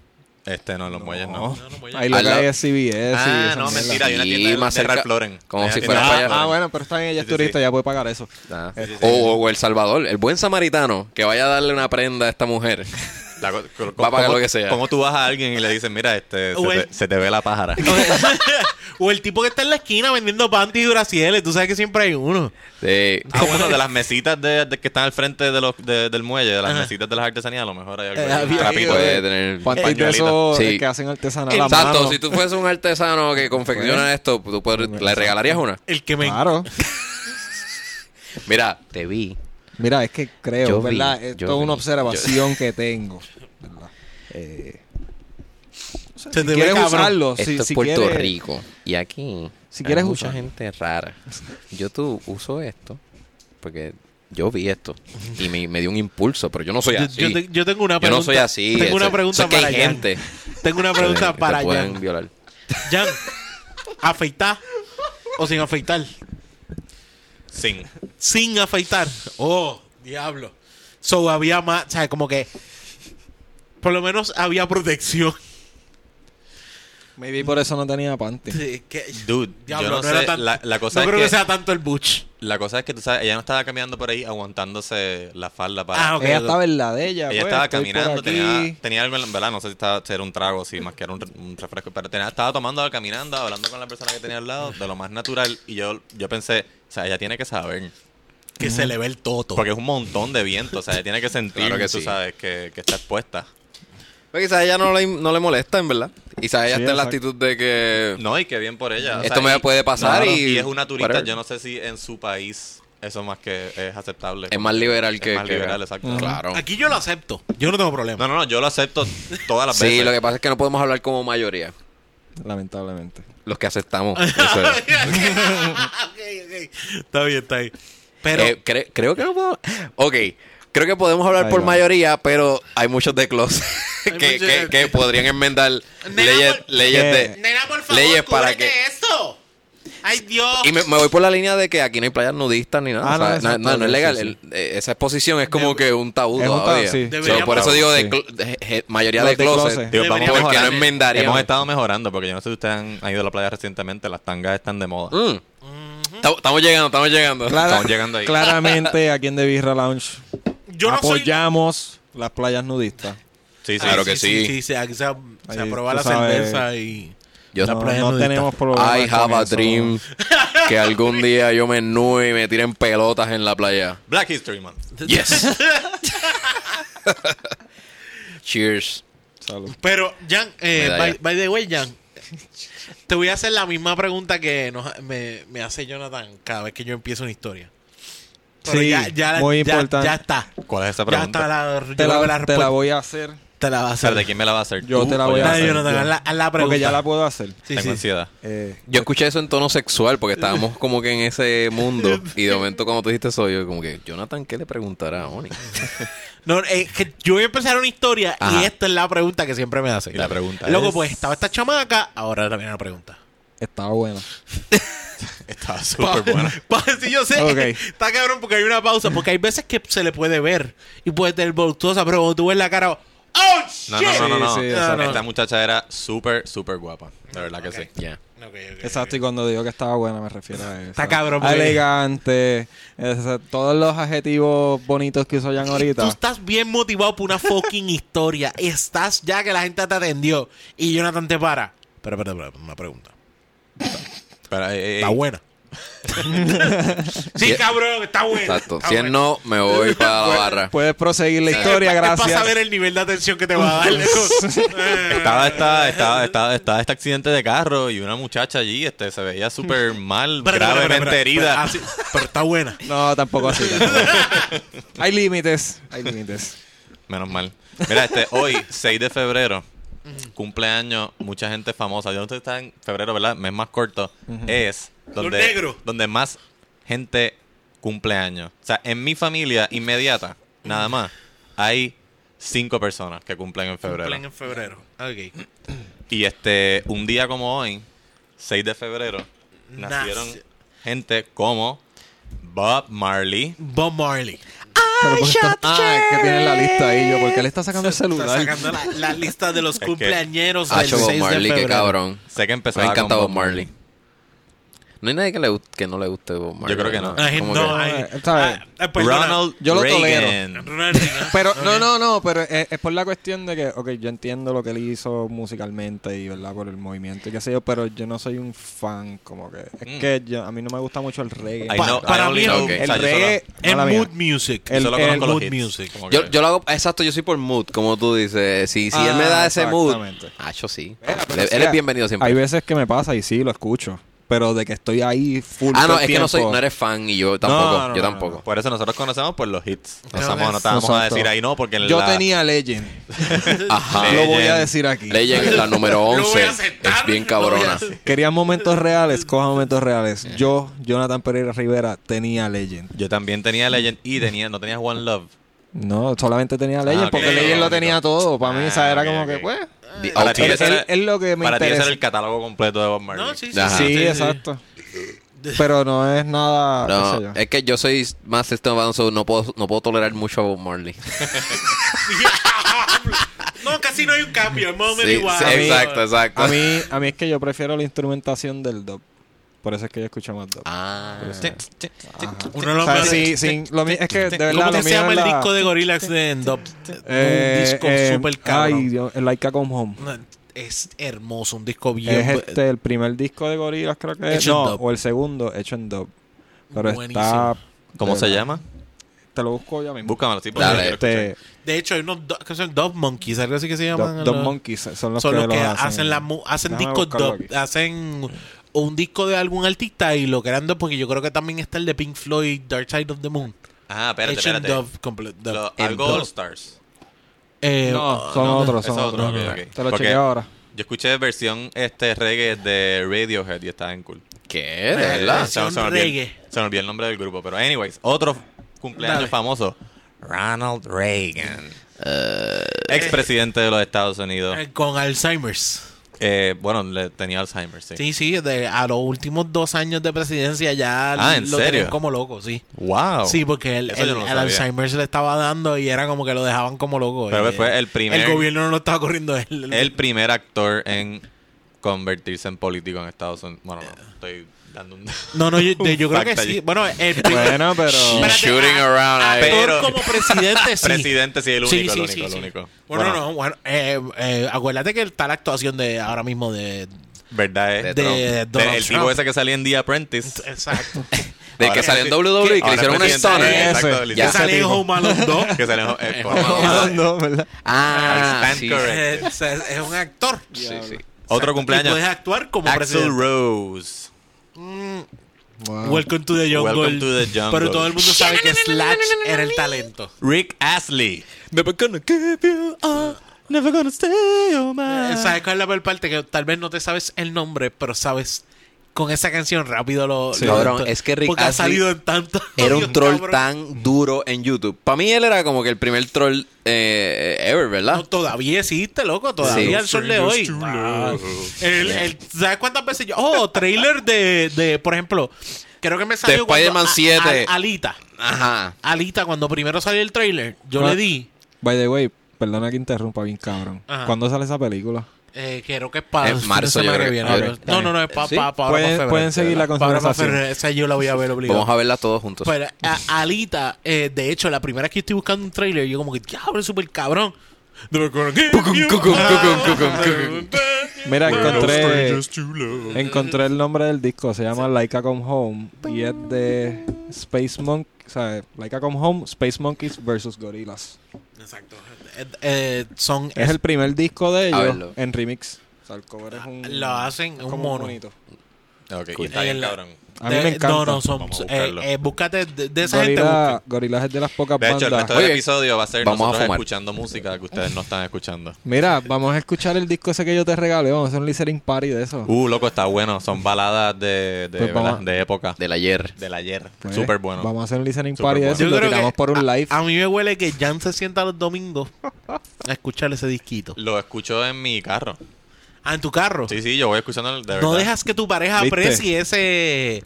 Speaker 3: Este no, los muelles no.
Speaker 2: No, no, voy a-
Speaker 4: Ahí lo
Speaker 1: Al
Speaker 4: que
Speaker 1: lado-
Speaker 4: hay es CBS. y
Speaker 3: Ah,
Speaker 4: esa
Speaker 3: no,
Speaker 4: mierda.
Speaker 3: mentira. Hay una
Speaker 1: Sí,
Speaker 3: tienda de-
Speaker 1: más
Speaker 3: de
Speaker 1: cerca-
Speaker 3: Ralph Lauren.
Speaker 1: como
Speaker 3: Hay una
Speaker 1: si
Speaker 3: tienda
Speaker 1: fuera
Speaker 3: de
Speaker 1: para
Speaker 3: Ralph
Speaker 1: allá.
Speaker 4: Ah,
Speaker 3: Lauren.
Speaker 4: bueno, pero está bien, ella es
Speaker 3: Sí, sí,
Speaker 4: turista,
Speaker 3: sí.
Speaker 4: ya puede pagar eso. Este,
Speaker 1: Ah.
Speaker 3: Sí, sí, sí.
Speaker 1: O, o El Salvador, el buen samaritano que vaya a darle una prenda a esta mujer.
Speaker 3: La co- co-
Speaker 1: Va a pagar
Speaker 3: ¿cómo-
Speaker 1: lo que sea.
Speaker 3: ¿Cómo tú vas a alguien y le dices, mira, este, se,
Speaker 2: Bueno.
Speaker 3: te, se te ve la pájara?
Speaker 2: o el tipo que está en la esquina vendiendo panties y duracieles. Tú sabes que siempre hay uno.
Speaker 1: Sí.
Speaker 3: Ah, bueno, de las mesitas de, de que están al frente de los, de- del muelle, de las
Speaker 2: Ajá.
Speaker 3: mesitas de las artesanías, a lo mejor hay algo.
Speaker 2: Eh,
Speaker 3: ahí,
Speaker 2: había-
Speaker 3: trapito.
Speaker 1: Puede tener.
Speaker 4: Pantis Pues, de
Speaker 3: Pañuelito.
Speaker 4: esos
Speaker 1: Sí.
Speaker 4: que hacen artesanal a
Speaker 1: Exacto,
Speaker 4: mano.
Speaker 1: si tú fueses un artesano que
Speaker 3: Pues.
Speaker 1: confecciona esto, tú puedes- le regalarías una.
Speaker 2: El que me.
Speaker 4: Claro.
Speaker 1: Mira,
Speaker 5: Te vi.
Speaker 4: Mira, es que creo,
Speaker 5: Yo vi,
Speaker 4: ¿verdad?
Speaker 5: yo
Speaker 4: Esto es
Speaker 5: vi,
Speaker 4: una observación que tengo. ¿verdad? Eh,
Speaker 2: se te
Speaker 4: si
Speaker 2: ve
Speaker 4: quieres
Speaker 2: cabrón.
Speaker 4: usarlo, si,
Speaker 5: Esto
Speaker 4: si
Speaker 5: es Puerto
Speaker 4: quieres-
Speaker 5: Rico. Y aquí
Speaker 4: Si
Speaker 5: si
Speaker 4: quieres
Speaker 5: hay mucha
Speaker 4: usar.
Speaker 5: gente rara. Yo tú uso esto porque yo vi esto y me, me dio un impulso, pero yo no soy
Speaker 2: Yo,
Speaker 5: así.
Speaker 2: yo
Speaker 5: Yo,
Speaker 2: te- yo tengo una pregunta.
Speaker 1: no soy así.
Speaker 2: Tengo una
Speaker 1: Eso-
Speaker 2: pregunta
Speaker 1: eso es que
Speaker 2: para
Speaker 1: hay
Speaker 2: Jan.
Speaker 1: gente.
Speaker 2: Tengo una
Speaker 1: que
Speaker 2: pregunta
Speaker 1: te
Speaker 2: para
Speaker 1: pueden
Speaker 2: Jan.
Speaker 1: violar.
Speaker 2: Jan, ¿afeitar o sin afeitar?
Speaker 3: Sin.
Speaker 2: Sin afeitar. Oh, diablo. So había más, o sea, como que. Por lo menos había protección.
Speaker 4: Maybe por eso no tenía panty.
Speaker 2: Sí, que-
Speaker 3: Dude,
Speaker 2: Diablo,
Speaker 3: yo no,
Speaker 2: no era
Speaker 3: sé.
Speaker 2: tan-
Speaker 3: La, la cosa
Speaker 2: no
Speaker 3: es
Speaker 2: creo
Speaker 3: que,
Speaker 2: que... sea tanto el Butch.
Speaker 3: la cosa es que tú sabes, ella no estaba caminando por ahí aguantándose la falda para.
Speaker 2: Ah, ok.
Speaker 4: Ella estaba en la de ella.
Speaker 3: Ella
Speaker 4: pues,
Speaker 3: estaba
Speaker 4: estoy por
Speaker 3: caminando, tenía,
Speaker 4: aquí.
Speaker 3: tenía algo en la, ¿verdad? No sé si estaba, si era un trago, si más que era un, re- un refresco, pero tenía- estaba tomando, caminando, hablando con la persona que tenía al lado, de lo más natural. Y yo, yo pensé, o sea, ella tiene que saber,
Speaker 2: Que se le ve el toto.
Speaker 3: porque es un montón de viento, o sea, ella tiene que sentir,
Speaker 1: Claro que
Speaker 3: tú
Speaker 1: sí.
Speaker 3: sabes, que, que está expuesta.
Speaker 1: Pero Pues quizás a ella no le, no le molesta, en verdad. Quizás ella
Speaker 4: Sí,
Speaker 1: está en la
Speaker 4: exacto.
Speaker 1: actitud de que.
Speaker 3: No, y qué bien por ella. o
Speaker 1: Esto me
Speaker 3: y-
Speaker 1: puede pasar
Speaker 3: claro,
Speaker 1: y-
Speaker 3: es una turista,
Speaker 1: whatever.
Speaker 3: yo no sé si en su país eso más que es aceptable.
Speaker 1: Es más liberal
Speaker 3: Es
Speaker 1: que.
Speaker 3: más
Speaker 1: que-
Speaker 3: liberal, exacto.
Speaker 1: Claro.
Speaker 2: Aquí yo lo acepto. Yo no tengo problema.
Speaker 3: No, no, no, yo lo acepto todas las veces.
Speaker 1: Sí, lo que pasa es que no podemos hablar como mayoría.
Speaker 4: Lamentablemente.
Speaker 1: Los que aceptamos. Eso es.
Speaker 2: Ok, ok. Está bien, está bien. Pero.
Speaker 1: Eh, cre- creo que no puedo. Ok. Creo que podemos hablar
Speaker 4: Ahí
Speaker 1: por
Speaker 4: va.
Speaker 1: mayoría, pero hay muchos de closet
Speaker 2: Hay
Speaker 1: que,
Speaker 2: muchos
Speaker 1: que-
Speaker 2: de-
Speaker 1: que podrían enmendar
Speaker 2: Nena,
Speaker 1: leyes,
Speaker 2: por-
Speaker 1: leyes
Speaker 4: ¿Qué?
Speaker 1: de.
Speaker 2: Nena, por favor,
Speaker 1: Leyes para
Speaker 2: cúbrete
Speaker 1: que-
Speaker 2: esto. Ay, Dios.
Speaker 1: Y me, me voy por la línea de que aquí no hay playas nudistas ni nada.
Speaker 4: Ah,
Speaker 1: o sea,
Speaker 4: no,
Speaker 1: no,
Speaker 4: exacto,
Speaker 1: no, no es
Speaker 4: sí,
Speaker 1: legal.
Speaker 4: sí.
Speaker 1: El- eh, esa exposición es como que un tabú
Speaker 4: Es un tabú,
Speaker 1: todavía.
Speaker 4: sí.
Speaker 1: So,
Speaker 2: Deberíamos-
Speaker 1: por eso digo de,
Speaker 4: Sí.
Speaker 1: clo- de- je- mayoría
Speaker 4: Los
Speaker 1: de
Speaker 4: de
Speaker 1: closet.
Speaker 4: closet.
Speaker 3: Digo, vamos
Speaker 2: Deberíamos
Speaker 1: porque no
Speaker 2: mejorar.
Speaker 1: enmendaríamos.
Speaker 3: Hemos estado mejorando porque yo no sé si ustedes han, han ido a la playa recientemente, las tangas están de moda.
Speaker 1: Mm. Estamos- Estamos llegando, estamos llegando.
Speaker 4: Clara-
Speaker 3: Estamos llegando ahí.
Speaker 4: Claramente, aquí en The Birra Lounge
Speaker 2: Yo no soy.
Speaker 4: apoyamos las playas nudistas.
Speaker 3: Sí, sí.
Speaker 1: Claro que sí.
Speaker 2: Sí, se, aquí se, se
Speaker 4: Ahí,
Speaker 2: aprueba
Speaker 4: tú
Speaker 2: la
Speaker 4: sabes.
Speaker 2: cerveza y.
Speaker 1: Yo-
Speaker 2: La
Speaker 4: no,
Speaker 2: playa
Speaker 4: no
Speaker 2: nudista.
Speaker 4: tenemos problemas.
Speaker 1: I
Speaker 4: con
Speaker 1: have a
Speaker 4: eso.
Speaker 1: dream que algún día yo me ennude y me tiren pelotas en la playa.
Speaker 3: Black History Month.
Speaker 1: Yes. Cheers.
Speaker 4: Salud.
Speaker 2: Pero, Jan, eh,
Speaker 1: Medalla.
Speaker 2: by, by the way, Jan, te voy a hacer la misma pregunta que nos- me, me hace Jonathan cada vez que yo empiezo una historia. Pero
Speaker 4: Sí,
Speaker 2: la-
Speaker 4: muy importante.
Speaker 2: Ya está.
Speaker 3: ¿Cuál es esa
Speaker 2: Ya
Speaker 3: pregunta?
Speaker 2: está la, yo
Speaker 4: Te
Speaker 2: creo que
Speaker 4: la, te la
Speaker 2: respuesta-
Speaker 4: voy a hacer
Speaker 2: te la va a hacer.
Speaker 3: ¿De quién me la va a hacer?
Speaker 4: Yo
Speaker 3: ¿Tú
Speaker 4: te la
Speaker 3: o
Speaker 4: voy a
Speaker 3: yo?
Speaker 2: Dale,
Speaker 4: hacer.
Speaker 2: Jonathan, haz la, haz la pregunta.
Speaker 4: porque ya la puedo hacer.
Speaker 2: Sí,
Speaker 3: Tengo
Speaker 2: sí.
Speaker 3: ansiedad.
Speaker 4: Eh,
Speaker 1: Yo escuché eso en tono sexual porque estábamos como que en ese mundo y de momento cuando tú dijiste eso yo como que Jonathan ¿qué le preguntará a Oni?
Speaker 2: No, eh, que yo voy a empezar una historia
Speaker 1: Ajá.
Speaker 2: y esta es la pregunta que siempre me hace.
Speaker 3: Y la pregunta
Speaker 2: Luego,
Speaker 3: es-
Speaker 2: pues estaba esta chamaca, ahora también una pregunta.
Speaker 4: estaba bueno.
Speaker 3: Estaba súper buena.
Speaker 2: Pa- si yo sé,
Speaker 4: Ok.
Speaker 2: está cabrón porque hay una pausa, porque hay veces que se le puede ver y puede tener voluptuosa, pero cuando tú ves la cara, ¡Oh, shit!
Speaker 3: No, no, no, no. no.
Speaker 4: Sí, sí,
Speaker 3: Esta
Speaker 2: exacto.
Speaker 3: Esta muchacha era súper, súper guapa. De verdad que sí.
Speaker 1: Ya.
Speaker 2: Ok, ok, ok.
Speaker 4: Exacto, y cuando digo que estaba buena me refiero a eso.
Speaker 2: Este, Está cabrón, porque-
Speaker 4: Elegante. ese- todos los adjetivos bonitos que usó Jan
Speaker 2: Tú
Speaker 4: ahorita.
Speaker 2: estás bien motivado por una fucking historia. Estás ya que la gente te atendió y Jonathan te para. Pero, pero, pero, una pregunta.
Speaker 3: Pero, eh, eh,
Speaker 2: Está buena. sí, cabrón, está buena.
Speaker 1: Exacto.
Speaker 4: Ah,
Speaker 2: está
Speaker 1: Si es
Speaker 2: buena.
Speaker 1: no, me voy para
Speaker 4: Pues,
Speaker 1: la barra.
Speaker 4: Puedes proseguir la
Speaker 2: Sí,
Speaker 4: historia,
Speaker 2: es pa- Es para
Speaker 4: gracias.
Speaker 2: saber el nivel de atención que te va a dar. Eh,
Speaker 3: Estaba, esta- estaba, estaba, estaba este accidente de carro y una muchacha allí este, se veía súper mal,
Speaker 2: Espérate, espérate,
Speaker 3: gravemente
Speaker 2: espérate,
Speaker 3: herida.
Speaker 2: espérate. Ah, sí, pero está buena.
Speaker 4: No, tampoco así. tampoco. hay límites. Hay límites.
Speaker 2: Ah.
Speaker 3: Menos mal. Mira, este, hoy, 6 de febrero, cumpleaños, mucha gente famosa. Yo no sé si está en febrero, ¿verdad? Mes más corto. Es donde,
Speaker 2: negros.
Speaker 3: donde más gente cumpleaños. O sea, en mi familia inmediata, nada más, hay cinco personas que cumplen en febrero.
Speaker 2: Cumplen en febrero. Ok.
Speaker 3: Y este, un día como hoy, 6 de febrero,
Speaker 2: Nace-
Speaker 3: nacieron gente como Bob Marley,
Speaker 2: Bob Marley.
Speaker 4: Pero porque está-
Speaker 5: Ah, es que tiene la lista ahí yo, porque le está sacando el
Speaker 2: Está
Speaker 5: celular.
Speaker 2: sacando la, la lista de los
Speaker 4: pues,
Speaker 2: cumpleañeros
Speaker 5: Ah,
Speaker 2: del 6
Speaker 5: Bob
Speaker 2: de
Speaker 5: Marley, qué
Speaker 2: febrero.
Speaker 5: cabrón.
Speaker 3: Sé que
Speaker 5: Me
Speaker 3: empezaba
Speaker 5: encanta
Speaker 3: Ah, con
Speaker 5: Bob Marley. No hay nadie que, le gust- que no le guste Bob Marley.
Speaker 3: creo que no.
Speaker 2: Ay,
Speaker 5: Como
Speaker 2: Ah, no,
Speaker 5: que-
Speaker 2: ay,
Speaker 4: Eh, ¿sabes?
Speaker 2: ah, ah, perdona.
Speaker 3: Ronald
Speaker 4: Yo lo
Speaker 3: Reagan.
Speaker 2: Ronald Reagan.
Speaker 4: Pero, no, no, no, pero es, es por la cuestión de que, ok, yo entiendo lo que él hizo musicalmente y, ¿verdad? Por el movimiento y qué sé yo, pero yo no soy un fan, como que. Es
Speaker 3: Mm.
Speaker 4: que yo- a mí no me gusta mucho el reggae.
Speaker 3: I
Speaker 2: Pa-
Speaker 3: know- I
Speaker 2: para
Speaker 3: only
Speaker 2: mí es-
Speaker 3: know- o sea,
Speaker 4: el
Speaker 3: yo solo-
Speaker 4: reggae.
Speaker 2: Es
Speaker 4: mala mía.
Speaker 2: mood music.
Speaker 4: El-
Speaker 3: solo conozco los
Speaker 2: mood
Speaker 3: hits.
Speaker 2: music.
Speaker 3: Como
Speaker 5: Yo,
Speaker 3: que-
Speaker 5: yo lo hago, exacto, yo soy por mood, como tú dices. Si, si él me da
Speaker 4: Ah,
Speaker 5: ese mood,
Speaker 4: exactamente.
Speaker 5: ah, yo sí.
Speaker 4: Mira, pero
Speaker 5: Le-
Speaker 4: o sea,
Speaker 5: él es bienvenido siempre.
Speaker 4: Hay veces que me pasa y sí, lo escucho. Pero de que estoy ahí full.
Speaker 5: Ah,
Speaker 4: todo
Speaker 5: no,
Speaker 4: el
Speaker 5: es que no, soy,
Speaker 4: tiempo.
Speaker 5: no eres fan y yo tampoco.
Speaker 4: No, no,
Speaker 5: yo
Speaker 4: no,
Speaker 5: tampoco.
Speaker 3: Por eso nosotros conocemos por los hits. No,
Speaker 2: Pero
Speaker 3: estamos-
Speaker 2: es-
Speaker 3: no estábamos a
Speaker 4: Exacto.
Speaker 3: decir ahí no, porque en
Speaker 4: Yo
Speaker 3: la-
Speaker 4: tenía Legend.
Speaker 5: Ajá.
Speaker 4: Lo voy a
Speaker 3: Legend.
Speaker 4: decir aquí.
Speaker 5: Ah, Legend es la número
Speaker 2: voy a
Speaker 5: 11.
Speaker 2: aceptar,
Speaker 5: es bien
Speaker 2: lo voy a
Speaker 5: cabrona.
Speaker 2: aceptar.
Speaker 4: Querían momentos reales, coja momentos reales. Yo, Jonathan Pereira Rivera, tenía Legend.
Speaker 3: Yo también tenía Legend y tenía, no tenías One Love.
Speaker 4: No, solamente
Speaker 5: Ah,
Speaker 4: tenía Legend,
Speaker 3: ok,
Speaker 4: porque Legend lo
Speaker 3: lógico.
Speaker 4: tenía todo. Para mí,
Speaker 3: Ah,
Speaker 4: o sea, era
Speaker 3: ok,
Speaker 4: como
Speaker 3: ok.
Speaker 4: que, pues.
Speaker 5: The
Speaker 3: Para ti
Speaker 5: Outer-
Speaker 3: ese era-
Speaker 4: Es es lo que me
Speaker 3: Para ti ese
Speaker 4: interesa.
Speaker 3: era el catálogo completo de Bob Marley.
Speaker 2: No, sí, sí,
Speaker 5: Ajá.
Speaker 4: Sí,
Speaker 2: sí, sí, sí.
Speaker 4: exacto. Pero no es nada. Ah, qué sé
Speaker 5: No,
Speaker 4: yo.
Speaker 5: es que yo soy más System of a Down, so no puedo, no puedo tolerar mucho a Bob Marley.
Speaker 2: No, casi no hay un cambio. Es más o menos
Speaker 5: Sí,
Speaker 2: igual.
Speaker 5: sí, exacto, exacto.
Speaker 4: A mí, a mí es que yo prefiero la instrumentación del dub. Por eso es que yo escucho más dub.
Speaker 5: Ah.
Speaker 2: Este,
Speaker 4: Ajá.
Speaker 2: Uno de los
Speaker 4: O sea,
Speaker 2: mejores-
Speaker 4: sí, sí, lo mi- es que de verdad
Speaker 2: este, ¿Cómo
Speaker 4: lo
Speaker 2: que se
Speaker 4: mío
Speaker 2: llama
Speaker 4: es
Speaker 2: el
Speaker 4: la-
Speaker 2: disco de Gorillaz de Endop?
Speaker 4: Eh,
Speaker 2: un disco
Speaker 4: eh,
Speaker 2: super
Speaker 4: Ay,
Speaker 2: cabrón.
Speaker 4: Dios, el Laika Come Home.
Speaker 2: es hermoso, un disco bien.
Speaker 4: Es este, el primer disco de Gorillaz, creo que es.
Speaker 2: Hecho en
Speaker 4: No,
Speaker 2: dub.
Speaker 4: o el segundo, hecho en dub. Pero
Speaker 2: Buenísimo.
Speaker 4: está.
Speaker 3: ¿Cómo
Speaker 4: de
Speaker 3: se
Speaker 4: verdad.
Speaker 3: llama?
Speaker 4: Te lo busco ya mismo.
Speaker 3: Búscamelo, sí, porque
Speaker 5: Dale.
Speaker 3: yo quiero escuchar.
Speaker 4: Este,
Speaker 2: De hecho, hay unos do- que son Dub Monkeys, algo así que se llaman. los-
Speaker 4: Dub- Dub Monkeys son los
Speaker 2: son
Speaker 4: que,
Speaker 2: los que
Speaker 4: los
Speaker 2: hacen, la mu- hacen
Speaker 4: Déjame
Speaker 2: discos
Speaker 4: buscarlo
Speaker 2: dub,
Speaker 4: aquí.
Speaker 2: hacen un disco de algún artista y lo crean dub, porque yo creo que también está el de Pink Floyd, Dark Side of the Moon.
Speaker 3: Ah, espérate,
Speaker 2: Hecho en
Speaker 3: espérate.
Speaker 2: dub, comple- dub.
Speaker 3: Lo-
Speaker 5: Em-
Speaker 2: En
Speaker 3: algo
Speaker 2: dub.
Speaker 3: All Stars.
Speaker 2: Eh,
Speaker 4: No, son otros, son
Speaker 3: es otro,
Speaker 4: otros.
Speaker 3: ok, ok.
Speaker 4: Te lo
Speaker 3: Porque-
Speaker 4: chequeo ahora.
Speaker 3: Yo escuché versión este reggae de Radiohead y estaba en cool. Eh,
Speaker 5: ¿Qué? ¿De verdad?
Speaker 2: Versión
Speaker 3: me olvidó el-
Speaker 2: reggae.
Speaker 3: se me olvidó el nombre del grupo, pero anyways, otro cumpleaños
Speaker 2: Dale.
Speaker 3: famoso. Ronald Reagan.
Speaker 5: Eh.
Speaker 3: Expresidente de los Estados Unidos.
Speaker 2: eh, con Alzheimer's.
Speaker 3: Eh, bueno, le tenía Alzheimer, sí.
Speaker 2: Sí, sí, de- a los últimos dos años de presidencia ya
Speaker 3: Ah, ¿en
Speaker 2: lo tenían
Speaker 3: serio?
Speaker 2: como loco, sí.
Speaker 3: Wow.
Speaker 2: Sí, porque el,
Speaker 3: Eso yo
Speaker 2: el,
Speaker 3: no lo
Speaker 2: el
Speaker 3: sabía.
Speaker 2: Alzheimer se le estaba dando y era como que lo dejaban como loco.
Speaker 3: Pero
Speaker 2: Eh,
Speaker 3: fue el primer-
Speaker 2: El gobierno no lo estaba corriendo él.
Speaker 3: El primer actor en convertirse en político en Estados Unidos. Bueno, no, estoy dando un.
Speaker 2: No, no, yo, de- yo creo que
Speaker 3: Fact
Speaker 2: sí.
Speaker 3: allí.
Speaker 2: Bueno, el primer
Speaker 4: Bueno, pero.
Speaker 2: Espérate,
Speaker 5: Shooting
Speaker 2: a-
Speaker 5: around ahí.
Speaker 2: actor
Speaker 3: Pero-
Speaker 2: como presidente, sí.
Speaker 3: Presidente, sí, el único,
Speaker 2: Sí, sí,
Speaker 3: el único,
Speaker 2: sí,
Speaker 3: el
Speaker 2: sí.
Speaker 3: único.
Speaker 2: Bueno, no, bueno, eh, eh, acuérdate que está la actuación de ahora mismo de...
Speaker 3: ¿Verdad? Es?
Speaker 5: De
Speaker 2: Eh, De
Speaker 5: Trump.
Speaker 2: Donald
Speaker 3: el tipo
Speaker 2: Trump.
Speaker 3: ese que salía en The Apprentice.
Speaker 2: Exacto.
Speaker 5: Del
Speaker 3: Ahora
Speaker 5: que salió en WWE, que le
Speaker 3: ahora
Speaker 5: hicieron un
Speaker 3: presidente.
Speaker 2: Eh.
Speaker 5: stunner.
Speaker 3: Exacto,
Speaker 5: Ese.
Speaker 3: le
Speaker 5: Ya.
Speaker 2: Que
Speaker 3: hicieron-
Speaker 2: sale en
Speaker 4: tipo.
Speaker 2: Home Alone 2.
Speaker 3: que salió eh, con-
Speaker 4: Hablando, ¿verdad?
Speaker 5: Ah,
Speaker 3: Stand
Speaker 5: sí.
Speaker 3: correct.
Speaker 2: Eh, o sea, es un actor.
Speaker 5: Sí, sí.
Speaker 3: Otro
Speaker 2: Y
Speaker 3: cumpleaños.
Speaker 2: puedes actuar como
Speaker 3: Axel
Speaker 2: presidente.
Speaker 3: Rose.
Speaker 4: Wow.
Speaker 2: Welcome to the Jungle.
Speaker 3: Ah. Welcome to the jungle.
Speaker 2: Pero todo el mundo sabe que Slash era el talento.
Speaker 3: Rick Astley.
Speaker 1: Never gonna give you up. Never gonna stay on my...
Speaker 2: Eh, ¿Sabes cuál es la peor parte? Que tal vez no te sabes el nombre, pero sabes con esa canción rápido lo.
Speaker 4: Sí.
Speaker 2: lo-
Speaker 5: Cabrón, es que Rick
Speaker 2: Porque ha
Speaker 5: Astley
Speaker 2: salido en tanto.
Speaker 5: Era un troll tan duro en YouTube. Para mí él era como que el primer troll eh, ever, ¿verdad?
Speaker 2: No, todavía existe, loco.
Speaker 5: Sí.
Speaker 2: Todavía el sol de hoy. Ah, el- el- ¿Sabes cuántas veces yo.? Oh, trailer de, de, por ejemplo, creo que me salió. cuando-
Speaker 5: Spider-Man
Speaker 2: a- a-
Speaker 5: 7.
Speaker 2: Alita.
Speaker 5: Ajá.
Speaker 2: Alita, cuando primero salió el trailer, yo
Speaker 4: Ah.
Speaker 2: le di.
Speaker 4: By the way, perdona que interrumpa bien cabrón.
Speaker 2: Ajá.
Speaker 4: ¿Cuándo sale esa película?
Speaker 2: Eh, creo que es para.
Speaker 5: En marzo, yo creo que-
Speaker 4: ok,
Speaker 2: viene.
Speaker 4: está
Speaker 2: No,
Speaker 4: bien.
Speaker 2: no, no, es para
Speaker 5: ¿Sí?
Speaker 2: pa, pa ahora, pa'
Speaker 4: Pueden,
Speaker 2: febrero.
Speaker 4: pueden seguir la
Speaker 2: Pa' ahora, pa'
Speaker 4: conversación.
Speaker 2: febrero. Esa yo la voy a ver obligado.
Speaker 5: Vamos a verla todos juntos.
Speaker 2: Pero a- Alita, eh, de hecho, la primera vez que estoy buscando un trailer, yo como que, diablo, es súper cabrón.
Speaker 4: Mira, encontré, encontré el nombre del disco. Se llama Laika Come Home. Y es de Space Monk. O sea, Laika Come Home, Space Monkeys versus Gorillas.
Speaker 2: Exacto. Eh, eh, son,
Speaker 4: Es el primer disco de
Speaker 5: A
Speaker 4: ellos
Speaker 5: verlo.
Speaker 4: en remix. O sea, el cover es un.
Speaker 2: Ah, lo hacen un
Speaker 4: como
Speaker 2: mono.
Speaker 4: monito.
Speaker 3: Ok,
Speaker 5: Cool.
Speaker 3: está bien,
Speaker 2: El-
Speaker 3: cabrón.
Speaker 4: A mí
Speaker 2: de-
Speaker 4: me encanta.
Speaker 2: No, no, son,
Speaker 3: Vamos a
Speaker 2: eh,
Speaker 3: buscarlo.
Speaker 2: eh, búscate de, de esa gente.
Speaker 4: Gorila,
Speaker 2: busca.
Speaker 4: Gorillaz es de las pocas
Speaker 3: De hecho, el
Speaker 4: bandas.
Speaker 3: resto del
Speaker 5: Oye,
Speaker 3: episodio va a ser
Speaker 5: vamos a
Speaker 3: nosotros
Speaker 5: fumar.
Speaker 3: escuchando música que ustedes no están escuchando.
Speaker 4: Mira, vamos a escuchar el disco ese que yo te regalé. Vamos a hacer un listening party de eso.
Speaker 3: Uh, loco, está bueno. Son baladas de, de,
Speaker 4: Pues vamos
Speaker 3: ¿verdad? de época.
Speaker 5: Del ayer.
Speaker 3: Del ayer.
Speaker 4: Pues,
Speaker 3: Súper bueno.
Speaker 4: Vamos a hacer un listening
Speaker 3: Súper
Speaker 4: party de
Speaker 3: bueno.
Speaker 4: eso y
Speaker 2: Yo
Speaker 4: lo
Speaker 2: creo
Speaker 4: tiramos
Speaker 2: que
Speaker 4: por un live.
Speaker 2: A mí me huele que Jan se sienta los domingos a escuchar ese disquito.
Speaker 3: Lo escucho en mi carro.
Speaker 2: Ah, en tu carro.
Speaker 3: Sí, sí, yo voy escuchando el- de verdad.
Speaker 2: no dejas que tu pareja
Speaker 4: ¿Viste?
Speaker 2: aprecie ese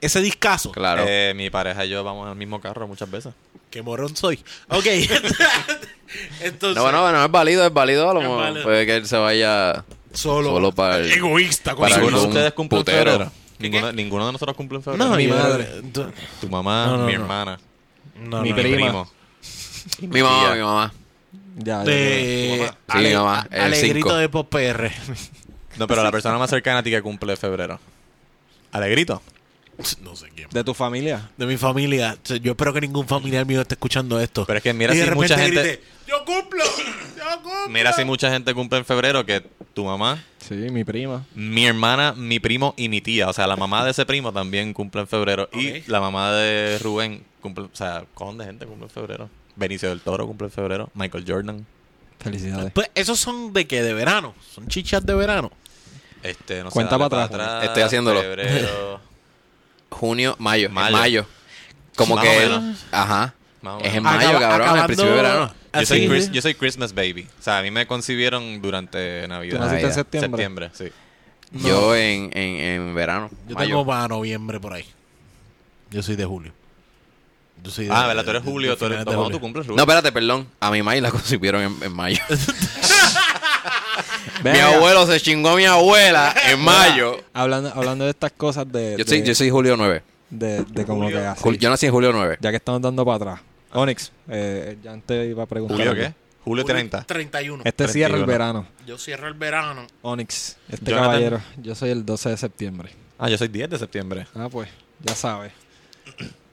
Speaker 2: Ese discazo.
Speaker 5: Claro.
Speaker 3: Eh, mi pareja y yo vamos al mismo carro muchas veces.
Speaker 2: Qué morón soy. Ok. Entonces,
Speaker 1: No, bueno, no es válido, es válido. A lo
Speaker 2: Es
Speaker 1: mejor
Speaker 2: válido.
Speaker 1: puede que él se vaya
Speaker 2: solo,
Speaker 1: solo para el-
Speaker 2: egoísta.
Speaker 1: para
Speaker 2: consigo
Speaker 1: el-
Speaker 3: ¿Ninguno
Speaker 1: algún
Speaker 3: de ustedes cumple en
Speaker 1: putero.
Speaker 3: febrero? Ninguno, ninguno de nosotros cumple en
Speaker 2: mismo.
Speaker 3: febrero.
Speaker 2: No,
Speaker 3: mi
Speaker 2: yo-
Speaker 3: madre.
Speaker 2: no,
Speaker 3: Tu mamá,
Speaker 2: No, no,
Speaker 3: mi
Speaker 2: no.
Speaker 3: hermana,
Speaker 2: no,
Speaker 4: Mi
Speaker 2: no.
Speaker 4: prima.
Speaker 3: primo.
Speaker 1: Mi mamá, mi mamá.
Speaker 4: Ya, ya, ya.
Speaker 2: De...
Speaker 1: Sí, mi mamá, el
Speaker 2: Alegrito
Speaker 1: cinco.
Speaker 2: de Pop PR.
Speaker 3: No, pero la persona más cercana a ti que cumple en febrero. Alegrito.
Speaker 2: no sé quién.
Speaker 4: De tu familia.
Speaker 2: De mi familia. O sea, Yo espero que ningún familiar mío esté escuchando esto.
Speaker 3: Pero es que mira
Speaker 2: y de
Speaker 3: si
Speaker 2: repente
Speaker 3: mucha gente-
Speaker 2: grite, ¡Yo cumplo! ¡Yo cumplo!
Speaker 3: Mira si mucha gente cumple en febrero que tu mamá,
Speaker 4: Sí, mi prima.
Speaker 3: mi hermana, mi primo y mi tía. O sea, la mamá de ese primo también cumple en febrero.
Speaker 2: Ok.
Speaker 3: Y la mamá de Rubén cumple... O sea, cojón de gente cumple en febrero. Benicio del Toro cumple en febrero. Michael Jordan.
Speaker 4: Felicidades.
Speaker 2: Pues esos son de que de verano. Son chichas de verano.
Speaker 3: Este, no sé,
Speaker 4: Cuenta
Speaker 3: dale
Speaker 4: para atrás.
Speaker 1: Estoy haciéndolo.
Speaker 3: Febrero.
Speaker 1: Junio, mayo. en Mayo.
Speaker 3: Mayo.
Speaker 1: Como
Speaker 3: Más
Speaker 1: que.
Speaker 3: o menos.
Speaker 1: Ajá.
Speaker 3: Más o
Speaker 1: Es
Speaker 3: menos.
Speaker 1: en mayo,
Speaker 2: Acaba-
Speaker 1: cabrón.
Speaker 2: acabando-
Speaker 1: Al principio de verano.
Speaker 3: Yo soy,
Speaker 2: Así.
Speaker 3: Chris- yo soy Christmas baby. O sea, a mí me concibieron durante
Speaker 4: Tú
Speaker 3: Navidad.
Speaker 4: naciste
Speaker 1: Ah,
Speaker 4: en
Speaker 1: ya.
Speaker 4: septiembre.
Speaker 3: septiembre, sí.
Speaker 2: No.
Speaker 1: Yo en, en, en verano.
Speaker 2: Yo
Speaker 1: mayo.
Speaker 2: tengo para noviembre por ahí. Yo soy de julio. Yo soy de-
Speaker 3: Ah, ¿verdad? Tú eres
Speaker 2: de- de
Speaker 3: Julio. Tú eres,
Speaker 2: finales de
Speaker 3: ¿Cuándo
Speaker 2: julio.
Speaker 3: tú cumples,
Speaker 1: No,
Speaker 3: Rubén?
Speaker 1: espérate, perdón. A mi maíz la concibieron en, en mayo.
Speaker 4: Ven
Speaker 1: mi
Speaker 4: acá.
Speaker 1: abuelo se chingó a mi abuela en mayo.
Speaker 4: Hablando, hablando de estas cosas de.
Speaker 1: Yo
Speaker 4: de-
Speaker 1: soy, yo soy julio 9.
Speaker 4: De, de como que así.
Speaker 1: Jul- Yo nací en julio 9.
Speaker 4: Ya que estamos dando para atrás. Onyx, eh, ya antes iba a preguntar.
Speaker 3: ¿Julio
Speaker 4: algo.
Speaker 3: qué? Julio 30.
Speaker 2: 31.
Speaker 4: Este cierra el
Speaker 3: 31.
Speaker 4: verano.
Speaker 2: Yo cierro el verano.
Speaker 4: Onyx, este
Speaker 3: Jonathan.
Speaker 4: caballero. Yo soy el 12 de septiembre.
Speaker 3: Ah, yo soy 10 de septiembre.
Speaker 4: Ah, pues, ya sabes.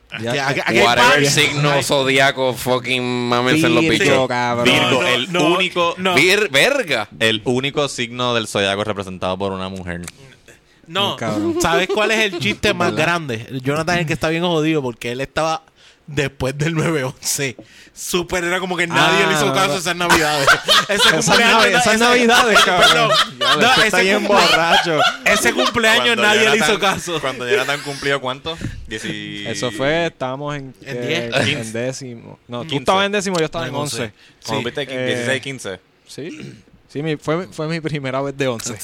Speaker 2: Aquí- aquí- aquí hay
Speaker 1: Whatever
Speaker 2: varios.
Speaker 1: signo zodiaco fucking mames en los
Speaker 4: Virgo,
Speaker 1: bichos.
Speaker 4: cabrón.
Speaker 3: Virgo,
Speaker 2: no,
Speaker 3: el
Speaker 2: no,
Speaker 3: único.
Speaker 2: no.
Speaker 1: Vir- verga.
Speaker 3: El único signo del zodiaco representado por una mujer.
Speaker 2: No,
Speaker 4: Un cabrón.
Speaker 2: ¿sabes cuál es el chiste más
Speaker 4: ¿Verdad?
Speaker 2: grande? El Jonathan es el que está bien jodido porque él estaba después del 9-11. Súper, era como que nadie
Speaker 4: Ah,
Speaker 2: le hizo
Speaker 4: no,
Speaker 2: caso
Speaker 4: no.
Speaker 2: a esas navidades. Ese
Speaker 4: Esas
Speaker 2: cumpleaños,
Speaker 4: navi-
Speaker 2: na-
Speaker 4: esas
Speaker 2: ese-
Speaker 4: navidades, cabrón.
Speaker 2: Perdón.
Speaker 4: Diablo,
Speaker 2: No,
Speaker 4: este
Speaker 2: ese,
Speaker 4: está bien
Speaker 2: cumple-
Speaker 4: borracho.
Speaker 2: ese cumpleaños
Speaker 3: Cuando
Speaker 2: nadie le
Speaker 3: Jonathan-
Speaker 2: hizo caso.
Speaker 3: Cuando Jonathan cumplió cuánto? Dieci-
Speaker 4: Eso fue, estábamos en,
Speaker 2: En
Speaker 4: eh,
Speaker 2: diez.
Speaker 4: en décimo. No, tú
Speaker 3: Quince.
Speaker 4: estabas en décimo, yo estaba en
Speaker 2: En once.
Speaker 4: once.
Speaker 3: Como viste,
Speaker 4: eh,
Speaker 3: 16, 15.
Speaker 4: Sí, sí mi- fue, fue mi primera vez de once.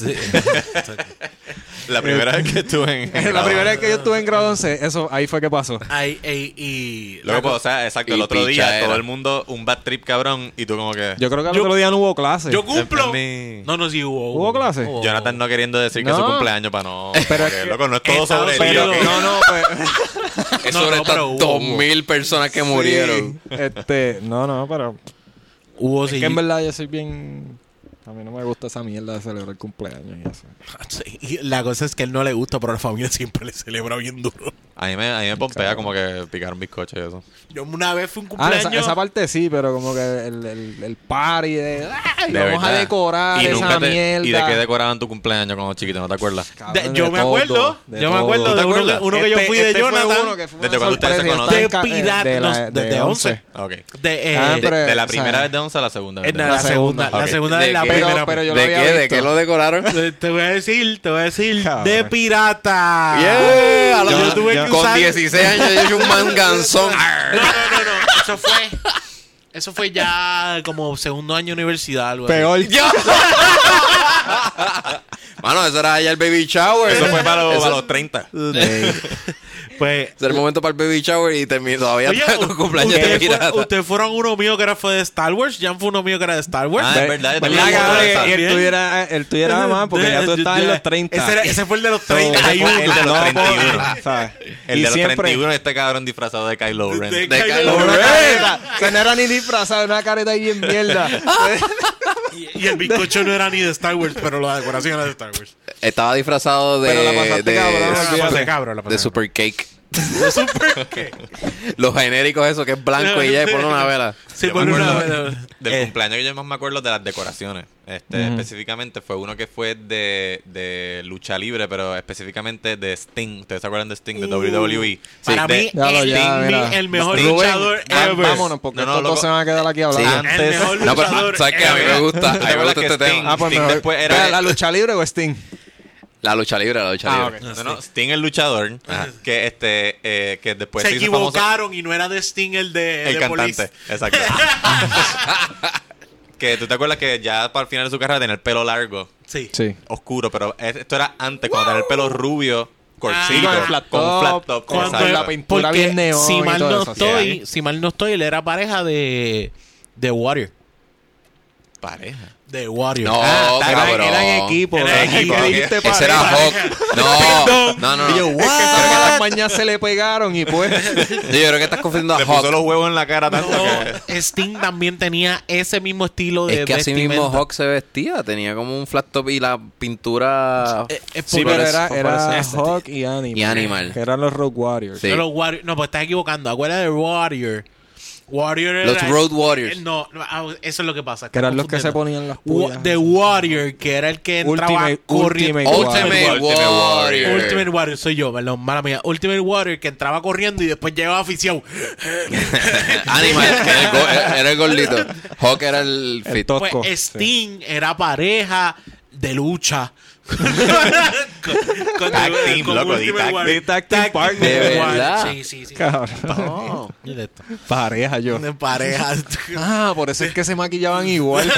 Speaker 3: La primera vez que estuve en.
Speaker 4: La primera vez que yo estuve en grado 11, eso ahí fue que pasó.
Speaker 2: Ay, ey, y...
Speaker 3: Luego, pues, o sea, exacto, el
Speaker 1: Y
Speaker 3: otro día
Speaker 1: pichadera.
Speaker 3: todo el mundo un bad trip cabrón y tú como que.
Speaker 4: Yo creo que al
Speaker 2: Yo-
Speaker 4: otro día no hubo clase.
Speaker 2: Yo cumplo.
Speaker 3: Mí.
Speaker 2: No, no, sí hubo.
Speaker 4: ¿Hubo clase?
Speaker 3: Jonathan no queriendo decir que es
Speaker 4: No.
Speaker 3: su cumpleaños para no.
Speaker 4: Pero
Speaker 3: Pero
Speaker 4: es que-
Speaker 3: loco, no es todo
Speaker 2: Estados
Speaker 3: sobre
Speaker 4: pero,
Speaker 2: Unidos.
Speaker 3: ti.
Speaker 4: no, no, pues,
Speaker 1: Es
Speaker 2: No,
Speaker 1: sobre
Speaker 2: no,
Speaker 1: estas
Speaker 2: pero hubo.
Speaker 1: 2000 personas que murieron.
Speaker 4: sí, este, no, no, pero
Speaker 2: Hubo,
Speaker 4: es
Speaker 2: sí.
Speaker 4: que en verdad yo soy bien a mí no me gusta esa mierda de celebrar cumpleaños y eso.
Speaker 2: Sí, y La cosa es que él no le gusta, pero la familia siempre le celebra bien duro.
Speaker 3: A mí me, a mí me pompea como que picar un bizcocho y eso.
Speaker 2: Yo una vez fue un
Speaker 4: Ah,
Speaker 2: cumpleaños.
Speaker 4: esa, esa parte sí, pero como que el, el, el party de, ay,
Speaker 3: De
Speaker 4: vamos a
Speaker 3: verdad.
Speaker 4: decorar
Speaker 3: Y
Speaker 4: esa
Speaker 3: nunca te-
Speaker 4: mierda.
Speaker 3: ¿Y de qué decoraban tu cumpleaños cuando chiquito? ¿No te acuerdas?
Speaker 4: Cabrón,
Speaker 2: De- yo
Speaker 4: de
Speaker 2: me
Speaker 4: todo,
Speaker 2: acuerdo,
Speaker 4: de
Speaker 2: yo me
Speaker 4: todo.
Speaker 2: acuerdo
Speaker 3: ¿Te
Speaker 2: de uno,
Speaker 3: acuerdas?
Speaker 2: uno que yo
Speaker 4: Este-
Speaker 2: fui
Speaker 4: este
Speaker 2: de
Speaker 4: fue
Speaker 2: Jonathan.
Speaker 4: uno que fue una
Speaker 3: ¿Desde cuándo ustedes se
Speaker 4: sorpresa, este
Speaker 3: conocen?
Speaker 4: yo estaba en ca-
Speaker 2: De pirata,
Speaker 4: de
Speaker 2: no,
Speaker 4: la- de
Speaker 2: desde
Speaker 4: 11.
Speaker 2: 11.
Speaker 3: Ok.
Speaker 2: De, eh,
Speaker 4: Ah,
Speaker 3: De,
Speaker 4: pero,
Speaker 3: de la
Speaker 4: o sea,
Speaker 3: primera vez de 11 a la segunda.
Speaker 2: eh,
Speaker 3: vez de
Speaker 2: no,
Speaker 4: la
Speaker 2: la segunda,
Speaker 4: segunda.
Speaker 2: la
Speaker 3: Ok.
Speaker 2: segunda es
Speaker 1: ¿De
Speaker 2: la
Speaker 1: qué?
Speaker 2: primera.
Speaker 4: Pero- pero yo lo
Speaker 1: ¿De
Speaker 4: había
Speaker 1: qué? ¿De
Speaker 4: visto.
Speaker 1: qué lo decoraron?
Speaker 2: Eh, te voy a decir, te voy a decir,
Speaker 4: Cabrón.
Speaker 2: de
Speaker 4: Ah.
Speaker 2: pirata.
Speaker 1: Yeah, a la-
Speaker 2: yo,
Speaker 4: Yo-
Speaker 2: tuve
Speaker 4: yo-
Speaker 2: que
Speaker 1: Con
Speaker 2: usar-
Speaker 1: 16 años yo hice un manganzón.
Speaker 2: No, no, no, no, eso fue, eso fue ya como segundo año de universidad. algo así.
Speaker 4: Peor.
Speaker 1: Yo- Mano, eso era ya el baby shower.
Speaker 3: Eso fue para, los-
Speaker 1: Eso-
Speaker 3: para los 30.
Speaker 4: Eh,
Speaker 2: Pues,
Speaker 1: Ese era el momento para el baby shower y terminó todavía
Speaker 2: oye,
Speaker 1: está tu
Speaker 2: u-
Speaker 1: cumpleaños de
Speaker 2: ustedes, fue-
Speaker 1: pirata.
Speaker 2: ustedes fueron uno mío que era fue de Star Wars, Jan fue uno mío que era de Star Wars.
Speaker 3: Ah, es verdad. yo
Speaker 4: Pues
Speaker 3: también
Speaker 4: la
Speaker 3: me acuerdo de esa.
Speaker 4: cabrón, y él tuviera, eh, él tuviera más porque ya tú estabas en los 30.
Speaker 2: Ese, era- ese fue el de los
Speaker 4: So,
Speaker 2: 31.
Speaker 4: el de los
Speaker 3: Ah,
Speaker 4: 31.
Speaker 3: no,
Speaker 4: ¿sabes?
Speaker 3: El
Speaker 4: y
Speaker 3: de los
Speaker 4: siempre,
Speaker 3: 31, este cabrón disfrazado de Kylo Ren.
Speaker 2: De-
Speaker 1: De
Speaker 2: Kylo
Speaker 1: Kylo
Speaker 4: Una
Speaker 1: Ren.
Speaker 4: careta. O sea, no era ni disfrazado, una careta ahí bien mierda.
Speaker 2: Y, y el bizcocho no era ni de Star Wars, pero la decoración era de Star Wars.
Speaker 1: Ah, Estaba disfrazado de,
Speaker 4: Pero la pasaste
Speaker 1: de,
Speaker 4: cabrón,
Speaker 2: La
Speaker 4: olvídate.
Speaker 2: pasé cabra, la pasé
Speaker 1: de
Speaker 2: cabra.
Speaker 1: Super Cake.
Speaker 2: De Super qué?
Speaker 1: Los genéricos, eso que es blanco y ya, y pone una vela.
Speaker 2: Sí,
Speaker 3: Yo
Speaker 2: por
Speaker 3: me
Speaker 2: una
Speaker 3: acuerdo
Speaker 2: vez.
Speaker 3: Del
Speaker 2: Eh,
Speaker 3: cumpleaños que yo más me acuerdo de las decoraciones. Este, Específicamente fue uno que fue de, de lucha libre, pero específicamente de Sting. ¿Ustedes se acuerdan de Sting? De
Speaker 2: Uh,
Speaker 3: WWE.
Speaker 2: Para
Speaker 3: de-
Speaker 2: mí,
Speaker 4: Ya lo-
Speaker 2: el,
Speaker 4: ya,
Speaker 2: mi-
Speaker 4: mira.
Speaker 2: el mejor
Speaker 3: Rubén,
Speaker 2: luchador
Speaker 4: Ah,
Speaker 2: ever.
Speaker 4: vámonos, porque
Speaker 3: No, no,
Speaker 4: estos dos
Speaker 3: loco.
Speaker 4: se van a quedar aquí hablando.
Speaker 1: Sí.
Speaker 2: El mejor
Speaker 1: No, pero
Speaker 2: luchador
Speaker 1: sabes que a mí
Speaker 2: ever.
Speaker 1: me gusta, a mí me gusta
Speaker 3: ¿Te acuerdas
Speaker 1: este
Speaker 3: que Sting-
Speaker 1: tema.
Speaker 4: Ah, pues
Speaker 3: Sting
Speaker 4: mejor.
Speaker 3: después era-
Speaker 4: Espera, ¿La lucha libre o Sting?
Speaker 1: La lucha libre, la lucha
Speaker 4: Ah,
Speaker 1: libre.
Speaker 4: ok.
Speaker 3: No, no, Sting el luchador. Que este, eh, que después
Speaker 2: Se
Speaker 3: hizo famoso-
Speaker 2: equivocaron y no era de Sting el de
Speaker 3: El
Speaker 2: de
Speaker 3: cantante,
Speaker 2: Police.
Speaker 3: exacto. que tú te acuerdas que ya para el final de su carrera tenía el pelo largo,
Speaker 2: Sí.
Speaker 4: Sí.
Speaker 3: oscuro, pero es- esto era antes, cuando tenía el pelo rubio, cortito.
Speaker 2: Ah, con el
Speaker 4: flat
Speaker 3: Con un
Speaker 4: top,
Speaker 3: flat top.
Speaker 4: con
Speaker 3: exacto.
Speaker 4: la pintura
Speaker 2: Porque
Speaker 4: bien neón
Speaker 2: si
Speaker 4: y
Speaker 2: mal
Speaker 4: todo
Speaker 2: no
Speaker 4: eso, así.
Speaker 2: estoy, si mal no estoy, él era pareja de de Warrior,
Speaker 3: Pareja.
Speaker 2: de Warrior.
Speaker 1: No,
Speaker 3: Ah, eran-
Speaker 1: cabrón.
Speaker 3: eran equipo,
Speaker 2: Eran
Speaker 3: eran
Speaker 2: equipo,
Speaker 3: equipo.
Speaker 2: ok.
Speaker 3: dijiste
Speaker 1: Ese era Hawk. No, no, no. no.
Speaker 4: Y yo,
Speaker 1: Yo,
Speaker 4: "What?" Es que esas malas mañas se le pegaron y pues.
Speaker 1: creo que estás confundiendo a
Speaker 3: Le puso
Speaker 1: Hawk.
Speaker 3: los huevos en la cara tanto que...
Speaker 2: No, Sting también tenía ese mismo estilo de
Speaker 5: Es que así
Speaker 2: vestimenta.
Speaker 5: mismo Hawk se vestía. Tenía como un flat top y la pintura.
Speaker 2: Eh, eh,
Speaker 4: Sí, pero
Speaker 5: Flores-
Speaker 4: era, era
Speaker 5: fluorescentes.
Speaker 4: Hawk y Animal.
Speaker 5: Y Animal.
Speaker 4: Que eran los Road Warriors.
Speaker 5: Sí.
Speaker 2: No, los Warrior- no, pues estás equivocando. Acuérdate de Warrior. Warrior era-
Speaker 5: Los Road Warriors.
Speaker 2: Eh, No, no, ah, eso es lo que pasa.
Speaker 4: Que eran los que
Speaker 2: confundiendo.
Speaker 4: se ponían las
Speaker 2: Wa-
Speaker 4: pullas.
Speaker 2: The Warrior, que era el que entraba
Speaker 4: Ultimate-
Speaker 2: corriendo.
Speaker 4: Ultimate
Speaker 1: Ultimate
Speaker 3: Warrior.
Speaker 1: Warrior.
Speaker 2: Ultimate Warrior soy yo, perdón, mala mía. Ultimate Warrior que entraba corriendo y después llegaba afición.
Speaker 1: Animal, era el, go- era el gordito. Hawk era el
Speaker 4: El
Speaker 1: fit.
Speaker 4: top.
Speaker 2: Pues
Speaker 4: Tosco,
Speaker 2: Sting era pareja de lucha. con, con-
Speaker 3: Tag
Speaker 2: con-
Speaker 3: team,
Speaker 2: con
Speaker 3: loco, di
Speaker 2: Ultimate
Speaker 3: tag-
Speaker 2: Warrior.
Speaker 4: di tag team partner.
Speaker 1: De
Speaker 2: Warrior.
Speaker 1: verdad.
Speaker 2: Sí, sí, sí.
Speaker 4: Cabrón.
Speaker 2: No. Directo.
Speaker 4: Pareja yo.
Speaker 2: De pareja.
Speaker 4: Ah, por eso es que se maquillaban igual.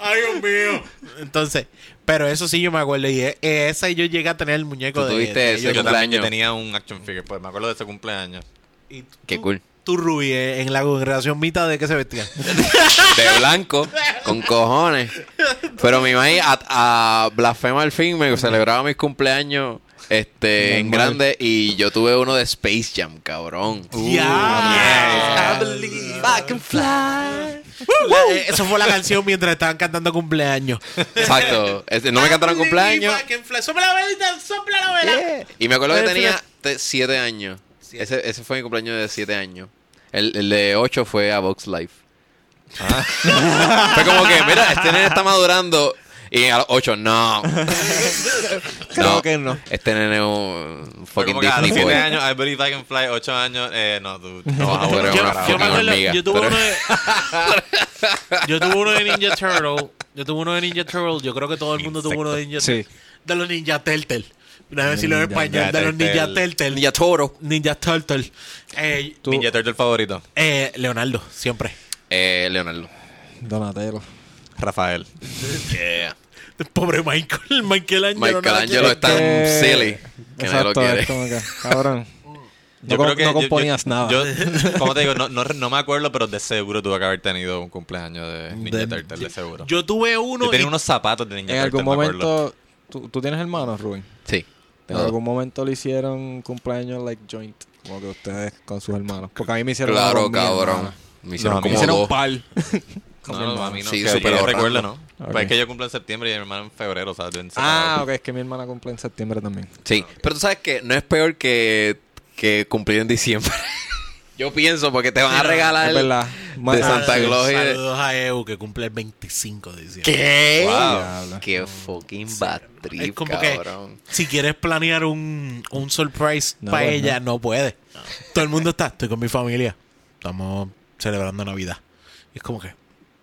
Speaker 2: Ay, Dios mío. Entonces, pero eso sí yo me acuerdo. Y e- esa yo llegué a tener el muñeco
Speaker 1: Tú
Speaker 2: de.
Speaker 1: tuviste
Speaker 2: de
Speaker 1: ese
Speaker 2: ellos.
Speaker 3: Yo también yo
Speaker 1: cumpleaños.
Speaker 3: tenía un action figure, pues me acuerdo de ese cumpleaños.
Speaker 2: Y
Speaker 1: Qué
Speaker 2: tú-
Speaker 1: cool.
Speaker 2: Tú, Ruby, eh, en la congregación mitad de que se vestían.
Speaker 1: De blanco, con cojones. Pero mi maíz a, a Blasfema al fin me celebraba mis cumpleaños este, en
Speaker 4: Normal.
Speaker 1: grande y yo tuve uno de Space Jam, cabrón.
Speaker 2: Yeah.
Speaker 3: yeah.
Speaker 2: I believe I can fly. La- eh, Eso fue la canción mientras estaban cantando cumpleaños.
Speaker 1: Exacto. Este, no me cantaron
Speaker 2: I believe
Speaker 1: cumpleaños.
Speaker 2: I can fly. Sopla la velita, sopla la vela.
Speaker 1: Y me acuerdo que
Speaker 2: Pero,
Speaker 1: tenía te- siete años.
Speaker 2: Siete.
Speaker 1: Ese, ese fue mi cumpleaños de siete años. El, el de ocho fue a Vox Life.
Speaker 4: Ah.
Speaker 1: fue como que, mira, este nene está madurando. Y a los ocho, no.
Speaker 4: Creo que no.
Speaker 1: Este nene es un
Speaker 3: Fue
Speaker 1: fucking
Speaker 3: como que a los
Speaker 1: Disney
Speaker 3: 7
Speaker 1: boy.
Speaker 3: años, I believe I can fly, 8 años, eh, no, dude, no vas a
Speaker 1: Pero
Speaker 3: volver
Speaker 1: era
Speaker 2: yo,
Speaker 1: una
Speaker 2: yo
Speaker 1: fucking
Speaker 2: me acuerdo,
Speaker 1: hormiga,
Speaker 2: yo tuve
Speaker 1: pero-
Speaker 2: uno de, yo tuve uno de Ninja Turtle, yo tuve uno de Ninja Turtle, yo creo que todo el mundo tuvo uno de Ninja
Speaker 4: Sí.
Speaker 2: Turtle, de los Ninja Turtle, debe decirlo en
Speaker 4: Ninja
Speaker 2: español, de los Ninja
Speaker 3: Turtle.
Speaker 2: Turtle, Ninja,
Speaker 1: Ninja Toro.
Speaker 2: Turtle, eh,
Speaker 4: Tú,
Speaker 3: Ninja Turtle favorito,
Speaker 2: eh, Leonardo, siempre,
Speaker 1: Eh, Leonardo.
Speaker 4: Donatello.
Speaker 3: Rafael.
Speaker 2: pobre Michael, Michelangelo, no la
Speaker 1: Michelangelo
Speaker 2: quiere.
Speaker 1: es tan
Speaker 4: Eh,
Speaker 1: silly que nadie lo
Speaker 4: Exacto,
Speaker 1: quiere.
Speaker 4: es como que, cabrón. No, com- no
Speaker 3: yo-
Speaker 4: componías
Speaker 3: yo-
Speaker 4: nada.
Speaker 3: Yo, como te digo, no, no, no me acuerdo, pero de seguro tuve que haber tenido un cumpleaños de Ninja
Speaker 4: De-
Speaker 3: Turtle, de seguro. Yo,
Speaker 2: yo tuve uno,
Speaker 3: tenía
Speaker 2: y-
Speaker 3: unos zapatos de Ninja
Speaker 4: en
Speaker 3: Turtle,
Speaker 4: algún
Speaker 3: me acuerdo.
Speaker 4: momento. ¿tú, tú tienes hermanos, Rubén?
Speaker 1: Sí.
Speaker 4: En
Speaker 1: Tengo dos.
Speaker 4: algún momento le hicieron un cumpleaños like joint. Como que ustedes con sus hermanos. Porque a mí me hicieron. uno
Speaker 1: Claro,
Speaker 4: con mi
Speaker 1: cabrón.
Speaker 4: hermana.
Speaker 1: Me hicieron
Speaker 3: No, a mí
Speaker 1: como
Speaker 4: Me hicieron
Speaker 1: dos.
Speaker 4: un par.
Speaker 3: No, no, a mí no.
Speaker 1: Sí,
Speaker 3: que-
Speaker 1: súper
Speaker 3: que yo
Speaker 1: ahorrando.
Speaker 3: recuerdo, ¿no?
Speaker 4: Ok.
Speaker 3: Pues es que yo cumplo en septiembre y mi hermano en febrero, o sea, en
Speaker 4: Ah,
Speaker 3: separado.
Speaker 4: ok, es que mi hermana cumple en septiembre también.
Speaker 1: Sí, pero tú sabes que no es peor que, que cumplir en diciembre. Yo pienso porque te van a regalar
Speaker 4: Es verdad.
Speaker 1: de Santa
Speaker 2: Ah, sí.
Speaker 1: Claus y de...
Speaker 2: saludos a Eu que cumple el 25 de diciembre.
Speaker 1: ¿Qué?
Speaker 4: Wow.
Speaker 1: Qué fucking bad trip,
Speaker 2: Es como
Speaker 1: cabrón.
Speaker 2: que si quieres planear un, un surprise
Speaker 4: No,
Speaker 2: para
Speaker 4: pues,
Speaker 2: ella, no, puedes. Todo el mundo está, estoy con mi familia. Estamos celebrando Navidad. Y es como que,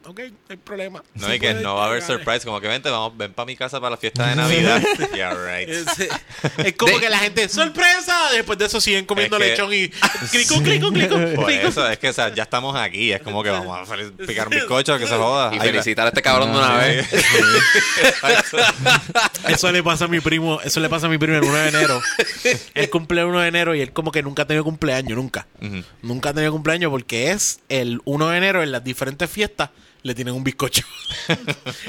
Speaker 2: ok, no hay problema.
Speaker 3: No,
Speaker 2: Se
Speaker 3: y que
Speaker 2: puede,
Speaker 3: no va a haber
Speaker 2: dale.
Speaker 3: surprise. Como que vente, vamos, ven para mi casa para la fiesta de Navidad. yeah, right.
Speaker 2: Es, es como
Speaker 1: De-
Speaker 2: que la gente, ¡sorpresa! Después de eso siguen comiendo
Speaker 3: Es que-
Speaker 2: lechón y clico, clico, clico,
Speaker 3: Por
Speaker 2: clico.
Speaker 3: eso, es que, o sea, ya estamos aquí. Es como que vamos a fel- picar bizcocho, que se joda.
Speaker 1: Y
Speaker 3: Ahí
Speaker 1: felicitar a este cabrón de una
Speaker 3: va.
Speaker 1: vez.
Speaker 2: Eso le pasa a mi primo, eso le pasa a mi primo el 1 de enero. Él cumple el 1 de enero y él como que nunca ha tenido cumpleaños, nunca.
Speaker 3: Ujú.
Speaker 2: Nunca ha tenido cumpleaños porque es el 1 de enero en las diferentes fiestas le tienen un bizcocho.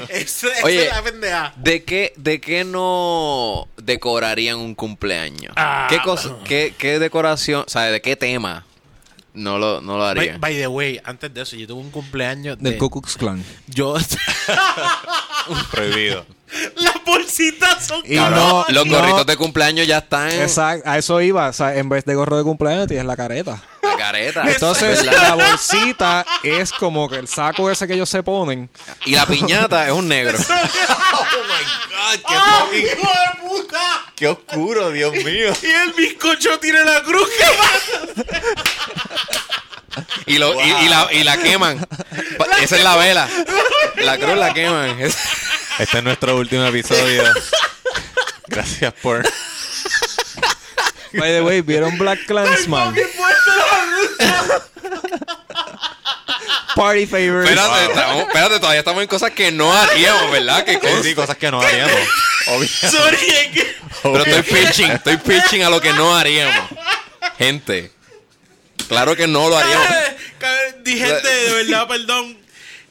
Speaker 2: Esa esa
Speaker 1: Oye.
Speaker 2: es la pendeja.
Speaker 1: ¿De qué, ¿De qué no decorarían un cumpleaños?
Speaker 2: Ah,
Speaker 1: ¿Qué, cosa, qué, ¿Qué decoración, o sea, de qué tema no lo, no lo
Speaker 2: By,
Speaker 1: harían?
Speaker 2: by the way, antes de eso, yo tuve un cumpleaños de,
Speaker 4: Del Ku Klux Klan.
Speaker 2: Yo.
Speaker 3: Prohibido.
Speaker 2: las bolsitas son
Speaker 4: Y
Speaker 2: cabrón.
Speaker 4: no-
Speaker 1: Los gorritos de cumpleaños ya están
Speaker 2: Eh,
Speaker 1: en
Speaker 4: Exacto, a eso iba. O sea, en vez de gorro de cumpleaños tienes la careta.
Speaker 1: la careta.
Speaker 4: Entonces,
Speaker 1: ¿verdad?
Speaker 4: la bolsita es como que el saco ese que ellos se ponen.
Speaker 1: Y la piñata es un negro.
Speaker 2: ¡Ah, hijo de puta!
Speaker 3: ¡Qué oscuro, Dios mío!
Speaker 2: Y el bizcocho tiene la cruz que va.
Speaker 1: Y, lo, y, y la, y la queman. Pa- Esa es la vela. La cruz la queman. Es-
Speaker 3: Este es nuestro último episodio. Gracias por.
Speaker 4: By the way, ¿vieron Black Clansman? Party favor.
Speaker 1: Espérate, estamos- espérate, todavía estamos en cosas que no haríamos, ¿verdad? Que
Speaker 3: Sí,
Speaker 1: cosas.
Speaker 3: cosas que no haríamos. Obvio.
Speaker 2: Sorry, es que-
Speaker 1: Pero estoy pitching, estoy pitching a lo que no haríamos. Gente, claro que no lo haríamos.
Speaker 2: Cabe- Di gente, de verdad, perdón.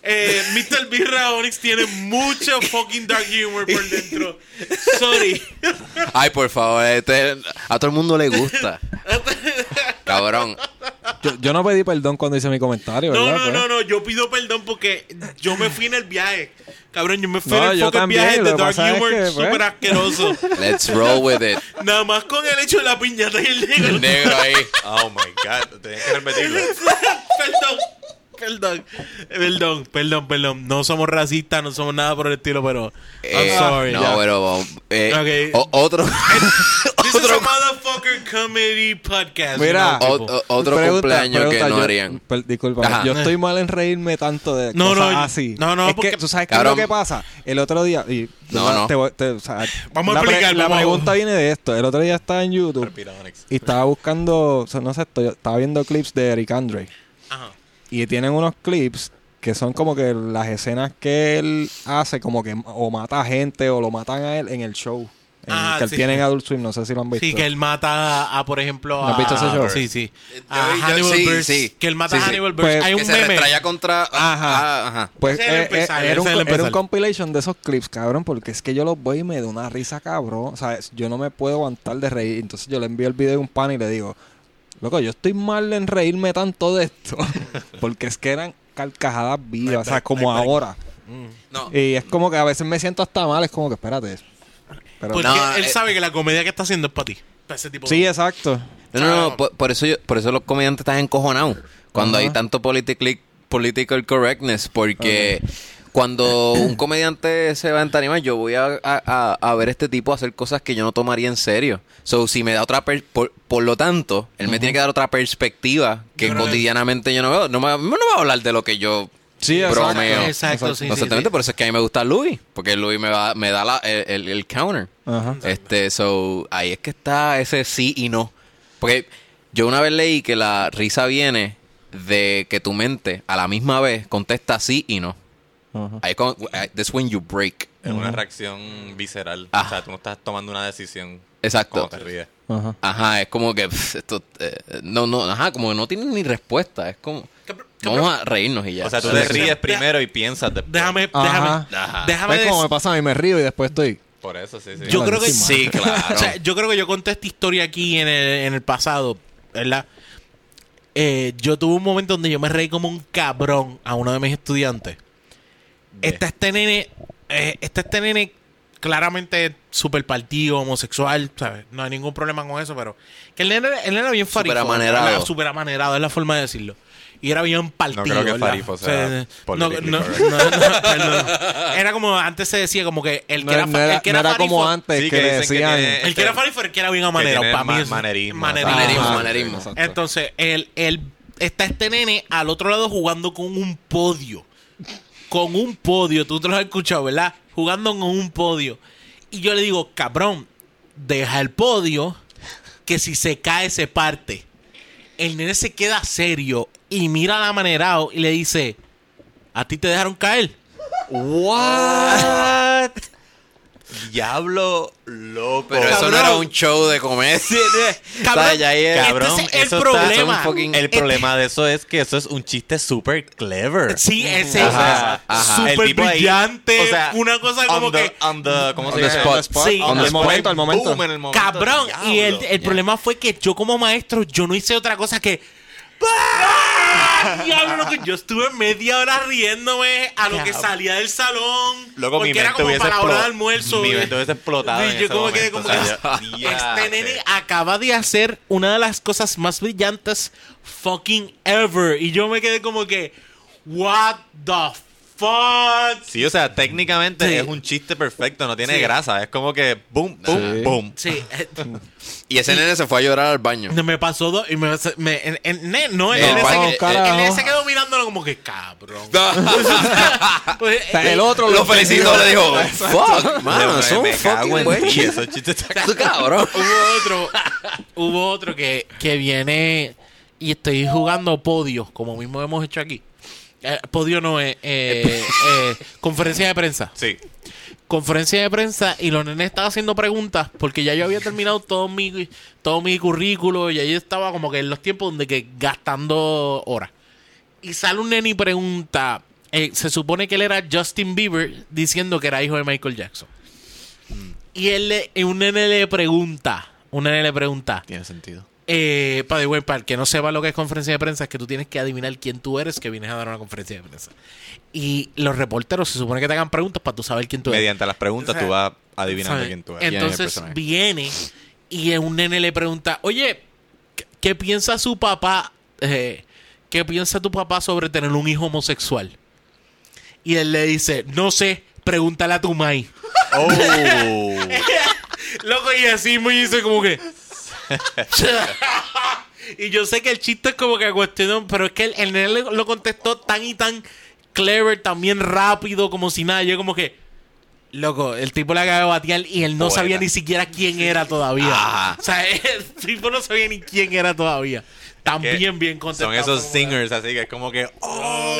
Speaker 2: Eh, Mr. Birra Onyx tiene mucho fucking dark humor por dentro. Sorry.
Speaker 1: Ay, por favor, este- a todo el mundo le gusta. Cabrón.
Speaker 4: Yo, yo no pedí perdón cuando hice mi comentario,
Speaker 2: No,
Speaker 4: ¿verdad?
Speaker 2: no,
Speaker 4: pues?
Speaker 2: no, no. Yo pido perdón porque yo me fui en el viaje. Cabrón, yo me fui
Speaker 4: No,
Speaker 2: en el
Speaker 4: yo
Speaker 2: fucking
Speaker 4: también,
Speaker 2: viaje
Speaker 4: lo
Speaker 2: de
Speaker 4: que
Speaker 2: dark
Speaker 4: pasa es
Speaker 2: humor
Speaker 4: que, pues.
Speaker 2: súper asqueroso.
Speaker 1: Let's roll with it.
Speaker 2: Nada más con el hecho de la piñata y el negro.
Speaker 1: El negro ahí.
Speaker 3: Oh my god, tenías que repetirlo.
Speaker 2: perdón. Perdón, perdón, perdón, perdón. No somos racistas, no somos nada por el estilo, pero. I'm
Speaker 1: Eh,
Speaker 2: sorry.
Speaker 1: no,
Speaker 2: Ya.
Speaker 1: pero eh,
Speaker 2: Ok.
Speaker 1: o- otro
Speaker 2: This is a motherfucker comedy podcast.
Speaker 4: Mira. Oh,
Speaker 2: ¿no?
Speaker 1: o- o- otro
Speaker 4: Pregunta,
Speaker 1: cumpleaños
Speaker 4: pregunta,
Speaker 1: que no
Speaker 4: yo-
Speaker 1: harían.
Speaker 4: per- disculpa,
Speaker 1: Ajá.
Speaker 4: yo estoy mal en reírme tanto de
Speaker 2: No,
Speaker 4: cosas
Speaker 2: no,
Speaker 4: así.
Speaker 2: no, no,
Speaker 4: es
Speaker 2: porque-
Speaker 4: que tú sabes qué
Speaker 1: Cabrón.
Speaker 4: es lo que pasa. El otro día y
Speaker 1: No, no.
Speaker 4: te voy- te- o sea,
Speaker 2: Vamos a
Speaker 4: la pre-
Speaker 2: explicar,
Speaker 4: La
Speaker 2: vamos a-
Speaker 4: pregunta viene de esto. El otro día estaba en YouTube y estaba buscando, o sea, no sé, estoy- estaba viendo clips de Eric Andre
Speaker 2: Ajá.
Speaker 4: y tienen unos clips que son como que las escenas que él hace como que o mata gente o lo matan a él en el show. En-
Speaker 2: Ah,
Speaker 4: que él
Speaker 2: sí.
Speaker 4: tiene en Adult Swim, no sé si lo han visto.
Speaker 2: Sí, que él mata a, a, por ejemplo, a.
Speaker 4: ¿No has visto ese show?
Speaker 2: Sí, sí.
Speaker 1: Eh, Yo-
Speaker 2: A
Speaker 1: yo-
Speaker 2: Hannibal
Speaker 1: sí,
Speaker 2: Buress.
Speaker 1: sí.
Speaker 2: Que él mata
Speaker 1: Sí,
Speaker 2: a
Speaker 1: sí.
Speaker 2: Hannibal Buress.
Speaker 4: Pues,
Speaker 2: Hay
Speaker 1: Que
Speaker 2: un
Speaker 1: se
Speaker 2: meme.
Speaker 1: retraya contra
Speaker 4: Ajá.
Speaker 1: Ah, ajá.
Speaker 4: Pues
Speaker 2: Ese era el
Speaker 4: eh, eh,
Speaker 2: empezar,
Speaker 4: era,
Speaker 2: ese
Speaker 4: un,
Speaker 2: era el
Speaker 4: era un
Speaker 2: empezar.
Speaker 4: compilation de esos clips, cabrón, porque es que yo los voy y me da una risa, cabrón. O sea, es- yo no me puedo aguantar de reír. Entonces yo le envío el video a un pan y le digo, loco, yo estoy mal en reírme tanto de esto. porque es que eran carcajadas vivas, o sea, como ahora.
Speaker 1: No.
Speaker 4: Y es como que a veces me siento hasta mal, es como que espérate. Pero,
Speaker 2: Porque
Speaker 1: No,
Speaker 2: él
Speaker 1: eh.
Speaker 2: sabe que la comedia que está haciendo es para ti. Para ese tipo
Speaker 4: sí,
Speaker 2: de-
Speaker 4: exacto.
Speaker 1: No, no, no, por, por eso yo- por eso los comediantes están encojonados cuando hay tanto politically- political correctness, porque cuando un comediante se va a entarima, yo voy a, a- a- a ver este tipo hacer cosas que yo no tomaría en serio. So, si me da otra per- por, por lo tanto, él me tiene que dar otra perspectiva que
Speaker 2: creo que-
Speaker 1: cotidianamente yo no veo. No me, no me va a hablar de lo que yo
Speaker 4: Sí, exacto.
Speaker 1: bromeo.
Speaker 2: Exacto, sí, sí,
Speaker 1: Constantemente,
Speaker 2: sí.
Speaker 1: por eso es que a mí me gusta Louis, porque Louis me, va, me da la- el, el- el counter.
Speaker 4: Ajá.
Speaker 1: Este, so, ahí es que está ese sí y no. Porque yo una vez leí que la risa viene de que tu mente a la misma vez contesta sí y no.
Speaker 4: Ajá.
Speaker 1: Ahí con, ahí- that's when you break.
Speaker 3: Es una reacción visceral.
Speaker 1: Ah.
Speaker 3: O sea, tú no estás tomando una decisión
Speaker 1: Exacto.
Speaker 3: cuando te ríes.
Speaker 4: Ajá.
Speaker 1: Ajá, es como que pff, esto eh, no no, ajá, como que no tiene ni respuesta, es como
Speaker 2: Cabr- cabr-
Speaker 1: vamos a reírnos y ya.
Speaker 3: O sea, tú
Speaker 1: Sí,
Speaker 3: te
Speaker 1: sí.
Speaker 3: ríes primero y piensas después.
Speaker 2: Déjame,
Speaker 4: Ajá.
Speaker 2: déjame.
Speaker 1: Ajá.
Speaker 2: Déjame
Speaker 4: ¿Ves cómo Pues me
Speaker 2: decir.
Speaker 4: pasa a mí? Me río y después estoy...
Speaker 3: Por eso, sí, sí.
Speaker 2: Yo creo que
Speaker 4: encima.
Speaker 1: Sí, claro.
Speaker 2: O sea, yo creo que yo conté esta historia aquí en el, en el pasado, ¿verdad? Eh, yo tuve un momento donde yo me reí como un cabrón a uno de mis estudiantes. Está este nene, eh, está este nene claramente super partido, homosexual, ¿sabes? No hay ningún problema con eso, pero... Que el nene, el nene era bien farifo.
Speaker 1: Superamanerado.
Speaker 2: ¿verdad? Superamanerado, es la forma de decirlo. Y era bien partido.
Speaker 3: No creo que
Speaker 2: ¿verdad?
Speaker 3: farifo
Speaker 2: O sea,
Speaker 3: sea
Speaker 2: no, no,
Speaker 3: politically
Speaker 2: no,
Speaker 3: correct.
Speaker 2: no, no, perdón. Era como... Antes se decía como que el que
Speaker 4: No,
Speaker 2: era,
Speaker 4: era,
Speaker 2: fa-
Speaker 4: no era-
Speaker 2: el que
Speaker 4: no
Speaker 2: era
Speaker 4: era como
Speaker 2: farifo-
Speaker 4: antes
Speaker 3: Sí,
Speaker 4: que,
Speaker 3: que
Speaker 4: le
Speaker 3: dicen que
Speaker 4: decían...
Speaker 3: tiene-
Speaker 2: el que era
Speaker 3: Este-
Speaker 2: Farifo el que era bien amanerado.
Speaker 3: tiene
Speaker 2: Para mí
Speaker 3: ma-
Speaker 2: es
Speaker 3: manerismo,
Speaker 2: manerismo.
Speaker 1: manerismo,
Speaker 2: Ajá.
Speaker 1: manerismo.
Speaker 4: exacto.
Speaker 2: Entonces, él, él- está este nene al otro lado jugando con un podio. Con un podio. Tú te lo has escuchado, ¿verdad? Jugando con un podio. Y yo le digo, cabrón, deja el podio que si se cae se parte. El nene se queda serio y mira al amanerado y le dice, ¿a ti te dejaron caer?
Speaker 3: What? Diablo loco.
Speaker 1: Pero eso no
Speaker 2: Cabrón.
Speaker 1: era un show de comedia.
Speaker 2: Cabrón,
Speaker 1: Vaya, ahí es-
Speaker 2: este
Speaker 3: Cabrón,
Speaker 2: es el
Speaker 3: eso está-
Speaker 2: problema.
Speaker 1: son fucking-
Speaker 3: el problema de eso es que eso es un chiste súper clever.
Speaker 2: Sí, ese
Speaker 3: Ajá,
Speaker 2: es
Speaker 3: ajá. El
Speaker 2: súper
Speaker 3: tipo ahí,
Speaker 2: brillante.
Speaker 3: o sea,
Speaker 2: una cosa como
Speaker 3: on the-
Speaker 2: que.
Speaker 3: on the- ¿Cómo
Speaker 1: On
Speaker 3: se
Speaker 1: the
Speaker 3: dice?
Speaker 1: spot.
Speaker 2: Sí,
Speaker 3: On
Speaker 2: no,
Speaker 3: the
Speaker 4: el
Speaker 3: spot.
Speaker 4: momento, el momento.
Speaker 3: Boom, en el momento.
Speaker 2: cabrón. Y el,
Speaker 3: Diablo.
Speaker 2: el problema fue que yo, como maestro, yo no hice otra cosa que. ¡Ah! Diablo, loco, yo estuve media hora riéndome a lo que salía del salón.
Speaker 3: Luego mi
Speaker 2: porque era
Speaker 3: mente
Speaker 2: como
Speaker 3: hubiese
Speaker 2: para la hora de
Speaker 3: explo-
Speaker 2: almuerzo.
Speaker 3: Mi mente hubiese explotado.
Speaker 2: Y yo como que, como que,
Speaker 3: ah,
Speaker 2: este nene acaba de hacer una de las cosas más brillantes fucking ever. Y yo me quedé como que, what the fuck?
Speaker 3: Sí, o sea, técnicamente
Speaker 2: Sí.
Speaker 3: es un chiste perfecto, no tiene
Speaker 2: Sí.
Speaker 3: grasa, es como que boom, boom,
Speaker 4: Sí.
Speaker 3: boom.
Speaker 2: Sí, eh,
Speaker 1: Y ese nene se fue a llorar al baño.
Speaker 2: no, me pasó dos y me, me- en- en- ne- no, el
Speaker 1: Eh,
Speaker 2: nene
Speaker 1: vamos,
Speaker 2: se,
Speaker 4: carajo.
Speaker 2: el nene se quedó mirándolo como que cabrón. Pues, eh,
Speaker 4: El otro
Speaker 1: Lo felicitó,
Speaker 4: felicito
Speaker 1: le dijo, fuck, mano,
Speaker 3: Dios,
Speaker 1: son
Speaker 3: me cago
Speaker 1: fucking
Speaker 3: en
Speaker 1: buen
Speaker 3: ti,
Speaker 1: chiste.
Speaker 3: esos chistes están-
Speaker 1: Tú, cabrón.
Speaker 2: hubo otro, hubo otro que, que viene y estoy jugando podios, como mismo hemos hecho aquí. Eh, podio no es eh, eh, conferencia de eh, prensa.
Speaker 3: Sí.
Speaker 2: conferencia de prensa y los nenes estaban haciendo preguntas porque ya yo había terminado todo mi, todo mi currículo y ahí estaba como que en los tiempos donde que gastando horas. Y sale un nene y pregunta, eh, se supone que él era Justin Bieber diciendo que era hijo de Michael Jackson. Y él le- y un nene le pregunta, un nene le pregunta,
Speaker 3: Tiene sentido.
Speaker 2: eh, para, de, para el que no sepa lo que es conferencia de prensa, es que tú tienes que adivinar quién tú eres que vienes a dar una conferencia de prensa. Y los reporteros se supone que te hagan preguntas para tú saber quién tú eres.
Speaker 3: Mediante las preguntas
Speaker 2: O sea,
Speaker 3: tú vas adivinando
Speaker 2: ¿sabes?
Speaker 3: quién tú eres. quién es
Speaker 2: Entonces
Speaker 3: el personaje.
Speaker 2: viene y un nene le pregunta, oye, ¿qué, qué piensa su papá? eh, ¿Qué piensa tu papá sobre tener un hijo homosexual? Y él le dice, no sé, pregúntale a tu mai.
Speaker 3: Oh.
Speaker 2: Loco, y así me hizo como que... y yo sé que el chiste es como que cuestionó, pero es que el, el nene le- lo contestó tan y tan clever, también rápido, como si nada. Yo como que... Loco, el tipo le acaba de batear y él no
Speaker 3: Poeta.
Speaker 2: sabía ni siquiera quién era todavía.
Speaker 3: Ah.
Speaker 2: O sea, el tipo no sabía ni quién era todavía. Tan
Speaker 3: Que
Speaker 2: bien, bien contestado.
Speaker 3: Son esos
Speaker 2: como-
Speaker 3: singers, así que es como que. ¡Oh!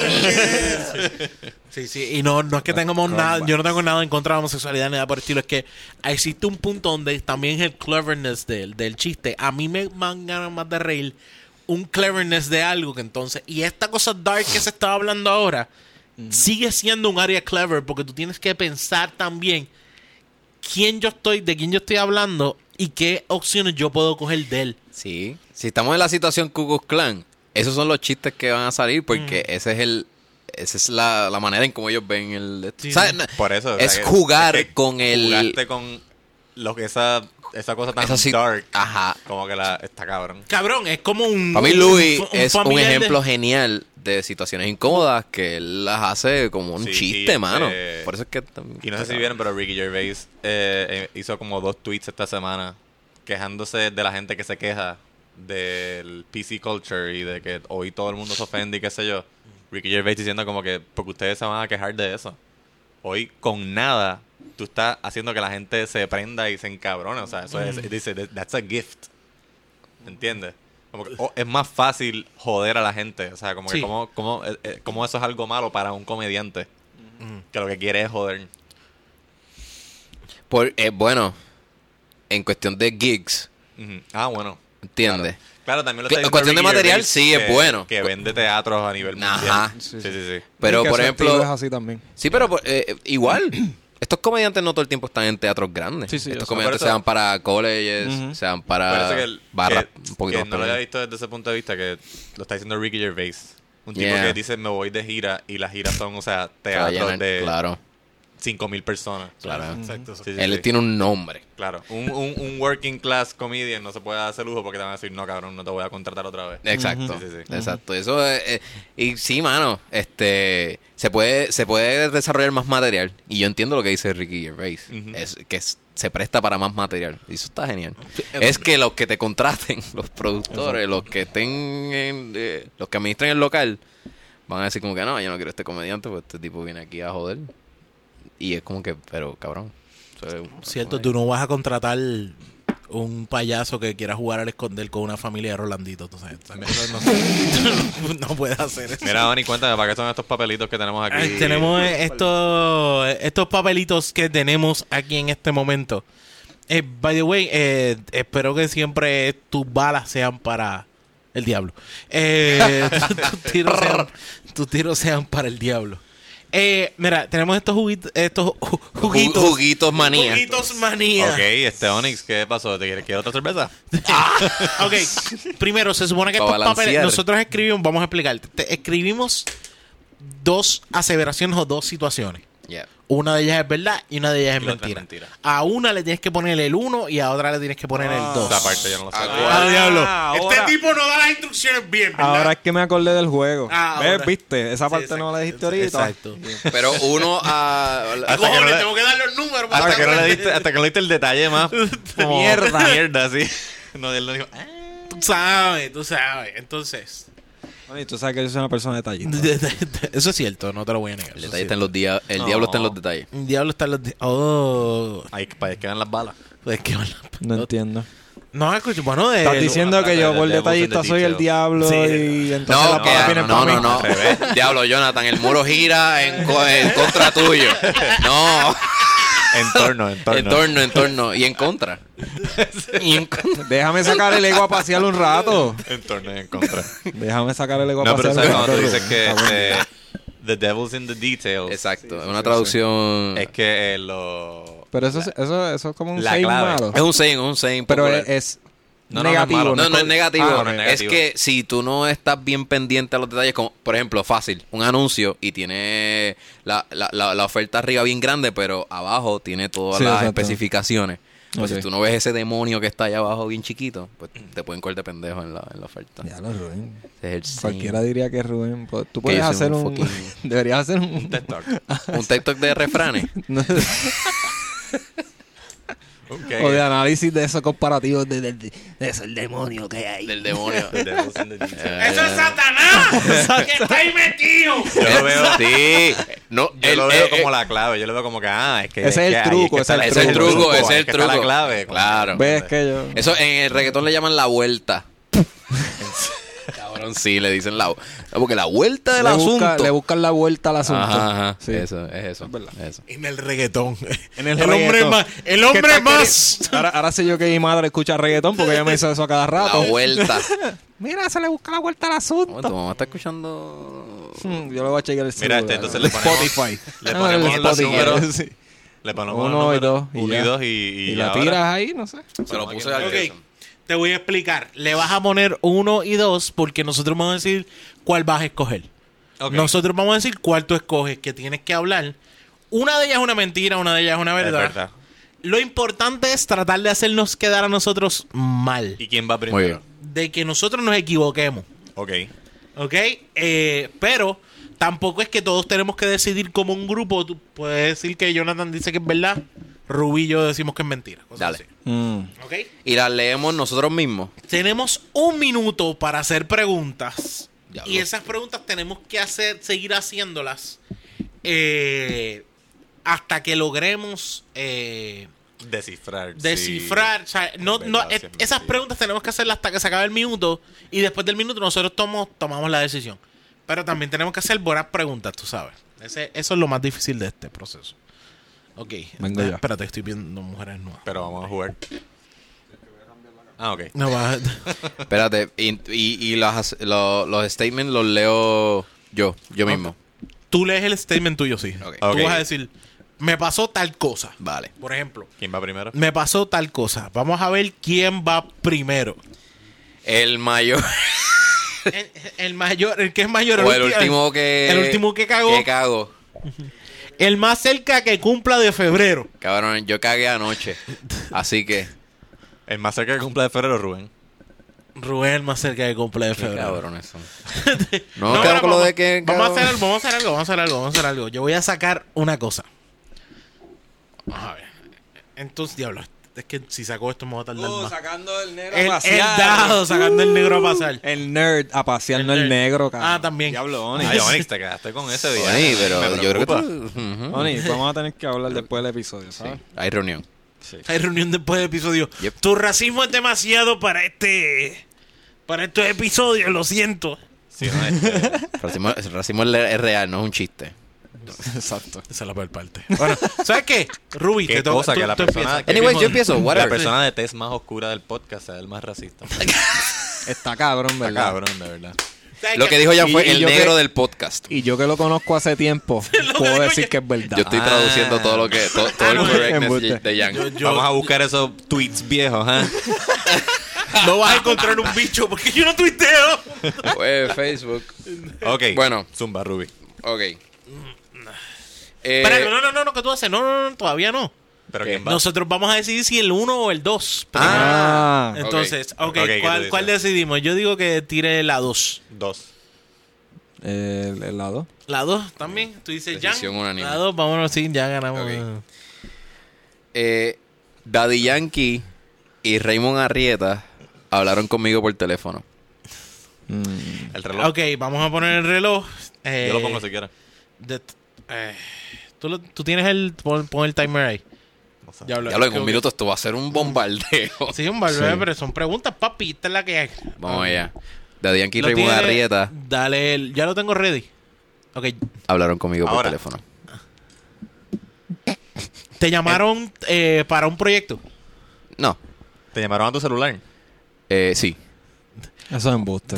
Speaker 2: Sí, sí, y no, no es que tengamos nada, yo no tengo nada en contra de la homosexualidad ni nada por el estilo, es que existe un punto donde también el cleverness del, del chiste, a mí me man- ganan más de reír un cleverness de algo que entonces, y esta cosa dark que se está hablando ahora, sigue siendo un área clever porque tú tienes que pensar también quién yo estoy, de quién yo estoy hablando y qué opciones yo puedo coger de él.
Speaker 5: Sí.
Speaker 1: Si estamos en la situación Ku Klux Klan, esos son los chistes que van a salir
Speaker 2: Mm.
Speaker 1: porque ese es el esa es la, la manera en cómo ellos ven el
Speaker 2: Sí,
Speaker 1: ¿sabes?
Speaker 2: sí.
Speaker 1: No,
Speaker 3: Por eso. o sea,
Speaker 1: es
Speaker 3: que-
Speaker 1: jugar
Speaker 3: es que
Speaker 1: con el
Speaker 3: Jugaste con lo que esa, esa cosa tan
Speaker 1: esa si-
Speaker 3: dark.
Speaker 1: Ajá.
Speaker 3: Como que la. Está cabrón.
Speaker 2: Cabrón, es como un...
Speaker 1: Para mí
Speaker 2: un-
Speaker 1: Louis
Speaker 2: un
Speaker 1: es un
Speaker 2: familiar de-
Speaker 1: ejemplo genial de situaciones incómodas que él las hace como un
Speaker 3: Sí,
Speaker 1: chiste,
Speaker 3: este,
Speaker 1: mano. Por eso es que también-
Speaker 3: Y no sé si vieron, pero Ricky Gervais eh, eh, hizo como dos tweets esta semana quejándose de la gente que se queja del PC culture y de que hoy todo el mundo se ofende y qué sé yo. Ricky Gervais diciendo como que porque ustedes se van a quejar de eso. Hoy con nada tú estás haciendo que la gente se prenda y se encabrone, o sea, eso es dice that's a gift. ¿Entiendes? Como que, oh, es más fácil joder a la gente, o sea, como que
Speaker 2: Sí.
Speaker 3: como, como, eh, eh, como eso es algo malo para un comediante que lo que quiere es joder.
Speaker 1: Por- eh, bueno, en cuestión de gigs,
Speaker 3: Ujú. Ah, bueno.
Speaker 1: ¿entiendes?
Speaker 3: Claro, también lo
Speaker 1: Que-
Speaker 3: está
Speaker 1: en
Speaker 3: diciendo
Speaker 1: cuestión de
Speaker 3: Ricky
Speaker 1: material,
Speaker 3: Gervais,
Speaker 1: sí, es
Speaker 3: que-
Speaker 1: bueno.
Speaker 3: Que vende teatros a nivel mundial.
Speaker 1: Ajá.
Speaker 3: Sí, sí, sí.
Speaker 1: Pero
Speaker 4: Y que
Speaker 1: por
Speaker 4: su estilo es
Speaker 1: ejemplo,
Speaker 4: así también.
Speaker 1: sí, pero por- eh, eh, igual estos comediantes no todo el tiempo están en teatros grandes.
Speaker 4: Sí, sí, yo
Speaker 1: estos
Speaker 4: sé.
Speaker 1: comediantes
Speaker 3: Por
Speaker 1: se
Speaker 3: eso-
Speaker 1: van para colleges,
Speaker 4: Ujú.
Speaker 1: se van
Speaker 3: Parece
Speaker 1: para
Speaker 3: que, el-
Speaker 1: barras
Speaker 3: que-
Speaker 1: Ah, un poquito
Speaker 3: que
Speaker 1: más
Speaker 3: no lo había
Speaker 1: pequeñas.
Speaker 3: visto desde ese punto de vista que lo está diciendo Ricky Gervais. Un tipo
Speaker 1: Yeah.
Speaker 3: que dice, me voy de gira y las giras son, o
Speaker 1: Se va
Speaker 3: sea,
Speaker 1: a
Speaker 3: teatros
Speaker 1: llenar,
Speaker 3: de
Speaker 1: Claro,
Speaker 3: 5.000 personas.
Speaker 1: claro.
Speaker 2: Exacto.
Speaker 3: Sí, sí,
Speaker 1: Él
Speaker 3: sí.
Speaker 1: tiene un nombre.
Speaker 3: Claro. Un, un- un working class comedian no se puede hacer lujo porque te van a decir, no, cabrón, no te voy a contratar otra vez.
Speaker 1: Exacto,
Speaker 3: Sí, sí, sí.
Speaker 1: exacto. Eso es, eh, y sí, mano, este se puede se puede desarrollar más material y yo entiendo lo que dice Ricky Gervais,
Speaker 3: Ujú.
Speaker 1: es que s- se presta para más material y eso está genial. Es que los que te contraten, los productores, los que estén en, eh, los que administren el local van a decir como que no, yo no quiero este comediante porque este tipo viene aquí a joder. Y es como que, pero cabrón. eso es-
Speaker 2: Cierto, tú no vas a contratar un payaso que quiera jugar al esconder con una familia de Rolandito. Tú sabes, esas cosas no, no puedes hacer eso.
Speaker 3: Mira, Dani, cuéntame, ¿para qué son estos papelitos que tenemos aquí?
Speaker 2: Ay, Eh, tenemos estos, estos papelitos que tenemos aquí en este momento. Eh, by the way, eh, espero que siempre tus balas sean para el diablo. Eh, tu- tus tiros sean- tus tiros sean para el diablo. Eh, mira, tenemos estos, juguit- estos ju-
Speaker 1: Ju-
Speaker 2: juguitos.
Speaker 1: Juguitos manía.
Speaker 2: Juguitos manía.
Speaker 3: Ok, este Onyx, ¿qué pasó? ¿Te quieres, quieres otra cerveza?
Speaker 2: Ok, primero se supone que
Speaker 1: Para
Speaker 2: estos papeles
Speaker 1: balancear.
Speaker 2: nosotros escribimos, vamos a explicarte, te- escribimos dos aseveraciones o dos situaciones.
Speaker 1: Yeah.
Speaker 2: Una de ellas es verdad y una de ellas es
Speaker 3: Y la otra es
Speaker 2: mentira.
Speaker 3: mentira. Ah,
Speaker 2: A una le tienes que poner el 1 y a otra le tienes que poner el 2.
Speaker 3: Esa parte yo no lo sé.
Speaker 1: Acuérdate.
Speaker 4: ahora-
Speaker 2: Este tipo no da las instrucciones bien,
Speaker 4: Ahora es que me acordé del juego.
Speaker 2: Ah,
Speaker 4: ¿Ves?
Speaker 2: ahora.
Speaker 4: ¿Viste? Esa
Speaker 2: Sí,
Speaker 4: parte
Speaker 2: exacto.
Speaker 4: no la dijiste ahorita.
Speaker 2: Exacto.
Speaker 1: Pero uno a
Speaker 3: Hasta que no le-
Speaker 2: que dar los números.
Speaker 3: Hasta que no le diste, hasta que no le diste el detalle más. como
Speaker 4: Mierda.
Speaker 3: Mierda, sí. No, él no dijo. "Ah".
Speaker 2: Tú sabes, tú sabes. Entonces,
Speaker 4: Oye, tú sabes que yo soy una persona detallista.
Speaker 2: eso es cierto, no te lo voy a negar.
Speaker 1: El
Speaker 2: eso es
Speaker 1: detalle está en
Speaker 2: cierto.
Speaker 1: los días, el
Speaker 3: No.
Speaker 1: diablo está en los detalles.
Speaker 2: El Diablo está en los... di- Oh,
Speaker 3: Ahí para allá quedan las balas.
Speaker 2: pues qué mala-
Speaker 4: No entiendo.
Speaker 2: Eh, No, escucha, bueno, de...
Speaker 4: Estás diciendo que yo
Speaker 3: de-
Speaker 4: por
Speaker 3: de
Speaker 4: detallista
Speaker 3: voces de
Speaker 4: soy el
Speaker 3: detail.
Speaker 4: diablo
Speaker 2: Sí.
Speaker 4: y entonces
Speaker 1: No,
Speaker 4: las
Speaker 1: que-
Speaker 4: balas vienen
Speaker 1: no,
Speaker 4: para
Speaker 1: no,
Speaker 4: mí.
Speaker 1: no.
Speaker 3: Al revés.
Speaker 1: Diablo, Jonathan, el muro gira en, co- en contra tuyo. No.
Speaker 3: Entorno, entorno.
Speaker 1: En torno, en torno. Y en contra. Y en contra.
Speaker 4: Déjame sacar el ego a pasear un rato.
Speaker 3: Entorno y en contra.
Speaker 4: Déjame sacar el ego a
Speaker 3: No, pero
Speaker 4: pasear
Speaker 3: ¿sabes
Speaker 4: un rato.
Speaker 3: cuando tú dices que
Speaker 4: Cabrón.
Speaker 1: eh,
Speaker 3: este, The Devil's in the Details?
Speaker 1: Exacto. es una traducción.
Speaker 3: Es que eh, lo...
Speaker 4: Pero eso, es- eso, eso es como un
Speaker 3: La
Speaker 4: saying
Speaker 3: clave.
Speaker 4: malo.
Speaker 1: Es un saying, un saying.
Speaker 4: Pero
Speaker 1: popular.
Speaker 4: es, es
Speaker 3: No, no, no es
Speaker 4: negativo.
Speaker 3: malo.
Speaker 1: No, no es
Speaker 4: co-
Speaker 1: negativo.
Speaker 3: Ah, no es
Speaker 1: es
Speaker 3: negativo.
Speaker 1: que si tú no estás bien pendiente a los detalles, como por ejemplo, fácil, un anuncio y tiene la, la- la- la oferta arriba bien grande, pero abajo tiene todas
Speaker 4: Sí,
Speaker 1: las
Speaker 4: exacto.
Speaker 1: especificaciones. Pues
Speaker 4: Ok.
Speaker 1: si tú no ves ese demonio que está allá abajo bien chiquito, pues te pueden coger de pendejo en la, en la oferta.
Speaker 4: Ya lo Rubén.
Speaker 1: Ese es el saying.
Speaker 4: Cualquiera diría que Rubén. po- Tú
Speaker 1: Que yo
Speaker 4: puedes
Speaker 1: soy
Speaker 4: hacer
Speaker 1: un
Speaker 4: un.
Speaker 1: fucking-
Speaker 4: Deberías hacer
Speaker 3: Un
Speaker 4: un.
Speaker 3: TED Talk.
Speaker 1: Un TikTok de refranes.
Speaker 4: o de
Speaker 3: Ok.
Speaker 4: análisis de esos comparativos de, de, de- de eso, el demonio que hay ahí.
Speaker 1: del demonio.
Speaker 3: The Devil's in the Details.
Speaker 1: Eh,
Speaker 2: Satanás! ¡Que está ahí metido!
Speaker 3: Yo lo veo...
Speaker 1: Sí. No,
Speaker 3: Yo
Speaker 1: el-
Speaker 3: lo veo
Speaker 1: eh,
Speaker 3: como
Speaker 1: eh,
Speaker 3: la clave, yo lo veo como que, ah, es que...
Speaker 4: Ese es el
Speaker 3: que ahí
Speaker 4: truco,
Speaker 3: que
Speaker 4: ese
Speaker 3: está la-
Speaker 1: ese es el truco, ese
Speaker 3: ahí
Speaker 1: es el
Speaker 3: que está
Speaker 1: truco.
Speaker 3: la clave. pues.
Speaker 1: Claro.
Speaker 4: ¿Ves que yo.?
Speaker 1: Eso en el reggaetón le llaman la vuelta. Cabrón, sí, le dicen la Porque la vuelta del
Speaker 4: le,
Speaker 1: asunto.
Speaker 4: busca- le buscan la vuelta al asunto.
Speaker 1: Ajá, ajá.
Speaker 4: Sí.
Speaker 1: Eso, es eso. eso.
Speaker 2: En el reggaetón.
Speaker 4: En el
Speaker 2: hombre
Speaker 4: reggaetón.
Speaker 2: más. El
Speaker 4: ¿Qué
Speaker 2: hombre
Speaker 4: tal que-
Speaker 2: más.
Speaker 4: Ahora, ahora sé yo que mi madre escucha reggaetón porque ella me hizo eso a cada
Speaker 1: La
Speaker 4: rato.
Speaker 1: vuelta.
Speaker 4: Mira, se le busca la vuelta al asunto.
Speaker 1: Bueno, tu mamá está escuchando.
Speaker 4: Hmm, Yo lo voy a chequear el
Speaker 3: Mira,
Speaker 4: celular.
Speaker 3: este, entonces le ponemos...
Speaker 4: Spotify.
Speaker 3: Le
Speaker 4: Ah,
Speaker 3: ponemos
Speaker 4: el
Speaker 3: los
Speaker 4: Spotify,
Speaker 3: números.
Speaker 4: sí.
Speaker 3: Le ponemos
Speaker 4: Uno y
Speaker 3: los números,
Speaker 4: dos.
Speaker 3: Uno y
Speaker 4: ya.
Speaker 3: dos y... Y,
Speaker 4: la
Speaker 3: ahora-
Speaker 4: tiras ahí, no sé.
Speaker 1: Se lo puse al
Speaker 2: Ok,
Speaker 1: Jason.
Speaker 2: Te voy a explicar. Le vas a poner uno y dos porque nosotros vamos a decir cuál vas a escoger.
Speaker 3: Ok.
Speaker 2: Nosotros vamos a decir cuál tú escoges, que tienes que hablar. Una de ellas es una mentira, una de ellas es una
Speaker 3: Es
Speaker 2: verdad.
Speaker 3: verdad.
Speaker 2: Lo importante es tratar de hacernos quedar a nosotros mal.
Speaker 3: ¿Y quién va primero?
Speaker 1: Muy bien.
Speaker 2: De que nosotros nos equivoquemos.
Speaker 3: Ok.
Speaker 2: ¿Ok? Eh, pero tampoco es que todos tenemos que decidir como un grupo. Tú puedes decir que Jonathan dice que es verdad, Rubí y yo decimos que es mentira. cosas
Speaker 1: Dale.
Speaker 2: así. ¿Ok?
Speaker 1: Y la leemos nosotros mismos.
Speaker 2: Tenemos un minuto para hacer preguntas.
Speaker 1: Diablo.
Speaker 2: Y esas preguntas tenemos que hacer, seguir haciéndolas eh, hasta que logremos eh,
Speaker 3: Descifrar. sí.
Speaker 2: descifrar. O sea, no,
Speaker 3: Es
Speaker 2: no,
Speaker 3: verdad,
Speaker 2: es-
Speaker 3: sí es
Speaker 2: esas
Speaker 3: mentira.
Speaker 2: preguntas tenemos que hacerlas hasta que se acabe el minuto. Y después del minuto nosotros tomamos, tomamos la decisión. Pero también tenemos que hacer buenas preguntas, tú sabes. Ese- eso es lo más difícil de este proceso. Ok. eh,
Speaker 4: Vengo yo.
Speaker 2: Espérate, estoy viendo mujeres nuevas.
Speaker 3: Pero vamos a jugar. Ah, ok.
Speaker 2: No, va-
Speaker 1: Espérate. Y, y, y las- lo- los statements los leo yo, yo mismo.
Speaker 2: Tú lees el statement tuyo, sí.
Speaker 1: Ok.
Speaker 3: Ok.
Speaker 2: Tú vas a decir, me pasó tal cosa.
Speaker 1: Vale.
Speaker 2: Por ejemplo,
Speaker 3: ¿Quién va primero?
Speaker 2: me pasó tal cosa. Vamos a ver quién va primero.
Speaker 1: El mayor.
Speaker 2: El, el mayor, el que es mayor.
Speaker 1: o el
Speaker 2: ulti-
Speaker 1: último que.
Speaker 2: El último que cagó.
Speaker 1: Que cago.
Speaker 2: el más cerca que cumpla de febrero.
Speaker 1: Cabrón, yo cagué anoche. Así que.
Speaker 3: El más cerca que cumple de febrero, Rubén.
Speaker 2: Rubén, el más cerca que cumpla de
Speaker 1: Qué
Speaker 2: febrero.
Speaker 1: cabrones son. No,
Speaker 2: No,
Speaker 1: claro,
Speaker 2: mira,
Speaker 1: con lo
Speaker 2: vamos-
Speaker 1: de que.
Speaker 2: Vamos a hacer
Speaker 1: cabrón.
Speaker 2: algo, vamos a hacer algo, vamos a hacer algo, vamos a hacer algo. Yo voy a sacar una cosa. Vamos a ver. Entonces, diablo, es que si saco esto me voy a tardar
Speaker 1: Oh,
Speaker 2: más.
Speaker 4: sacando el negro
Speaker 2: El, el dado, sacando el negro a pasar.
Speaker 4: El nerd a pasear, no
Speaker 2: nerd.
Speaker 4: el negro, cabrón.
Speaker 2: Ah, también.
Speaker 4: Diablo, Oni.
Speaker 3: Ay, Onyx, te quedaste con ese día.
Speaker 1: Sí, pero
Speaker 3: Me
Speaker 1: yo creo que.
Speaker 3: preocupa.
Speaker 1: tú- Ujú.
Speaker 4: Oni, vamos a tener que hablar después del episodio, ¿sabes?
Speaker 1: Hay reunión.
Speaker 2: Hay reunión después del episodio.
Speaker 1: Yep.
Speaker 2: Tu racismo es demasiado para este. Para estos episodios, lo siento.
Speaker 3: Sí, no, este,
Speaker 1: El racismo, el racismo es le- es real, no es un chiste.
Speaker 4: Exacto.
Speaker 2: Esa es la peor parte. Bueno, ¿sabes qué? Ruby,
Speaker 3: Qué
Speaker 2: te toca.
Speaker 3: cosa
Speaker 2: tú-
Speaker 3: que la
Speaker 2: tú
Speaker 3: persona-
Speaker 2: empiezas.
Speaker 3: que
Speaker 1: Anyway,
Speaker 3: mismo-
Speaker 1: yo empiezo.
Speaker 3: la
Speaker 1: Whatever.
Speaker 3: persona de test más oscura del podcast es el más racista.
Speaker 4: Está cabrón, ¿verdad?
Speaker 3: Cabrón, de verdad.
Speaker 2: ¿Sabes
Speaker 1: Lo
Speaker 2: qué?
Speaker 1: que dijo ya
Speaker 4: Y-
Speaker 1: fue
Speaker 4: y
Speaker 1: el
Speaker 4: yo
Speaker 1: negro
Speaker 4: que-
Speaker 1: del podcast.
Speaker 4: Y yo que lo conozco hace tiempo, puedo decir que es verdad.
Speaker 1: Yo estoy
Speaker 3: Ah.
Speaker 1: traduciendo todo lo que. to- todo el
Speaker 2: Ah, no,
Speaker 1: correctness
Speaker 4: embuste.
Speaker 1: de
Speaker 2: Yo-
Speaker 1: Yang.
Speaker 2: yo-
Speaker 3: Vamos a buscar esos tweets viejos, ¿ah?
Speaker 2: No vas a encontrar un bicho porque yo no tuiteo.
Speaker 1: Eh, Facebook.
Speaker 3: Ok.
Speaker 1: Bueno.
Speaker 3: Zumba, Ruby.
Speaker 1: Ok. Eh,
Speaker 2: Espérate, no, no, no, no, que tú haces. No, no, no, todavía no.
Speaker 3: Pero
Speaker 1: ¿Qué?
Speaker 3: ¿quién va?
Speaker 2: Nosotros vamos a decidir si el 1 o el 2.
Speaker 4: Ah,
Speaker 2: Entonces, ok,
Speaker 3: Ok, ¿qué tú
Speaker 2: ¿cuál,
Speaker 3: dices?
Speaker 2: cuál decidimos? Yo digo que tire la 2.
Speaker 3: Dos.
Speaker 4: el, el lado.
Speaker 2: La 2 también. Tú dices ya.
Speaker 1: Decisión unánime.
Speaker 2: La 2, vámonos, sí, ya ganamos.
Speaker 1: Ok. eh, Daddy Yankee y Raymond Arrieta hablaron conmigo por teléfono.
Speaker 4: Mm.
Speaker 3: El reloj.
Speaker 2: Ok, vamos a poner el reloj. Eh,
Speaker 3: Yo lo pongo si quieres.
Speaker 2: de- eh, tú, lo- tú tienes el. Pon, pon el timer ahí.
Speaker 3: No sé.
Speaker 2: hablo.
Speaker 1: Ya lo en
Speaker 2: Creo
Speaker 1: un
Speaker 2: que-
Speaker 1: minuto esto va a ser un bombardeo.
Speaker 2: Sí, un barbero,
Speaker 4: Sí.
Speaker 2: pero son preguntas, papi. Esta es la que hay.
Speaker 1: Vamos allá. Daddy Yankee y
Speaker 2: Lo
Speaker 1: Raymond
Speaker 2: tiene-
Speaker 1: Arrieta
Speaker 2: Dale, el- ya lo tengo ready. Ok,
Speaker 1: hablaron conmigo por
Speaker 3: Ahora.
Speaker 1: teléfono.
Speaker 2: ¿Te llamaron eh, para un proyecto?
Speaker 1: No.
Speaker 3: Te llamaron a tu celular.
Speaker 1: Eh, sí.
Speaker 4: Eso es embuste.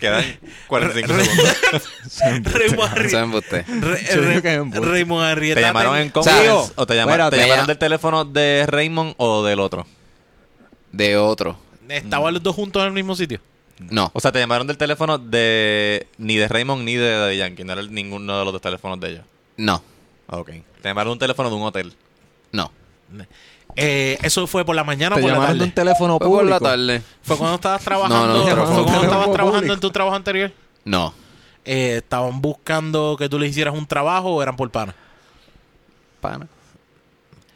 Speaker 3: Quedan 45 segundos.
Speaker 1: Eso es
Speaker 2: Raymond
Speaker 1: embuste.
Speaker 4: Yo digo que es embuste.
Speaker 3: ¿Te llamaron en
Speaker 1: sea,
Speaker 3: conference
Speaker 4: digo,
Speaker 3: o te, llama-
Speaker 4: espérate,
Speaker 3: te llamaron
Speaker 1: ya.
Speaker 3: del teléfono de Raymond o del otro?
Speaker 1: De otro.
Speaker 2: ¿Estaban los dos juntos en el mismo sitio?
Speaker 1: No.
Speaker 3: O sea, te llamaron del teléfono de ni de Raymond ni de Daddy Yankee. No era el- ninguno de los dos teléfonos de ellos.
Speaker 1: No.
Speaker 3: Ah, Ok. Te llamaron un teléfono de un hotel.
Speaker 1: No.
Speaker 2: Eh, ¿Eso fue por la mañana o
Speaker 4: Te
Speaker 2: por la
Speaker 4: llamaron de
Speaker 2: tarde?
Speaker 4: un teléfono
Speaker 1: Fue por
Speaker 4: público.
Speaker 1: la tarde.
Speaker 2: ¿Fue cuando estabas trabajando?
Speaker 1: no,
Speaker 2: ¿Fue
Speaker 1: trabajo
Speaker 2: cuando
Speaker 4: público.
Speaker 2: estabas trabajando en tu trabajo anterior?
Speaker 1: No.
Speaker 2: Eh, ¿Estaban buscando que tú les hicieras un trabajo o eran por pana?
Speaker 1: Pana.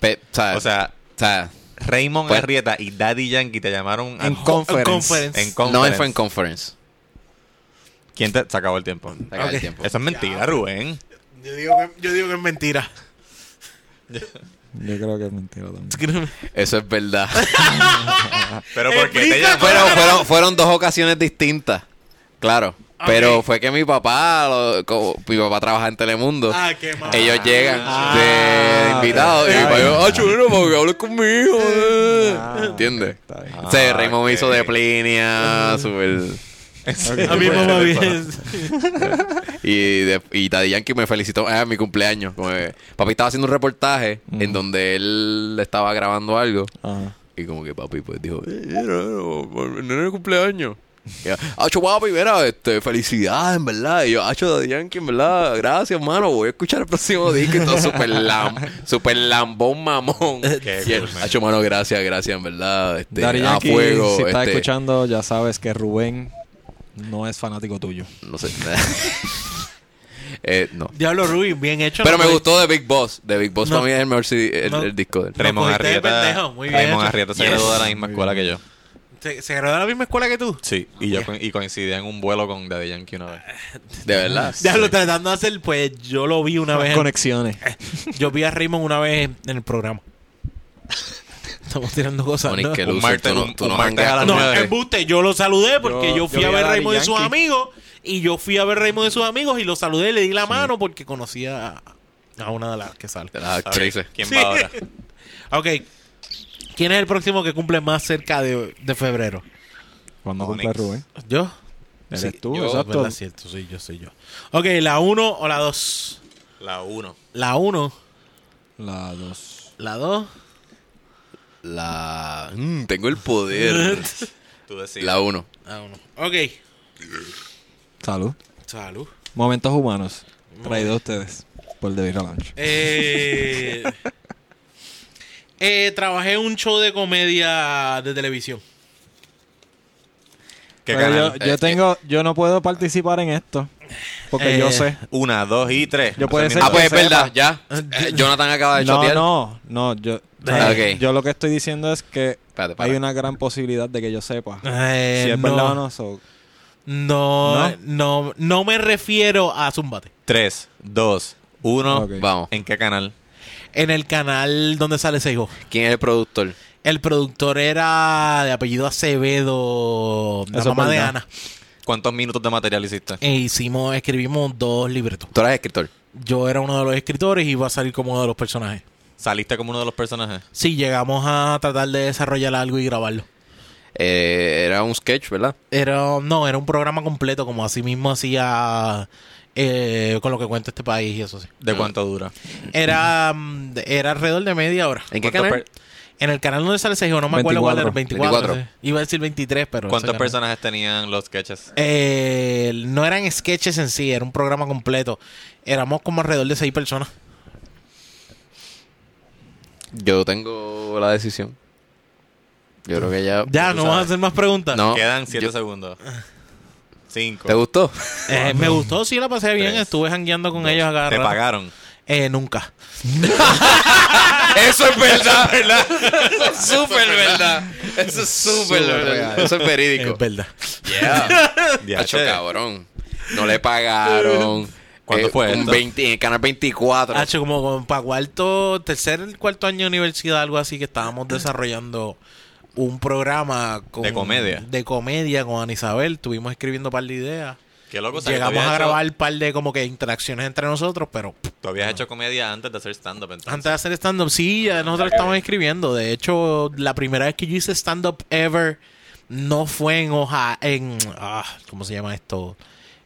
Speaker 1: Pe- o sea,
Speaker 3: O sea,
Speaker 1: o sea,
Speaker 3: Raymond
Speaker 1: Ah. Pues-
Speaker 3: Arrieta y Daddy Yankee te llamaron a-
Speaker 4: En conference.
Speaker 2: conference.
Speaker 3: en
Speaker 1: no
Speaker 3: conference.
Speaker 1: fue en conference.
Speaker 3: ¿Quién te... Se acabó el tiempo.
Speaker 1: Se acaba el
Speaker 2: Ok.
Speaker 1: tiempo.
Speaker 3: Eso es mentira, Rubén.
Speaker 2: Yo digo que, yo digo que es mentira.
Speaker 4: Yo creo que es mentira también.
Speaker 1: Eso es verdad.
Speaker 3: Pero ¿por qué te
Speaker 2: Explícame.
Speaker 3: llamaron?
Speaker 1: Pero fueron, fueron dos ocasiones distintas. Claro. Pero
Speaker 2: Ok.
Speaker 1: fue que mi papá, lo- como- mi papá trabaja en Telemundo.
Speaker 2: Ah, qué mal.
Speaker 1: Ellos llegan
Speaker 4: Ah.
Speaker 1: de invitados. y mi papá dijo, ah, chulo, para que hables conmigo. eh". ¿Entiendes?
Speaker 4: Está bien.
Speaker 3: Ah,
Speaker 1: Se Raymond me
Speaker 3: ok.
Speaker 1: hizo de Plinia, super-
Speaker 2: A mí
Speaker 3: Bueno,
Speaker 2: mamá
Speaker 3: bueno.
Speaker 2: bien.
Speaker 1: Y, de, y Daddy Yankee me felicitó a mi cumpleaños. Como que, papi estaba haciendo un reportaje en donde él estaba grabando algo.
Speaker 4: Ajá.
Speaker 1: Y como que papi pues dijo, eh, no, no, no, no era el cumpleaños. Y yo, Acho, papi, mira, este, felicidades, en verdad. Y yo, Acho, Daddy Yankee, en verdad, gracias, mano. Voy a escuchar el próximo disco y todo super, lam, super lambón mamón.
Speaker 3: Qué
Speaker 1: Y él,
Speaker 3: cool, man.
Speaker 1: Acho, mano, gracias, gracias, en verdad. Este,
Speaker 4: Daddy
Speaker 1: a
Speaker 4: Yankee,
Speaker 1: fuego.
Speaker 4: si estás
Speaker 1: este,
Speaker 4: escuchando, ya sabes que Rubén no es fanático tuyo.
Speaker 1: No sé. eh, no.
Speaker 2: Diablo Rubin, bien hecho.
Speaker 1: Pero
Speaker 2: ¿no? Pues,
Speaker 1: me gustó de Big Boss. De Big Boss
Speaker 2: No.
Speaker 1: para mí es el mejor CD, el,
Speaker 2: No.
Speaker 1: el disco de él.
Speaker 3: Raymond
Speaker 2: cogiste de
Speaker 3: Arrieta,
Speaker 2: pendejo, muy bien
Speaker 3: Raymond
Speaker 2: hecho.
Speaker 3: Arrieta se
Speaker 2: Yes.
Speaker 3: graduó de la misma escuela que yo.
Speaker 2: ¿Se, se graduó de la misma escuela que tú?
Speaker 3: Sí, y yo co- y coincidía en un vuelo con Daddy Yankee una vez.
Speaker 1: De verdad.
Speaker 2: Diablo, tratando de hacer, pues yo lo vi una vez. en-
Speaker 4: Conexiones.
Speaker 2: yo vi a Raymond una vez en, en el programa. Estamos tirando cosas.
Speaker 1: Monique,
Speaker 2: ¿no?
Speaker 1: que
Speaker 3: Un
Speaker 1: luce,
Speaker 3: martes,
Speaker 1: tú no-
Speaker 3: un-
Speaker 1: tú
Speaker 3: un
Speaker 1: no
Speaker 3: martes
Speaker 1: jangueas
Speaker 3: a las
Speaker 1: con-
Speaker 2: No,
Speaker 3: nueve.
Speaker 2: embuste, yo lo saludé porque
Speaker 4: Yo-
Speaker 2: yo, fui
Speaker 4: yo
Speaker 2: a
Speaker 4: vi a
Speaker 2: ver
Speaker 4: Daddy
Speaker 2: Raymond de sus
Speaker 4: Yankee.
Speaker 2: amigos y yo fui a ver Raymond de sus amigos y lo saludé, le di la mano porque conocía a, a una de las que sale.
Speaker 1: De las
Speaker 3: A ver,
Speaker 1: actrices.
Speaker 3: ¿Quién
Speaker 2: Sí.
Speaker 3: va ahora?
Speaker 2: Ok. ¿Quién es el próximo que cumple más cerca de, de febrero?
Speaker 4: Cuando
Speaker 3: Onyx.
Speaker 4: cumple Rubén.
Speaker 2: ¿Yo?
Speaker 4: Eres
Speaker 2: Sí,
Speaker 4: tú,
Speaker 2: yo,
Speaker 4: exacto.
Speaker 2: Uh, verdad, cierto, soy yo, soy yo. Ok, la 1 o la 2.
Speaker 3: La 1.
Speaker 2: La 1,
Speaker 4: La dos.
Speaker 2: la 2.
Speaker 1: La. Mm, tengo el poder.
Speaker 3: Tú decides.
Speaker 1: la 1.
Speaker 2: La 1. Ok.
Speaker 4: Salud.
Speaker 2: Salud.
Speaker 4: Momentos humanos. Traído a ustedes por The Viral Lounge.
Speaker 2: Eh, eh, trabajé un show de comedia de televisión.
Speaker 3: ¿Qué
Speaker 4: Pero
Speaker 3: canal?
Speaker 4: yo, yo tengo, yo no puedo participar en esto. Porque
Speaker 2: Eh,
Speaker 4: yo sé.
Speaker 3: Una, dos y tres.
Speaker 4: Yo puedo
Speaker 3: Hace
Speaker 4: ser-
Speaker 1: Ah,
Speaker 3: mierda.
Speaker 1: pues es
Speaker 4: sepa.
Speaker 1: verdad, ya. Eh, Jonathan acaba de
Speaker 4: No,
Speaker 1: chotear.
Speaker 4: no, no. Yo, o sea,
Speaker 1: Ah, ok.
Speaker 4: yo lo que estoy diciendo es que
Speaker 1: Espérate, para.
Speaker 4: hay una gran posibilidad de que yo sepa.
Speaker 2: Eh,
Speaker 4: si es
Speaker 2: no,
Speaker 4: verdad o no. so-
Speaker 2: no, no, no, me refiero a Zumbate.
Speaker 3: pues, Tres, dos, uno.
Speaker 4: Ok.
Speaker 1: Vamos.
Speaker 3: ¿En qué canal?
Speaker 2: En el canal donde sale Seijo.
Speaker 1: ¿Quién es el productor?
Speaker 2: El productor era de apellido Acevedo, la
Speaker 4: Eso es
Speaker 2: mamá de
Speaker 4: verdad.
Speaker 2: Ana.
Speaker 3: ¿Cuántos minutos de material hiciste?
Speaker 2: E hicimos, escribimos dos libretos.
Speaker 1: Tú eres escritor.
Speaker 2: Yo era uno de los escritores y iba a salir como uno de los personajes.
Speaker 3: ¿Saliste como uno de los personajes?
Speaker 2: Sí, llegamos a tratar de desarrollar algo y grabarlo.
Speaker 1: Eh, era un sketch, ¿verdad?
Speaker 2: Era, no, era un programa completo, como así mismo hacía eh, con lo que cuenta este país y eso sí.
Speaker 3: ¿De cuánto dura?
Speaker 2: Era, mm, de- era alrededor de media hora.
Speaker 1: ¿En qué
Speaker 3: ¿Cuántos
Speaker 1: canal?
Speaker 3: per-
Speaker 2: En el canal donde sale Sergio, no me acuerdo cuál era, 24.
Speaker 1: 24.
Speaker 2: sí. Iba a decir 23, pero...
Speaker 3: ¿Cuántos
Speaker 2: ese canal.
Speaker 3: personajes tenían los sketches?
Speaker 2: Eh, no eran sketches en sí, era un programa completo. Éramos como alrededor de seis personas.
Speaker 1: Yo tengo la decisión. Yo creo que ya.
Speaker 2: Ya,
Speaker 1: tú
Speaker 2: no
Speaker 1: sabes.
Speaker 2: vas a hacer más preguntas.
Speaker 1: No.
Speaker 3: Quedan siete
Speaker 1: yo-
Speaker 3: segundos. Cinco.
Speaker 1: ¿Te gustó?
Speaker 2: Eh, me gustó, sí, la pasé bien.
Speaker 3: Tres.
Speaker 2: Estuve jangueando con ellos acá.
Speaker 3: ¿Te pagaron?
Speaker 2: Eh, nunca.
Speaker 1: Eso es verdad, ¿verdad? Eso es súper verdad. Eso es súper verdad. Eso es verídico.
Speaker 2: Es verdad.
Speaker 1: Yeah. Hacho,
Speaker 3: Diache.
Speaker 1: cabrón. No le pagaron. Eh,
Speaker 3: ¿Cuánto fue
Speaker 1: un
Speaker 3: esto?
Speaker 1: 20 en el canal 24.
Speaker 2: Hacho, como, para cuarto, tercer, cuarto año de universidad, algo así, que estábamos desarrollando un programa con-
Speaker 3: De comedia.
Speaker 2: De comedia con Ana Isabel. Estuvimos escribiendo un par de ideas.
Speaker 3: Qué loco. o sea, que tú
Speaker 2: Llegamos
Speaker 3: habías
Speaker 2: a
Speaker 3: hecho-
Speaker 2: grabar un par de como que interacciones entre nosotros, pero pff,
Speaker 3: Tú habías hecho comedia antes de hacer stand-up. entonces.
Speaker 2: antes de hacer stand-up, sí,
Speaker 3: Ah,
Speaker 2: ya nosotros estábamos escribiendo. De hecho, la primera vez que yo hice stand-up ever no fue en Oja, en, ah, ¿cómo se llama esto?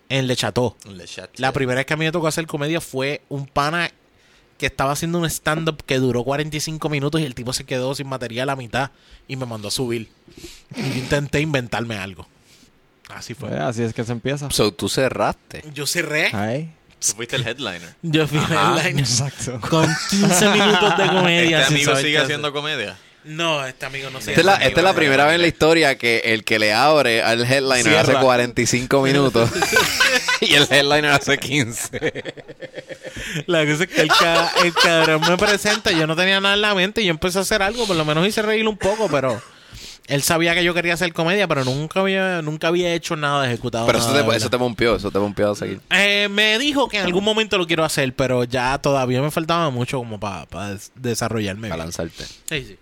Speaker 2: En Le Chateau.
Speaker 3: Le chat.
Speaker 2: La primera vez que a mí me tocó hacer comedia fue un pana que estaba haciendo un stand-up que duró 45 minutos y el tipo se quedó sin material a mitad y me mandó a subir. Y yo intenté inventarme algo. Así fue.
Speaker 4: Pues, así es que se empieza.
Speaker 1: So, tú cerraste.
Speaker 2: Yo cerré.
Speaker 1: Ah.
Speaker 4: Ahí.
Speaker 3: Tú fuiste el headliner.
Speaker 2: Yo fui al headliner
Speaker 4: Exacto.
Speaker 2: con 15 minutos de
Speaker 3: Este
Speaker 2: comedia. sin
Speaker 3: amigo
Speaker 2: saber
Speaker 3: sigue
Speaker 2: qué
Speaker 3: haciendo comedia.
Speaker 2: hacer. No, este amigo no se
Speaker 1: Esta es la, esta es la primera vez en la historia que el que le abre al headliner
Speaker 2: Cierra.
Speaker 1: hace 45 minutos y el headliner hace 15.
Speaker 2: La cosa es que el, ca- el cabrón me presenta, yo no tenía nada en la mente y yo empecé a hacer algo, por lo menos hice reír un poco, pero él sabía que yo quería hacer comedia, pero nunca había, nunca había hecho nada ejecutado.
Speaker 1: Pero eso
Speaker 2: nada,
Speaker 1: te,
Speaker 2: de
Speaker 1: eso
Speaker 2: verdad.
Speaker 1: te pompió, eso te pompió a seguir.
Speaker 2: Eh, me dijo que en algún momento lo quiero hacer, pero ya todavía me faltaba mucho como para desarrollarme.
Speaker 1: Para
Speaker 2: bien.
Speaker 1: lanzarte.
Speaker 2: Sí, sí.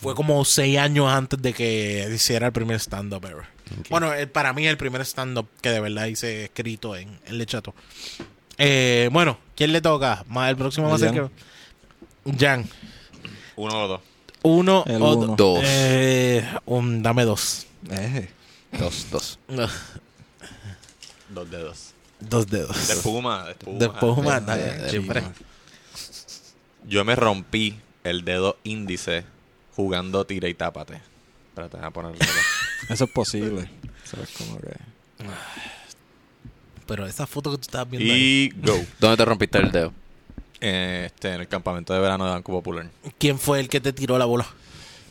Speaker 2: Fue como seis años antes de que hiciera el primer stand-up ever. Bueno, eh, para mí el primer stand-up que de verdad hice escrito en, en Lechato. Eh, bueno, ¿quién le toca? Más el próximo va a ser que...
Speaker 4: Jan.
Speaker 2: Jan.
Speaker 3: Uno o dos.
Speaker 2: Uno
Speaker 4: El
Speaker 2: o
Speaker 4: uno.
Speaker 1: Dos.
Speaker 2: Eh, un- dame dos.
Speaker 4: Eh.
Speaker 1: Dos, dos.
Speaker 3: Dos dedos.
Speaker 2: Dos
Speaker 3: De
Speaker 2: dedos.
Speaker 3: espuma. De espuma.
Speaker 2: De Puma,
Speaker 1: de- de- de-
Speaker 2: siempre.
Speaker 3: Yo me rompí el dedo índice jugando tira y tápate. Espérate, voy a ponerlo. acá.
Speaker 4: Eso es posible. Eso es como que...
Speaker 2: Pero esa foto que tú estabas viendo ahí,
Speaker 3: y go.
Speaker 1: ¿Dónde te rompiste el dedo?
Speaker 3: Eh, este, en el campamento de verano de Banco Popular.
Speaker 2: ¿Quién fue el que te tiró la bola?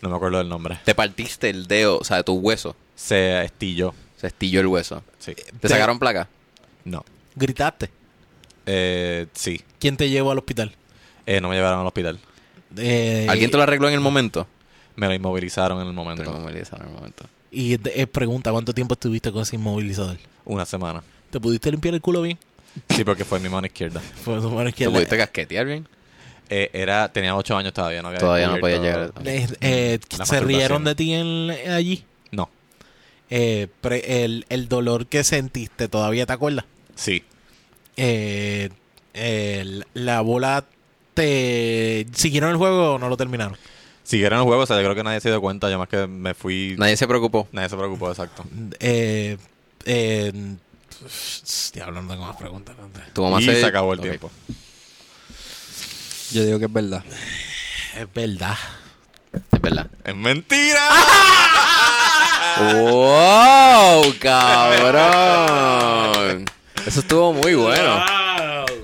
Speaker 3: No me acuerdo del nombre.
Speaker 1: Te partiste el dedo, o sea, tu hueso.
Speaker 3: Se estilló.
Speaker 1: Se estilló el hueso.
Speaker 3: Sí.
Speaker 1: ¿Te sacaron placa?
Speaker 3: No.
Speaker 2: Gritaste.
Speaker 3: Eh, sí.
Speaker 2: ¿Quién te llevó al hospital?
Speaker 3: Eh, no me llevaron al hospital.
Speaker 2: Eh,
Speaker 1: ¿Alguien te lo arregló en el momento?
Speaker 3: Me lo inmovilizaron en el
Speaker 1: Te lo
Speaker 3: momento.
Speaker 1: movilizaron en el momento.
Speaker 2: Y eh, pregunta, ¿cuánto tiempo estuviste con ese inmovilizador?
Speaker 3: Una semana.
Speaker 2: ¿Te pudiste limpiar el culo bien? Pues,
Speaker 3: Sí, porque fue mi mano izquierda.
Speaker 2: Fue tu mano
Speaker 1: ¿Te
Speaker 2: izquierda.
Speaker 1: pudiste casquetear bien?
Speaker 3: Eh, era, tenía ocho años todavía. No había
Speaker 1: Todavía no
Speaker 3: descubierto-
Speaker 1: podía llegar.
Speaker 2: Eh, eh,
Speaker 3: La
Speaker 2: ¿Se
Speaker 3: masturbación.
Speaker 2: rieron de ti en, allí?
Speaker 3: No.
Speaker 2: Eh, pre- el, el dolor que sentiste, ¿todavía te acuerdas?
Speaker 3: Sí.
Speaker 2: Eh, el- la bola te... ¿Siguieron el juego o no lo terminaron?
Speaker 3: Siguieron los juegos, o sea, yo creo que nadie se dio cuenta. Yo más que me fui. Nadie,
Speaker 1: Nadie se preocupó.
Speaker 3: se preocupó, exacto.
Speaker 2: Eh, eh, estoy hablando con más preguntas. no sé.
Speaker 1: Tu mamá
Speaker 3: y se acabó el
Speaker 1: Ok.
Speaker 3: tiempo.
Speaker 4: Yo digo que es verdad.
Speaker 2: Es verdad.
Speaker 1: Es verdad.
Speaker 3: ¡Es mentira!
Speaker 1: Oh, ¡Wow, cabrón! Eso estuvo muy bueno.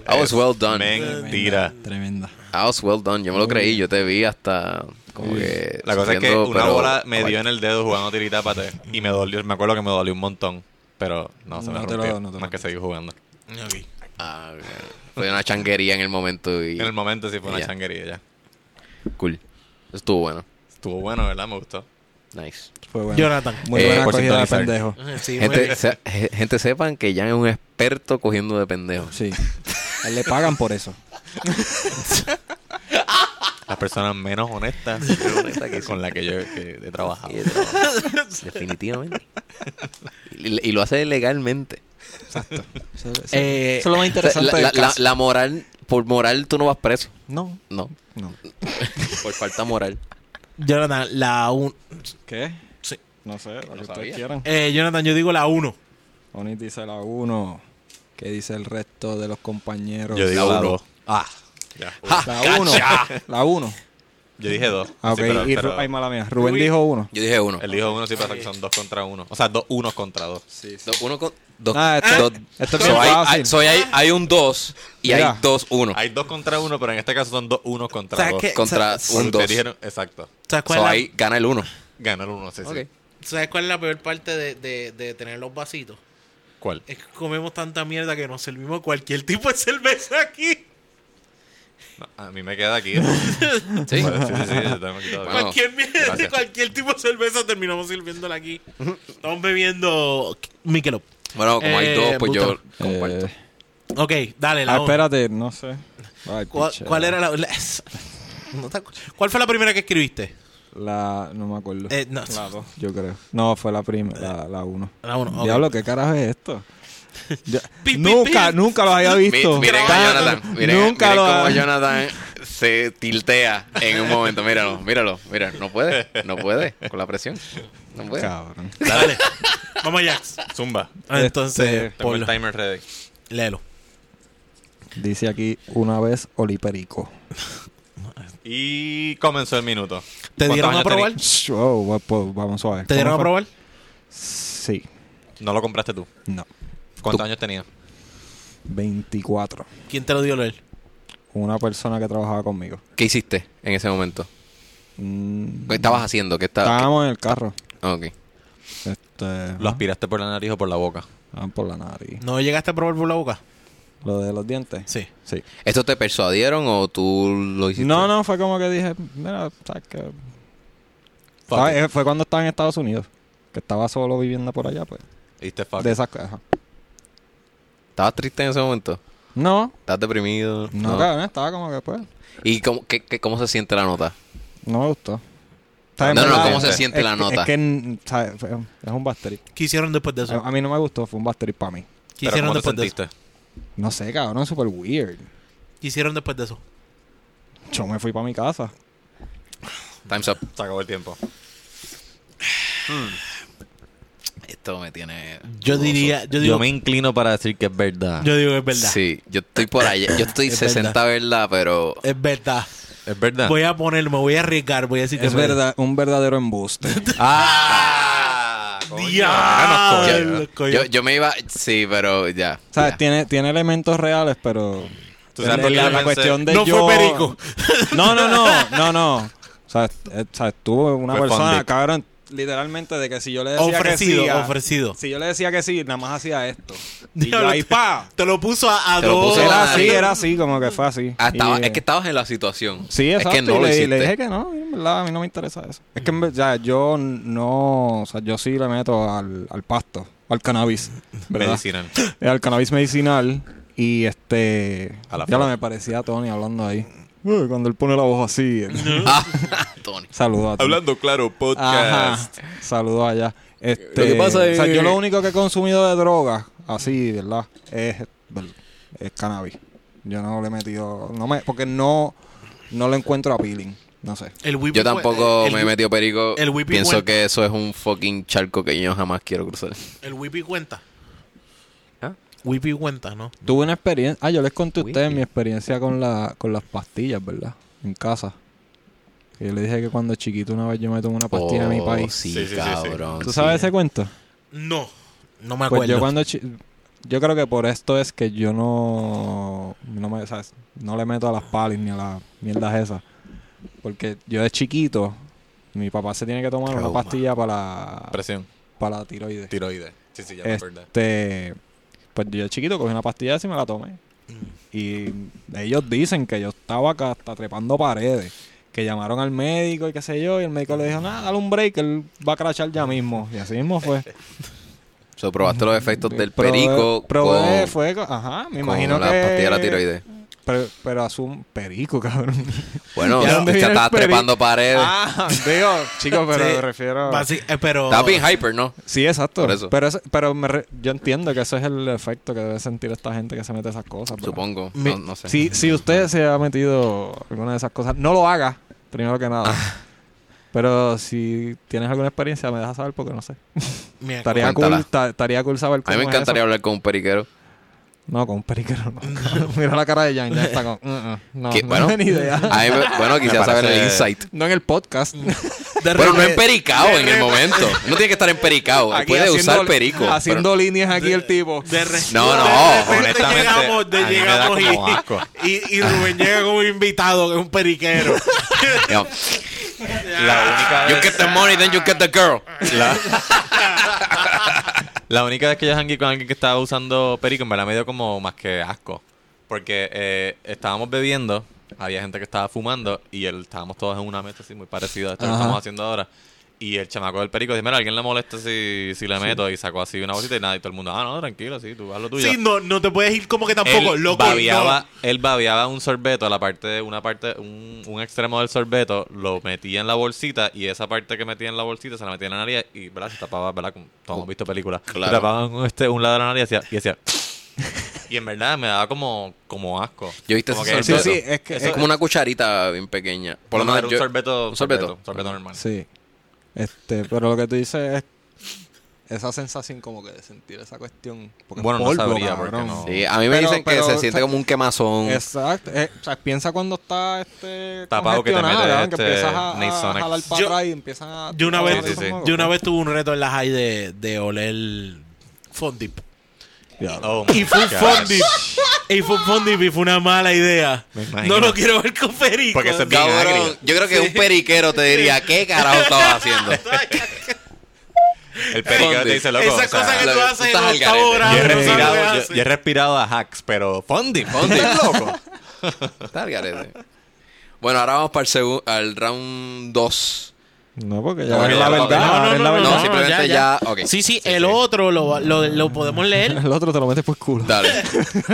Speaker 1: That was well done.
Speaker 3: Mentira.
Speaker 4: Tremenda.
Speaker 1: That was Ah, pues, well done. Yo me lo creí. Yo te vi hasta como que...
Speaker 3: La cosa es que
Speaker 1: sufriendo,
Speaker 3: una
Speaker 1: pero-
Speaker 3: bola me dio en el dedo jugando tirita pate y me dolió, me acuerdo que me dolió un montón, pero no se me
Speaker 4: No te lo-
Speaker 3: rompió,
Speaker 4: no te lo
Speaker 3: más que seguir jugando.
Speaker 2: Ok.
Speaker 1: Ah, ok. Fue una changuería en el momento y...
Speaker 3: En el momento sí fue una
Speaker 1: Ya.
Speaker 3: changuería ya.
Speaker 1: Cool. Eso estuvo bueno.
Speaker 3: Estuvo bueno, ¿verdad? Me gustó.
Speaker 1: Nice.
Speaker 4: Fue bueno.
Speaker 2: Jonathan.
Speaker 4: Muy
Speaker 3: Eh,
Speaker 4: buena
Speaker 3: por
Speaker 4: acogida de
Speaker 3: sintonizar.
Speaker 4: pendejo.
Speaker 2: Sí, muy bien.
Speaker 1: Gente, se- je- gente sepan que Jan es un experto cogiendo de pendejos.
Speaker 4: Sí. A él le pagan por eso.
Speaker 3: Las personas menos honestas con las que yo que he trabajado.
Speaker 1: Y de todo. Definitivamente. Y, y lo hace legalmente.
Speaker 4: Eso, eso-
Speaker 2: Eh,
Speaker 4: eso es lo más
Speaker 1: O sea,
Speaker 4: interesante
Speaker 1: la- la,
Speaker 4: del caso.
Speaker 1: la- la moral, por moral tú no vas preso.
Speaker 4: No.
Speaker 1: No,
Speaker 4: No.
Speaker 1: por falta moral.
Speaker 2: Jonathan, la un...
Speaker 4: ¿Qué?
Speaker 2: Sí.
Speaker 4: No sé, lo que
Speaker 1: sabía.
Speaker 4: ustedes quieran.
Speaker 2: eh, Jonathan, yo digo la 1.
Speaker 4: Onis dice la 1. ¿Qué dice el resto de los compañeros?
Speaker 3: Yo digo
Speaker 1: La
Speaker 3: la
Speaker 1: uno.
Speaker 3: dos. Ah, ya.
Speaker 4: La 1. La 1.
Speaker 3: Yo dije dos.
Speaker 4: Ah, ok.
Speaker 3: Sí, pero-
Speaker 4: y Ru-
Speaker 3: pero
Speaker 4: ay, mala mía. Rubén
Speaker 2: Rubí.
Speaker 4: dijo 1.
Speaker 1: Yo dije uno.
Speaker 3: él dijo uno, sí, pero que son dos contra uno. O sea, dos unos contra dos.
Speaker 1: Do- uno con dos.
Speaker 4: Ah,
Speaker 3: este
Speaker 4: esto,
Speaker 1: dos-
Speaker 4: esto es
Speaker 1: so
Speaker 4: bien
Speaker 1: hay,
Speaker 4: fácil.
Speaker 1: hay- so hay, hay un dos y
Speaker 4: Mira.
Speaker 1: hay dos uno.
Speaker 3: Hay dos contra uno, pero en este caso son dos unos
Speaker 2: O
Speaker 3: contra
Speaker 2: sea,
Speaker 3: dos.
Speaker 2: que-
Speaker 1: Contra
Speaker 2: sa-
Speaker 1: un
Speaker 3: Porque ustedes
Speaker 1: dos.
Speaker 3: dijeron, exacto.
Speaker 2: ¿Sabes cuál,
Speaker 1: So
Speaker 2: es la-
Speaker 1: ahí gana el uno.
Speaker 3: Gana el uno, sí, sí.
Speaker 1: Ok.
Speaker 2: ¿Sabes cuál es la peor parte de, de- de tener los vasitos?
Speaker 3: ¿Cuál?
Speaker 2: Es que comemos tanta mierda que nos servimos cualquier tipo de cerveza aquí.
Speaker 3: No, a mí me queda aquí. sí, sí, sí, yo también me quito de-
Speaker 1: Bueno.
Speaker 2: cualquier mierda,
Speaker 3: gracias.
Speaker 2: cualquier tipo de cerveza terminamos sirviéndola aquí. Estamos bebiendo Michelob.
Speaker 1: Bueno, como hay
Speaker 2: Eh,
Speaker 1: dos, pues yo
Speaker 2: Buta.
Speaker 1: comparto.
Speaker 4: Eh,
Speaker 2: Ok, dale, la
Speaker 4: ah,
Speaker 2: uno.
Speaker 4: espérate, no sé. Ay,
Speaker 2: ¿Cuál,
Speaker 4: piche.
Speaker 2: cuál era la, la- no te acu- ¿Cuál fue la primera que escribiste?
Speaker 4: La, no me acuerdo.
Speaker 2: Eh, no. Eh,
Speaker 4: La 2, yo creo. No, fue la primera, la 1.
Speaker 2: La uno, ok.
Speaker 4: Diablo, ¿qué carajo es esto? Yo-
Speaker 2: Pi, pi,
Speaker 4: nunca,
Speaker 2: pi.
Speaker 4: nunca los había
Speaker 1: Mi-
Speaker 4: visto.
Speaker 1: miren a
Speaker 4: Tan-
Speaker 1: Jonathan. Miren,
Speaker 4: nunca
Speaker 1: miren
Speaker 4: lo
Speaker 1: cómo
Speaker 4: había-
Speaker 1: Jonathan se tiltea en un momento. Míralo, míralo, mira, no puede, no puede con la presión. No puede.
Speaker 4: Cabrón.
Speaker 2: Dale. Vamos allá.
Speaker 3: Zumba.
Speaker 2: Ah, Entonces,
Speaker 4: Este,
Speaker 3: Tengo el
Speaker 2: Polo,
Speaker 3: timer ready.
Speaker 2: léelo.
Speaker 4: Dice aquí una vez Oliperico.
Speaker 3: Y comenzó el minuto.
Speaker 2: ¿Te
Speaker 3: ¿Cuántos
Speaker 2: dieron a
Speaker 3: años
Speaker 2: probar?
Speaker 3: tenés?
Speaker 4: Wow, va- pues, vamos a ver.
Speaker 2: ¿Te dieron a
Speaker 4: ¿Cómo fue?
Speaker 2: probar?
Speaker 4: Sí.
Speaker 3: No lo compraste tú.
Speaker 4: No.
Speaker 3: ¿Cuántos años tenía?
Speaker 4: 24.
Speaker 2: ¿Quién te lo dio, Leer?
Speaker 4: Una persona que trabajaba conmigo.
Speaker 1: ¿Qué hiciste en ese momento?
Speaker 4: Mm,
Speaker 2: Pues,
Speaker 1: ¿Qué estabas haciendo? ¿Qué estabas?
Speaker 4: Estábamos en el carro.
Speaker 1: Ok.
Speaker 4: Este,
Speaker 3: ¿Lo aspiraste por la nariz o por la boca?
Speaker 4: van por la nariz.
Speaker 2: ¿No llegaste a probar por la boca?
Speaker 4: Lo de los dientes.
Speaker 2: Sí.
Speaker 4: Sí.
Speaker 1: ¿Esto te persuadieron o tú lo hiciste?
Speaker 4: No, no, fue como que dije, mira, ¿sabes qué?
Speaker 3: Fuck
Speaker 4: ¿Sabes?
Speaker 3: it.
Speaker 4: Eh, Fue cuando estaba en Estados Unidos, que estaba solo viviendo por allá, pues.
Speaker 3: Diste fuck
Speaker 4: De
Speaker 3: it.
Speaker 4: esas cosas.
Speaker 1: ¿Estabas triste en ese momento?
Speaker 4: No,
Speaker 1: ¿Estás deprimido?
Speaker 4: no, cabrón, estaba como que, pues,
Speaker 1: ¿Y cómo, qué- qué- cómo se siente la nota?
Speaker 4: no me gustó.
Speaker 3: No,
Speaker 4: en
Speaker 3: no,
Speaker 4: verdad,
Speaker 3: ¿cómo se
Speaker 4: es-
Speaker 1: siente
Speaker 4: es
Speaker 1: la
Speaker 4: que-
Speaker 1: nota?
Speaker 4: Es que, mm, ¿sabes? Fue- es un backstreet.
Speaker 2: ¿Qué hicieron después de eso?
Speaker 4: A, a mí no me gustó, fue un backstreet para mí.
Speaker 2: ¿Qué
Speaker 3: ¿Pero
Speaker 2: hicieron
Speaker 3: cómo te
Speaker 2: después de eso?
Speaker 3: sentiste?
Speaker 4: No sé, cabrón, es súper weird.
Speaker 2: ¿Qué hicieron después de eso?
Speaker 4: Yo me fui para mi casa.
Speaker 1: Time's up.
Speaker 3: Se acabó el tiempo.
Speaker 1: Esto me tiene...
Speaker 2: Yo diría, yo
Speaker 3: Yo,
Speaker 2: digo, yo,
Speaker 3: me inclino para decir que es verdad.
Speaker 2: digo es verdad.
Speaker 1: Sí, yo estoy por allá. Yo estoy
Speaker 2: Es
Speaker 1: 60 verdad, pero...
Speaker 2: Es verdad.
Speaker 3: Es verdad.
Speaker 2: Voy a ponerme, voy a arriesgar, voy a decir que
Speaker 4: Es verdad, un verdadero embuste.
Speaker 3: ¡Ah! coño.
Speaker 2: Diablo.
Speaker 3: Ya nos cogió.
Speaker 2: Ay, loco,
Speaker 1: Yo,
Speaker 2: yo-
Speaker 1: yo me iba... Sí, pero ya.
Speaker 4: ¿Sabes?
Speaker 1: ya.
Speaker 4: Tiene, tiene elementos reales, pero...
Speaker 3: Tú sabes
Speaker 4: la-
Speaker 3: por qué
Speaker 4: la,
Speaker 3: yo pensé-
Speaker 4: cuestión de
Speaker 2: No
Speaker 4: yo-
Speaker 2: fue perico.
Speaker 4: No, no, no, no, no. O sea, eh, o sea, estuvo una
Speaker 3: Fue
Speaker 4: persona,
Speaker 3: funded.
Speaker 4: cabrón, literalmente de que si yo le decía
Speaker 2: Ofrecido,
Speaker 4: que sí, a-
Speaker 2: ofrecido.
Speaker 4: si yo le decía que sí, nada más hacía esto. Y yo
Speaker 2: Diablo,
Speaker 4: ahí,
Speaker 2: te-
Speaker 4: pa.
Speaker 2: Te lo puso a, a
Speaker 1: Te lo
Speaker 2: dos.
Speaker 1: puso
Speaker 4: Era
Speaker 1: a-
Speaker 4: así, era así, como que fue así.
Speaker 1: Oh, Ah, estaba-
Speaker 4: Y,
Speaker 1: es que estabas en la situación.
Speaker 4: Sí,
Speaker 1: es
Speaker 4: exacto.
Speaker 1: que no
Speaker 4: y
Speaker 1: lo
Speaker 4: le,
Speaker 1: hiciste.
Speaker 4: le dije que no, en verdad, a mí no me interesa eso. Es que en verdad, yo no, o sea, yo sí le meto al, al pasto, al cannabis, ¿verdad?
Speaker 3: Medicinal.
Speaker 4: Eh, al cannabis medicinal y este
Speaker 3: A la
Speaker 4: ya lo
Speaker 3: flor.
Speaker 4: me parecía a Tony hablando ahí Uy, cuando él pone la voz así eh.
Speaker 1: Ah, Tony.
Speaker 4: saludo a Tony
Speaker 3: claro,
Speaker 4: Ajá. saludo allá este
Speaker 1: Lo que pasa es-
Speaker 4: o sea, yo lo único que he consumido de drogas así verdad es, es cannabis yo no le he metido no me porque no no le encuentro appealing no sé
Speaker 2: El whippy
Speaker 1: Yo
Speaker 2: fue-
Speaker 1: tampoco
Speaker 2: el-
Speaker 1: me he metido perico.
Speaker 2: el whippy
Speaker 1: Pienso
Speaker 2: cuenta.
Speaker 1: que eso es un fucking charco que yo jamás quiero cruzar.
Speaker 2: El whippy cuenta.
Speaker 1: ¿Ah?
Speaker 2: Whippy cuenta, ¿no?
Speaker 4: tuve una experiencia ah yo les conté a ustedes mi experiencia con la con las pastillas verdad en casa Y yo le dije que cuando chiquito una vez yo me tomé una pastilla en Pues mi
Speaker 1: Oh,
Speaker 4: país
Speaker 1: Sí,
Speaker 3: Sí, sí, sí, sí.
Speaker 1: cabrón.
Speaker 4: ¿Tú sabes
Speaker 1: sí.
Speaker 4: ese cuento?
Speaker 2: No, no me acuerdo.
Speaker 4: Pues yo cuando chi- yo creo que por esto es que yo no no me ¿sabes? no le meto a las palis ni a las mierdas esas. Porque yo de chiquito mi papá se tiene que tomar una
Speaker 1: Trauma.
Speaker 4: pastilla para la,
Speaker 3: Presión.
Speaker 4: para la tiroides.
Speaker 3: Tiroides. Sí, sí, ya me acordé.
Speaker 4: Este pues yo de chiquito cogí una pastilla y me la tomé. Y ellos dicen que yo estaba acá hasta trepando paredes. Que llamaron al médico y qué sé yo. Y el médico le dijo, nada, dale un break, él va a crachar ya mismo. Y así mismo fue.
Speaker 1: So, probaste los efectos del
Speaker 4: Probé-
Speaker 1: perico
Speaker 4: probé
Speaker 1: con,
Speaker 4: fue con- ajá
Speaker 1: con
Speaker 4: me imagino
Speaker 1: la
Speaker 4: que
Speaker 1: pastilla de la tiroides.
Speaker 4: pero, pero asum perico cabrón
Speaker 1: Bueno,
Speaker 4: ¿Y a dónde
Speaker 1: es que
Speaker 4: viene el
Speaker 1: estaba
Speaker 4: perico?
Speaker 1: trepando paredes.
Speaker 4: ah digo chicos pero
Speaker 2: Sí.
Speaker 4: me refiero
Speaker 2: Basi- eh, pero
Speaker 1: Estaba bien hyper, ¿no?
Speaker 4: sí exacto
Speaker 1: Por eso.
Speaker 4: pero eso- pero me re- yo entiendo que eso es el efecto que debe sentir esta gente que se mete esas cosas ¿verdad?
Speaker 1: Supongo.
Speaker 2: Mi-
Speaker 1: No, no sé.
Speaker 4: si si usted se ha metido alguna de esas cosas no lo haga primero que nada
Speaker 1: Ah.
Speaker 4: pero si tienes alguna experiencia me dejas saber porque no sé
Speaker 2: me acuerdo.
Speaker 4: estaría cool
Speaker 1: Cuéntala.
Speaker 4: ta- estaría cool saber
Speaker 1: A mí
Speaker 4: cómo
Speaker 1: me
Speaker 4: es eso.
Speaker 1: encantaría hablar con un periquero.
Speaker 4: No, con un periquero no. Mira la cara de Jan, ya está con. "Mm, mm, no,
Speaker 1: Que-
Speaker 4: no
Speaker 1: bueno.
Speaker 4: tengo ni idea.
Speaker 1: A mí me- bueno, quisiera
Speaker 3: Me
Speaker 1: saber el
Speaker 3: parece-
Speaker 1: insight.
Speaker 4: No en el podcast.
Speaker 2: De
Speaker 1: Pero no
Speaker 2: repente-
Speaker 1: empericado en el momento. No tiene que estar empericado. Él
Speaker 4: Aquí
Speaker 1: puede
Speaker 4: haciendo-
Speaker 1: usar perico.
Speaker 4: Haciendo líneas aquí el tipo.
Speaker 2: De re-
Speaker 1: No,
Speaker 2: de
Speaker 1: no,
Speaker 2: repente
Speaker 3: honestamente,
Speaker 2: llegamos, de
Speaker 3: a mí me da
Speaker 2: llegamos
Speaker 3: como
Speaker 2: y-
Speaker 3: asco.
Speaker 2: y, y Rubén llega como invitado, que es un periquero.
Speaker 1: pero- No.
Speaker 3: La
Speaker 1: You
Speaker 3: única
Speaker 1: get
Speaker 3: vez,
Speaker 1: the money, then you get the girl.
Speaker 3: la única vez que yo jangué con alguien que estaba usando perico, en verdad me dio como más que asco. Porque eh, estábamos bebiendo, había gente que estaba fumando y él, estábamos todos en una mesa así muy parecida a esto que
Speaker 4: Ajá.
Speaker 3: estamos haciendo ahora. Y el chamaco del perico dice, mira, alguien le molesta si, si le meto. Y sacó así una bolsita y nada. Y todo el mundo, ah, no, tranquilo, sí, tú haz lo tuyo.
Speaker 2: Sí, no, no te puedes ir como que tampoco,
Speaker 3: él
Speaker 2: loco.
Speaker 3: Babeaba,
Speaker 2: no.
Speaker 3: Él babeaba un sorbeto, la parte, una parte, un, un extremo del sorbeto, lo metía en la bolsita y esa parte que metía en la bolsita se la metía en la nariz y ¿verdad? se tapaba, ¿verdad? Como todos hemos visto películas.
Speaker 1: Claro.
Speaker 3: Se tapaba un, este, un lado de la nariz y hacía. Y, hacía y en verdad me daba como, como asco.
Speaker 1: Yo he visto
Speaker 3: como
Speaker 1: ese
Speaker 3: que-
Speaker 1: sorbeto.
Speaker 4: Sí, sí, es que-
Speaker 1: Es como una cucharita bien pequeña. Por lo
Speaker 3: no,
Speaker 1: menos
Speaker 3: era un
Speaker 1: yo-
Speaker 3: sorbeto.
Speaker 1: un sorbeto.
Speaker 3: Sorbeto, sorbeto normal.
Speaker 4: Sí. Este, pero lo que tú dices es esa sensación como que de sentir esa cuestión. Porque es
Speaker 3: Bueno, no
Speaker 4: polvo,
Speaker 3: sabría porque
Speaker 4: cabrón.
Speaker 3: no-
Speaker 1: Sí, a mí me
Speaker 4: Pero-
Speaker 1: dicen que
Speaker 4: pero-
Speaker 1: se siente como un quemazón.
Speaker 4: Exacto. eh, o sea, piensa cuando está este
Speaker 3: Tapado que te
Speaker 4: congestionado,
Speaker 3: mete
Speaker 4: cabrón,
Speaker 3: este
Speaker 4: que empiezas a,
Speaker 3: Nate
Speaker 4: a
Speaker 3: Sonic.
Speaker 4: jalar para
Speaker 2: Yo-
Speaker 4: atrás y empiezan a...
Speaker 2: Yo una vez,
Speaker 3: Sí, sí, sí.
Speaker 2: yo una vez tuve un reto en la high de, de oler fondip.
Speaker 3: Oh,
Speaker 2: Y
Speaker 3: my
Speaker 2: fue un
Speaker 3: God.
Speaker 2: fondip. Y fue un fondip y fue una mala idea.
Speaker 3: imagino.
Speaker 2: No lo quiero ver con perico.
Speaker 3: Porque eso es bien agrio.
Speaker 1: Cabrón, yo creo que un periquero te diría, ¿qué carajo estabas haciendo?
Speaker 3: El perico te dice, loco. o
Speaker 2: Esa
Speaker 3: sea,
Speaker 2: cosa que
Speaker 1: la-
Speaker 2: tú
Speaker 1: tú
Speaker 2: haces en
Speaker 1: estás al
Speaker 2: octavo
Speaker 1: garete.
Speaker 2: grado,
Speaker 3: yo he
Speaker 2: no sabes lo que
Speaker 3: respirado, yo-
Speaker 2: haces.
Speaker 3: yo he respirado a hacks, pero Fondi, Fondi, loco.
Speaker 1: Está al garete. Bueno, ahora vamos para el segun- al round 2.
Speaker 4: No, porque
Speaker 1: No,
Speaker 4: ya es
Speaker 1: ya, ya,
Speaker 4: la verdad.
Speaker 1: ya.
Speaker 2: No, no,
Speaker 4: es
Speaker 2: no,
Speaker 4: la
Speaker 2: no,
Speaker 4: verdad.
Speaker 1: no, simplemente ya, ok.
Speaker 2: Sí, sí, el otro lo, lo, lo podemos leer.
Speaker 4: El otro te lo metes por el culo.
Speaker 1: Dale.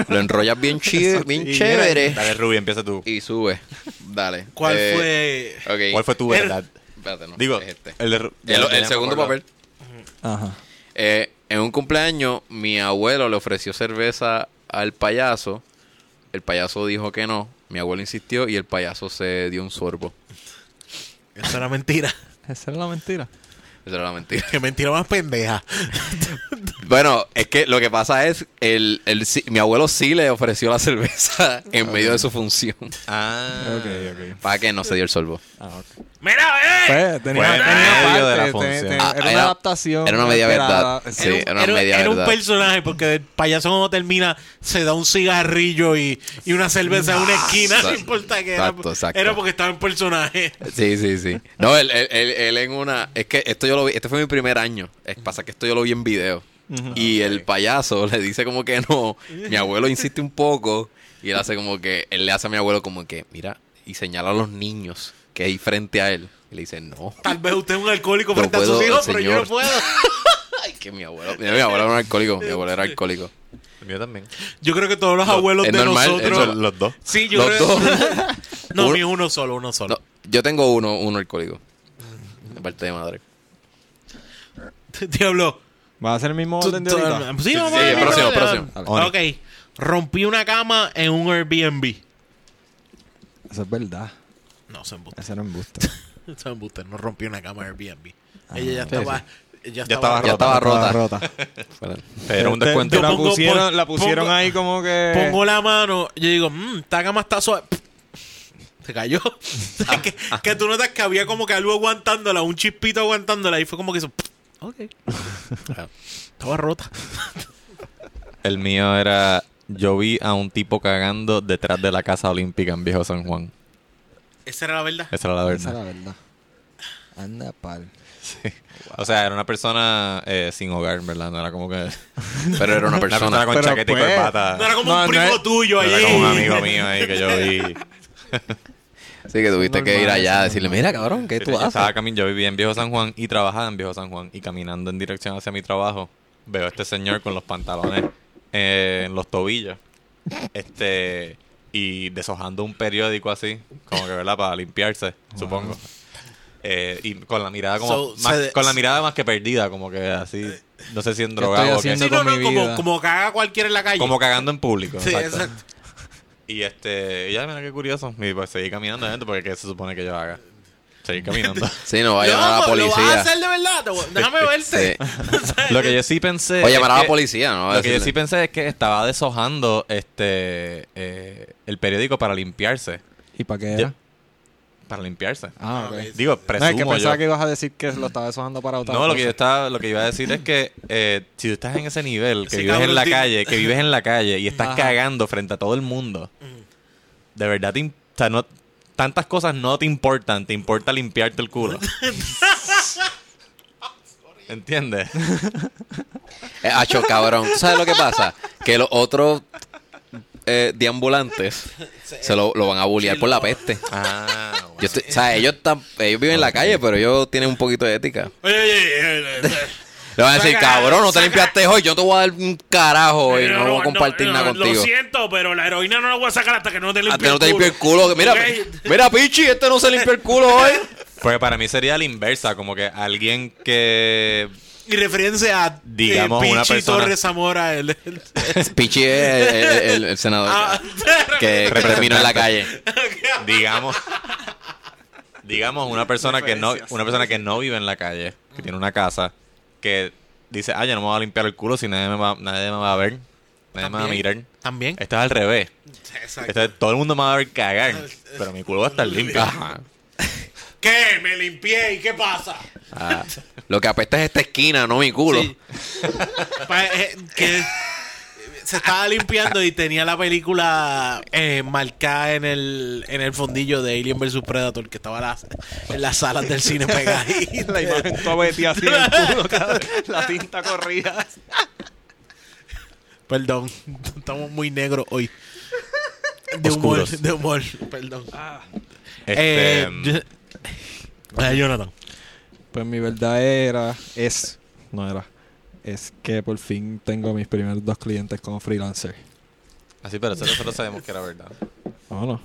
Speaker 1: Lo enrollas bien, chi- bien
Speaker 4: Y
Speaker 1: chévere
Speaker 3: Dale, Ruby, empieza tú.
Speaker 1: y sube. Dale.
Speaker 2: ¿Cuál
Speaker 1: Eh,
Speaker 2: fue?
Speaker 1: ok.
Speaker 3: ¿Cuál fue tu
Speaker 2: El-
Speaker 3: verdad?
Speaker 1: Espérate, no,
Speaker 3: Digo,
Speaker 1: es este.
Speaker 3: el, de Ru- ya
Speaker 1: El,
Speaker 3: lo
Speaker 1: el
Speaker 3: tenía, me
Speaker 1: segundo
Speaker 3: acuerdo.
Speaker 1: papel.
Speaker 4: Ajá.
Speaker 1: Eh, en un cumpleaños, mi abuelo le ofreció cerveza al payaso. El payaso dijo que no. Mi abuelo insistió y el payaso se dio un sorbo.
Speaker 2: Eso era mentira.
Speaker 4: Esa era la mentira.
Speaker 1: Esa era la mentira.
Speaker 2: Qué mentira más pendeja.
Speaker 1: Bueno, es que lo que pasa es, el, el, sí- mi abuelo sí le ofreció la cerveza en medio de su función.
Speaker 3: Ah,
Speaker 4: Ok, ok.
Speaker 1: Para que no se dio el sorbo.
Speaker 4: Ah, ok.
Speaker 2: ¡Mira, eh!
Speaker 4: Pues, tenía,
Speaker 3: Fue en
Speaker 4: tenía
Speaker 3: medio de la
Speaker 4: parte,
Speaker 3: función.
Speaker 4: tenía-
Speaker 1: Ah,
Speaker 4: era una
Speaker 1: era-
Speaker 4: adaptación.
Speaker 1: era una media
Speaker 4: esperada.
Speaker 1: verdad.
Speaker 4: Exacto.
Speaker 1: Sí, era una media
Speaker 2: era un
Speaker 1: verdad.
Speaker 2: personaje porque el payaso cuando termina se da un cigarrillo y, y una cerveza en una esquina, no
Speaker 1: Exacto,
Speaker 2: importa que
Speaker 1: exacto, exacto.
Speaker 2: era porque estaba en personaje.
Speaker 1: Sí, sí, sí. No, él, él, él- él en una. Es que esto yo lo vi. Este fue mi primer año. Es, pasa que esto yo lo vi en video. Y el payaso le dice como que no. Mi abuelo insiste un poco. Y él hace como que. Él le hace a mi abuelo como que, mira, y señala a los niños que hay frente a él. Y le dice, no.
Speaker 2: Tal vez usted es un alcohólico
Speaker 1: No
Speaker 2: frente a sus
Speaker 1: puedo,
Speaker 2: hijos, pero yo no
Speaker 1: señor.
Speaker 2: puedo.
Speaker 1: Ay, que mi abuelo. Mira, mi abuelo era un alcohólico. Mi abuelo era alcohólico.
Speaker 3: El mío también.
Speaker 2: Yo creo que todos los abuelos
Speaker 1: es
Speaker 2: de
Speaker 1: normal, es
Speaker 2: nosotros.
Speaker 1: normal.
Speaker 3: Los dos.
Speaker 2: Sí, yo
Speaker 1: Los
Speaker 2: creo.
Speaker 1: dos.
Speaker 2: No,
Speaker 1: Uno-
Speaker 2: mi uno solo, uno solo.
Speaker 1: No, yo tengo uno, uno alcohólico. De parte de madre.
Speaker 2: Diablo.
Speaker 4: ¿Va a ser el mismo orden de ahorita?
Speaker 2: Sí, vamos
Speaker 1: sí,
Speaker 2: a
Speaker 1: sí,
Speaker 2: ver,
Speaker 1: el próximo,
Speaker 2: vamos a ver.
Speaker 1: próximo.
Speaker 2: Ok. Rompí una cama en un Airbnb.
Speaker 4: Eso es verdad.
Speaker 2: No, se embuste.
Speaker 4: Ese era embuste.
Speaker 2: Se embuste. No rompí una cama en Airbnb.
Speaker 4: Ah,
Speaker 2: Ella ya estaba. Ya
Speaker 3: estaba
Speaker 2: estaba.
Speaker 1: Ya estaba rota.
Speaker 4: rota.
Speaker 3: Pero un
Speaker 4: Este,
Speaker 3: descuento.
Speaker 4: La
Speaker 2: pongo-
Speaker 4: pusieron, la
Speaker 2: pon-
Speaker 4: pusieron
Speaker 2: pongo-
Speaker 4: ahí como que...
Speaker 2: Pongo la mano. Yo digo, mmm, esta cama está suave. Se cayó. O sea, que, que tú notas que había como que algo aguantándola, un chispito aguantándola. Y fue como que hizo. Ok. Ah, estaba rota.
Speaker 3: El mío era. Yo vi a un tipo cagando detrás de la Casa Olímpica en Viejo San Juan.
Speaker 2: Esa era la verdad.
Speaker 3: Esa era la
Speaker 4: Esa es
Speaker 3: verdad.
Speaker 4: la verdad. Anda, pal.
Speaker 3: O sea, era una persona eh, sin hogar, ¿verdad? No era como que.
Speaker 1: Pero era una
Speaker 3: Una persona
Speaker 1: persona.
Speaker 3: con
Speaker 4: Pero,
Speaker 3: chaqueta y
Speaker 4: pues,
Speaker 3: corbata.
Speaker 2: No era como
Speaker 4: No,
Speaker 2: un
Speaker 4: no
Speaker 2: primo
Speaker 4: es-
Speaker 2: tuyo
Speaker 3: Ah. No
Speaker 2: ahí.
Speaker 3: era como un amigo mío ahí que yo vi.
Speaker 1: Así que tuviste que ir allá a decirle, mira, cabrón, ¿qué tú
Speaker 3: Yo
Speaker 1: haces?
Speaker 3: estaba camin- yo vivía en Viejo San Juan y trabajaba en Viejo San Juan y caminando en dirección hacia mi trabajo veo a este señor con los pantalones eh, en los tobillos este y deshojando un periódico así como que verdad para limpiarse supongo Eh, y con la mirada como
Speaker 2: So,
Speaker 3: más-
Speaker 2: se de-
Speaker 3: con la mirada más que perdida como que así no sé si en
Speaker 4: estoy
Speaker 3: drogado o qué.
Speaker 4: haciendo?
Speaker 2: Sí, no,
Speaker 4: con
Speaker 2: no,
Speaker 4: mi
Speaker 2: como,
Speaker 4: vida.
Speaker 2: como caga cualquiera en la calle.
Speaker 3: como cagando en público
Speaker 2: Sí,
Speaker 3: exacto.
Speaker 2: exacto.
Speaker 3: y este y ya mira qué curioso y pues seguí caminando adentro porque qué se supone que yo haga seguir caminando
Speaker 1: Sí, no va a llamar a la
Speaker 2: Loco, ¿Lo vas a
Speaker 1: policía.
Speaker 2: hacer este. de verdad? Te voy- Déjame verte.
Speaker 1: Sí.
Speaker 3: lo que yo sí pensé
Speaker 1: O
Speaker 3: es
Speaker 1: llamar a la
Speaker 3: que-
Speaker 1: policía, ¿no? Va a
Speaker 3: Lo que yo
Speaker 1: decirle.
Speaker 3: sí pensé es que estaba deshojando este eh, el periódico para limpiarse.
Speaker 4: ¿Y para qué
Speaker 3: Yo-
Speaker 4: era?
Speaker 3: para limpiarse.
Speaker 4: Ah, ok.
Speaker 3: Digo,
Speaker 4: No, es que
Speaker 3: presumo
Speaker 4: pensaba
Speaker 3: yo.
Speaker 4: que ibas a decir que lo estaba deshojando para otra
Speaker 3: No, lo que yo
Speaker 4: cosa.
Speaker 3: estaba, lo que iba a decir es que eh, si tú estás en ese nivel,
Speaker 2: Ese
Speaker 3: que vives en
Speaker 2: cabrón
Speaker 3: la
Speaker 2: tiene-
Speaker 3: calle, que vives en la calle y estás
Speaker 4: Ajá.
Speaker 3: cagando frente a todo el mundo,
Speaker 2: Mm.
Speaker 3: de verdad te im- o sea, no- tantas cosas no te importan, te importa limpiarte el culo. ¿Entiendes?
Speaker 1: Eh, acho, cabrón. ¿Tú sabes lo que pasa? Que los otros eh, deambulantes se lo, lo van a bullear por la peste.
Speaker 3: Ah,
Speaker 1: Yo estoy- o sea, ellos, tam- ellos viven en la calle, pero ellos tienen un poquito de ética.
Speaker 2: Oye,
Speaker 6: eh,
Speaker 2: oye, oye, oye.
Speaker 1: Le van a decir,
Speaker 6: Saca-
Speaker 1: cabrón, no te
Speaker 6: saca-
Speaker 1: limpiaste hoy, yo te voy a dar un carajo
Speaker 2: Eh,
Speaker 1: hoy, no, voy a compartir
Speaker 6: eh, no,
Speaker 1: nada
Speaker 6: no,
Speaker 1: contigo.
Speaker 6: Lo siento, pero la heroína no la voy a sacar hasta que no te limpie
Speaker 1: Hasta que no Ah, te
Speaker 6: el
Speaker 1: limpie
Speaker 6: culo.
Speaker 1: el culo. Mira,
Speaker 6: Ok.
Speaker 1: mira, Pichi, este no se limpió el culo hoy.
Speaker 3: Porque para mí sería la inversa, como que alguien que...
Speaker 2: Y referencia a eh,
Speaker 3: Digamos, una
Speaker 2: Pichi
Speaker 3: persona-
Speaker 2: Torres Zamora. el- el-
Speaker 1: Pichi es el, el- el- el senador
Speaker 2: Ah,
Speaker 1: que, que terminó en la calle.
Speaker 3: digamos digamos una persona que no una persona que no vive en la calle que tiene una casa que dice ah yo no me voy a limpiar el culo si nadie me va, nadie me va a ver nadie me va a mirar
Speaker 2: También.
Speaker 3: esto es al revés
Speaker 6: Este,
Speaker 2: Exacto.
Speaker 3: Esto es- todo el mundo me va a ver cagar pero mi culo va a estar limpio
Speaker 1: Ajá.
Speaker 2: ¿Qué? Me limpié y qué pasa.
Speaker 1: Ah, lo que apesta es esta esquina, no mi culo.
Speaker 2: Sí. Pa- eh, que se estaba limpiando y tenía la película eh, marcada en el, en el fondillo de Alien vs Predator que estaba la- en las salas del cine pegada ahí.
Speaker 4: La imagen toda metida así en el culo, cabrón. La tinta corrida.
Speaker 2: Perdón, estamos muy negros hoy. De humor,
Speaker 3: Oscuros.
Speaker 2: de humor, perdón.
Speaker 3: Este,
Speaker 2: Eh, yo- Ah, Jonathan.
Speaker 4: Pues mi verdad era, es, no era, es que por fin tengo mis primeros dos clientes como freelancer.
Speaker 3: así pero eso nosotros sabemos que era verdad
Speaker 4: No, no.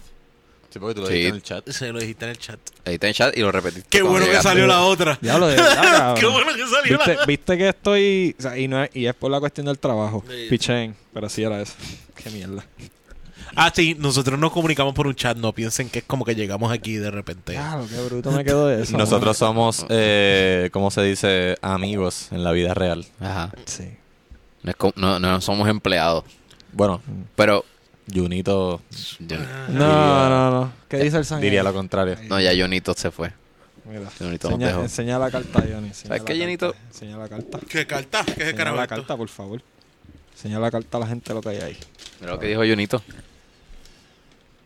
Speaker 3: sí porque tú lo
Speaker 1: Sí.
Speaker 3: dijiste en el chat
Speaker 2: Se lo dijiste en el chat.
Speaker 1: Ahí está en chat y lo repetiste.
Speaker 2: Qué
Speaker 1: cuando
Speaker 2: bueno que
Speaker 1: llegaste.
Speaker 2: salió la otra.
Speaker 4: Diablo, de verdad,
Speaker 2: Qué
Speaker 4: cabrón.
Speaker 2: bueno que salió
Speaker 4: ¿Viste,
Speaker 2: la
Speaker 4: viste que estoy, o sea, y, no es, y es por la cuestión del trabajo.
Speaker 2: Sí.
Speaker 4: Pichén, pero sí era eso. Qué mierda.
Speaker 2: Ah, sí, nosotros nos comunicamos por un chat. No piensen que es como que llegamos aquí de repente.
Speaker 3: Ah.
Speaker 4: Claro, qué bruto me quedó de eso.
Speaker 3: nosotros somos eh, cómo se dice amigos en la vida real
Speaker 1: Ajá.
Speaker 4: mano. Sí.
Speaker 1: No, es como- no- no somos empleados.
Speaker 3: bueno
Speaker 1: Pero
Speaker 3: Junito
Speaker 1: yo-
Speaker 2: Ah.
Speaker 4: No, no, no. ¿Qué dice el San?
Speaker 3: diría lo contrario
Speaker 1: no, ya Jonito se fue.
Speaker 4: Mira.
Speaker 1: Jonito nos
Speaker 4: Enseña,
Speaker 1: dejó.
Speaker 4: enseña la carta, Johnny.
Speaker 1: ¿Sabes
Speaker 4: enseña la
Speaker 1: qué,
Speaker 4: carta,
Speaker 1: Jenito?
Speaker 4: Enseña la carta.
Speaker 2: ¿Qué carta? ¿Qué es
Speaker 4: Enseña
Speaker 2: carajo
Speaker 4: la
Speaker 2: esto?
Speaker 4: carta, por favor. Enseña la carta a la gente lo que hay ahí.
Speaker 1: Mira lo que dijo Jonito.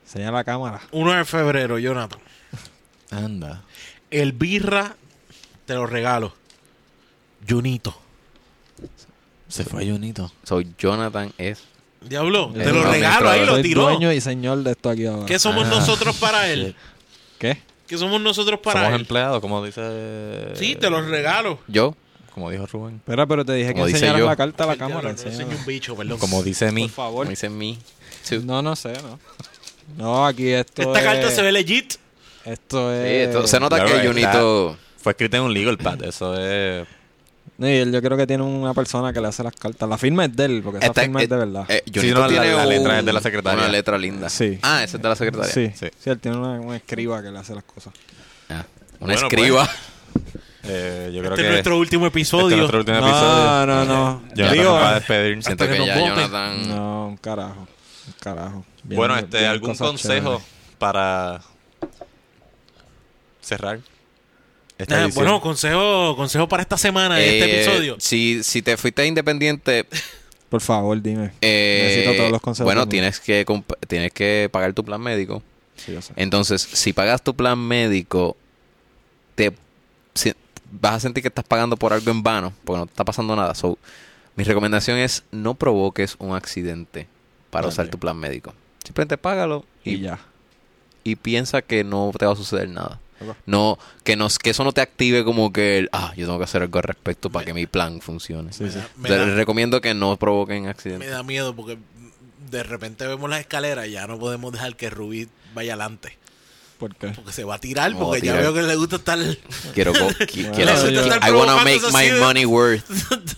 Speaker 4: Enseña la cámara.
Speaker 2: 1 de febrero, Jonathan.
Speaker 3: anda
Speaker 2: El birra te lo regalo. Junito.
Speaker 3: se fue Junito
Speaker 1: Soy Jonathan es.
Speaker 2: Diablo,
Speaker 4: Eh,
Speaker 2: te lo
Speaker 1: no,
Speaker 2: regalo
Speaker 1: mientras
Speaker 2: ahí, lo
Speaker 4: Soy
Speaker 2: tiró.
Speaker 4: dueño y señor de esto aquí ahora. Ah,
Speaker 2: ¿Qué somos
Speaker 3: Ah,
Speaker 2: nosotros para él?
Speaker 4: ¿Qué?
Speaker 2: ¿Qué somos nosotros para
Speaker 3: Somos
Speaker 2: él?
Speaker 3: empleados, como dice.
Speaker 2: Sí, te lo regalo.
Speaker 1: Yo.
Speaker 3: Como dijo Rubén.
Speaker 4: Espera, pero te dije que
Speaker 1: Como dice
Speaker 4: enseñaras
Speaker 1: yo.
Speaker 4: la carta a la
Speaker 2: El diablo,
Speaker 4: cámara.
Speaker 2: no enseño
Speaker 4: enséñala.
Speaker 2: un bicho, perdón.
Speaker 3: Como dice
Speaker 4: Por
Speaker 3: mi.
Speaker 4: favor.
Speaker 1: Me dicen mi.
Speaker 4: No, no sé, no. No, aquí esto
Speaker 2: Esta
Speaker 4: es-
Speaker 2: carta se ve legit.
Speaker 4: Esto
Speaker 1: Sí,
Speaker 4: es...
Speaker 1: esto- se nota
Speaker 3: claro,
Speaker 1: que
Speaker 3: está-
Speaker 1: Jonito.
Speaker 3: Fue escrita en un legal pad. Eso es.
Speaker 4: No, y él yo creo que tiene una persona que le hace las cartas. La firma es de él, porque esa
Speaker 1: Está-
Speaker 4: firma
Speaker 1: eh,
Speaker 4: es de verdad.
Speaker 1: eh, Jonito
Speaker 3: Sí, no, la-
Speaker 1: tiene
Speaker 3: la letra es de la
Speaker 1: un-
Speaker 3: secretaria.
Speaker 1: Una letra linda.
Speaker 4: Sí.
Speaker 1: Ah, esa es de la secretaria.
Speaker 4: sí,
Speaker 3: sí.
Speaker 4: sí, él tiene una, una escriba que le hace las cosas.
Speaker 1: Ah, una
Speaker 3: Bueno,
Speaker 1: escriba.
Speaker 2: pues,
Speaker 3: eh, yo creo
Speaker 2: Este es
Speaker 3: que.
Speaker 2: nuestro último
Speaker 3: este es
Speaker 2: episodio. Ah,
Speaker 3: nuestro último
Speaker 4: no,
Speaker 3: episodio.
Speaker 4: no, no.
Speaker 3: Jonathan
Speaker 4: Digo, eh,
Speaker 3: nos va a despedir.
Speaker 1: Siento
Speaker 2: que
Speaker 1: que
Speaker 2: nos
Speaker 1: ya
Speaker 2: voten.
Speaker 1: Jonathan.
Speaker 4: no, un carajo. Un carajo. Vienen-
Speaker 3: bueno, este,
Speaker 4: vienen
Speaker 3: algún
Speaker 4: cosas
Speaker 3: consejo
Speaker 4: chéveres.
Speaker 3: para cerrar. esta
Speaker 2: Ah,
Speaker 3: edición?
Speaker 2: bueno, consejo, consejo para esta semana, de este
Speaker 1: Eh,
Speaker 2: episodio.
Speaker 1: Si, si te fuiste independiente,
Speaker 4: Por favor, dime.
Speaker 1: eh,
Speaker 4: Necesito todos los consejos
Speaker 1: Bueno,
Speaker 4: del mundo.
Speaker 1: tienes que, comp- tienes que pagar tu plan médico.
Speaker 4: Sí, yo sé.
Speaker 1: Entonces, si pagas tu plan médico, te si- vas a sentir que estás pagando por algo en vano, porque no te está pasando nada. So, mi recomendación es no provoques un accidente para
Speaker 4: Vale.
Speaker 1: usar tu plan médico. Simplemente págalo
Speaker 4: Y,
Speaker 1: y,
Speaker 4: ya.
Speaker 1: y piensa que no te va a suceder nada.
Speaker 4: Ok.
Speaker 1: No, que nos, que eso no te active como que el, ah, yo tengo que hacer algo al respecto para que mi plan funcione.
Speaker 4: Sí, sí.
Speaker 2: Me
Speaker 1: Te-
Speaker 2: da-
Speaker 1: Les recomiendo que no provoquen
Speaker 2: Me
Speaker 1: accidentes.
Speaker 2: da miedo porque de repente vemos las escaleras y ya no podemos dejar que Rubí vaya adelante.
Speaker 4: ¿Por qué?
Speaker 2: Porque se va a tirar,
Speaker 1: No va a
Speaker 2: porque ya
Speaker 1: tirar.
Speaker 2: veo que le gusta estar.
Speaker 1: Quiero, co- qui-
Speaker 4: Bueno,
Speaker 1: quiero-
Speaker 4: eso está
Speaker 1: I wanna
Speaker 2: provocando
Speaker 1: make
Speaker 2: esa
Speaker 1: my
Speaker 2: ansiedad.
Speaker 1: money worth.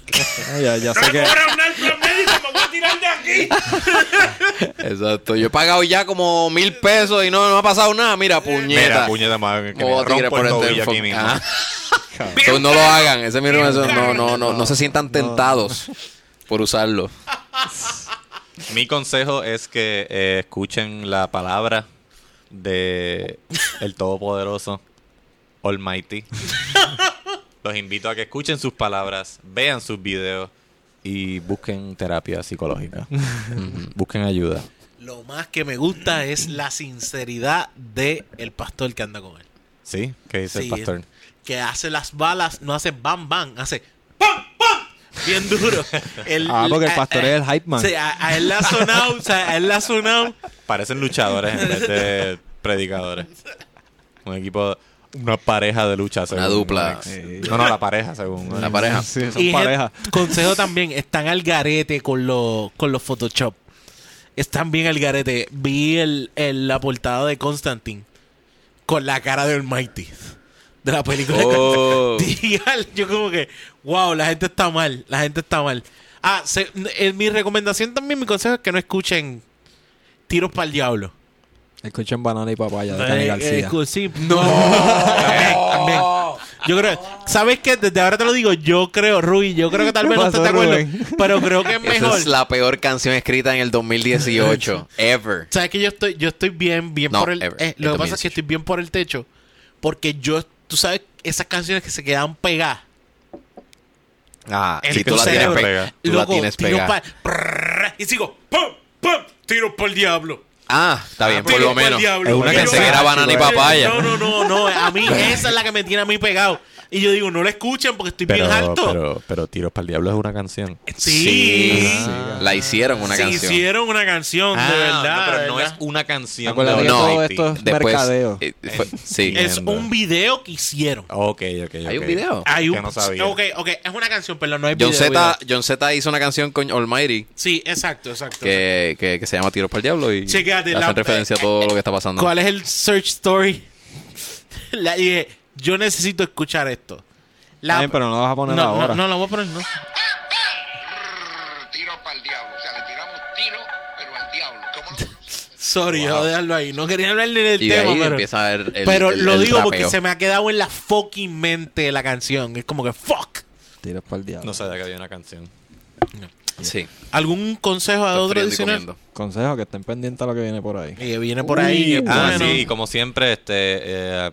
Speaker 4: Ah, ya, ya sé
Speaker 6: No
Speaker 4: que...
Speaker 6: me cobran nada el plan médico, me voy a tirar de aquí.
Speaker 1: Exacto. Yo he pagado ya como mil pesos y no, no ha pasado nada. Mira, puñeta.
Speaker 3: Mira, puñeta madre, que
Speaker 1: Me voy
Speaker 3: me
Speaker 1: a tirar
Speaker 3: rompo el
Speaker 1: por este
Speaker 3: tobillo aquí
Speaker 1: enfo-
Speaker 3: mismo.
Speaker 1: Ajá. So, no lo hagan. Esa es mi recomendación. No, no, no. No se sientan tentados por usarlo.
Speaker 3: Mi consejo es que eh, escuchen la palabra de el todopoderoso Almighty. Los invito a que escuchen sus palabras, vean sus videos y busquen terapia psicológica. busquen ayuda.
Speaker 2: Lo más que me gusta es la sinceridad de el pastor que anda con él.
Speaker 3: ¿Sí? ¿Qué dice
Speaker 2: Sí,
Speaker 3: el pastor?
Speaker 2: Que hace las balas, no hace bam bam, hace pam pam. Bien duro. El-
Speaker 4: Ah, porque el pastor
Speaker 2: a-
Speaker 4: es el hype man.
Speaker 2: Sí, a, a él la ha sonado, o sea, a él la ha sonado.
Speaker 3: Parecen luchadores en vez de predicadores. Un equipo, una pareja de lucha, según.
Speaker 1: dupla.
Speaker 3: Alex. No, no, la pareja, según.
Speaker 1: La pareja.
Speaker 4: Sí, son
Speaker 2: Y gen-
Speaker 4: pareja.
Speaker 2: consejo también, están al garete con los con los Photoshop. Están bien al garete. Vi el, el- la portada de Constantine con la cara de Almighty. De la película. de
Speaker 1: Oh.
Speaker 2: Constantine. Yo como que, wow, la gente está mal. La gente está mal. Ah, se- eh, mi recomendación también, mi consejo es que no escuchen tiros para el diablo.
Speaker 4: Escuchen Banana y Papaya de
Speaker 2: Eh,
Speaker 4: Cani
Speaker 2: eh,
Speaker 4: García.
Speaker 2: escu- sí. No. También, también. Yo creo, ¿sabes qué? Desde ahora te lo digo, yo creo, Rui, yo creo que tal vez no
Speaker 4: ¿Qué
Speaker 2: estés
Speaker 4: pasó,
Speaker 2: de acuerdo,
Speaker 4: Rubén?
Speaker 2: pero creo que es
Speaker 1: Esa
Speaker 2: mejor.
Speaker 1: es la peor canción escrita en el 2018. ever.
Speaker 2: ¿Sabes que yo estoy yo estoy bien bien
Speaker 1: No,
Speaker 2: por el
Speaker 1: ever.
Speaker 2: eh,
Speaker 1: Esto
Speaker 2: lo que pasa
Speaker 1: me
Speaker 2: es que
Speaker 1: dice.
Speaker 2: estoy bien por el techo porque yo tú sabes esas canciones que se quedan pegadas.
Speaker 1: Ah,
Speaker 2: En
Speaker 1: si
Speaker 2: tu
Speaker 1: tú la tienes
Speaker 2: cerebro.
Speaker 1: pegada. Tú la
Speaker 2: Loco,
Speaker 1: tienes
Speaker 2: tiro
Speaker 1: pegada.
Speaker 2: pa- prrr, y sigo pum pum tiro por el diablo.
Speaker 1: Ah, está bien, por lo
Speaker 6: pa'l
Speaker 1: menos.
Speaker 6: diablo.
Speaker 1: Es una
Speaker 2: Pero-
Speaker 1: canción que era banana y
Speaker 6: Eh,
Speaker 1: papaya.
Speaker 2: No, no, no, no, a mí esa es la que me tiene a mí pegado. Y yo digo, no la escuchen porque estoy
Speaker 3: Pero,
Speaker 2: bien alto.
Speaker 3: pero, pero Tiros para el Diablo es una canción.
Speaker 2: Sí.
Speaker 1: La hicieron una
Speaker 6: Se
Speaker 1: canción. Ah,
Speaker 6: hicieron una canción, de verdad.
Speaker 3: pero
Speaker 6: de
Speaker 3: Ah, no es
Speaker 6: verdad.
Speaker 3: una canción.
Speaker 4: Acuérdate
Speaker 1: de
Speaker 4: que
Speaker 1: no,
Speaker 4: todo
Speaker 3: Almighty.
Speaker 4: esto es
Speaker 1: Después.
Speaker 4: mercadeo.
Speaker 1: eh, fue- sí.
Speaker 2: Es un video que hicieron.
Speaker 1: Oh,
Speaker 3: Ok, ok, ok.
Speaker 1: ¿Hay un video?
Speaker 2: Hay un,
Speaker 3: Que no sabía.
Speaker 2: Ok, ok, es una canción, pero no hay
Speaker 1: John
Speaker 2: video. video.
Speaker 1: Z, John Z hizo una canción con Almighty
Speaker 2: Sí, exacto, exacto.
Speaker 1: que, que, que se llama Tiros para el Diablo y
Speaker 2: Chequéate, la-
Speaker 1: hace referencia a todo lo que está pasando.
Speaker 2: ¿Cuál es el search story? La dije, yo necesito escuchar esto. La-
Speaker 4: Está bien, pero no lo vas a
Speaker 2: no,
Speaker 4: poner
Speaker 2: no,
Speaker 4: ahora.
Speaker 2: no, la voy a poner, no.
Speaker 7: tiro para el diablo. O sea, le tiramos tiro, pero al diablo. ¿Cómo lo conoces?
Speaker 2: Sorry, yo dejarlo ahí. No quería hablar ni del
Speaker 1: Y de
Speaker 2: tema,
Speaker 1: ahí
Speaker 2: pero,
Speaker 1: empieza a ver el
Speaker 2: pero
Speaker 1: el-
Speaker 2: lo
Speaker 1: el
Speaker 2: digo porque
Speaker 1: rapeo.
Speaker 2: se me ha quedado en la fucking mente la canción. Es como que fuck.
Speaker 4: Tiros para el diablo.
Speaker 3: No sabía que había una canción.
Speaker 1: Sí.
Speaker 2: ¿Algún consejo a otro
Speaker 1: Estoy friendo y
Speaker 2: adicional?
Speaker 1: comiendo.
Speaker 4: Consejo que estén pendientes a lo que viene por ahí.
Speaker 2: Que viene por ahí. es
Speaker 3: Ah,
Speaker 2: bueno.
Speaker 3: sí, y como siempre, este eh,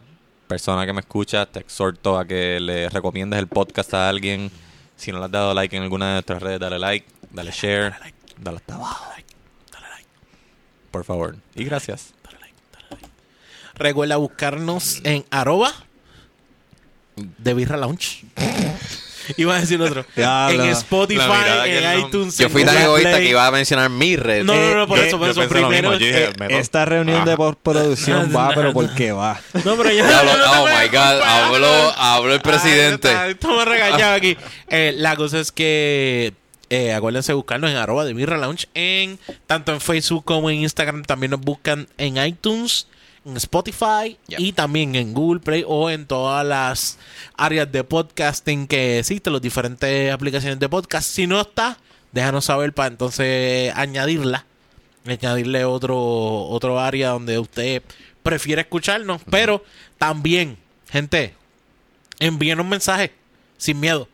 Speaker 3: persona que me escucha, te exhorto a que le recomiendes el podcast a alguien. Si no le has dado like en alguna de nuestras redes, dale like, dale share, dale hasta abajo. Por favor. Y gracias.
Speaker 2: Recuerda buscarnos en arroba de Birra Lounge. Iba a decir otro.
Speaker 4: Ya,
Speaker 2: en
Speaker 4: la-
Speaker 2: Spotify,
Speaker 3: la mirada que
Speaker 2: en
Speaker 3: él no-
Speaker 2: iTunes.
Speaker 1: Yo
Speaker 2: en
Speaker 1: fui tan
Speaker 2: Google
Speaker 1: egoísta
Speaker 2: Play.
Speaker 1: que iba a mencionar mi red. Eh,
Speaker 2: No, no, no, por
Speaker 3: Yo-
Speaker 2: eso, por
Speaker 3: yo
Speaker 2: eso.
Speaker 3: pensé lo
Speaker 2: Primero.
Speaker 3: mismo, yo dije,
Speaker 2: eh,
Speaker 3: me-
Speaker 4: Esta reunión de postproducción va, pero ¿por qué va?
Speaker 2: no, pero ya.
Speaker 1: Habló-
Speaker 2: no te
Speaker 1: oh
Speaker 2: puedes
Speaker 1: my God,
Speaker 2: comparar.
Speaker 1: habló, habló el
Speaker 2: Ay, está-
Speaker 1: presidente.
Speaker 2: Estamos regañados aquí. Eh, la cosa es que. eh, acuérdense de buscarnos en arroba de Birra Lounge en tanto en Facebook como en Instagram. También nos buscan en iTunes, en Spotify
Speaker 1: Yeah.
Speaker 2: y también en Google Play o en todas las áreas de podcasting que existen, las diferentes aplicaciones de podcast. Si no está, déjanos saber para entonces añadirla añadirle otro, otro área donde usted prefiera escucharnos. Pero también, gente, envíen un mensaje sin miedo.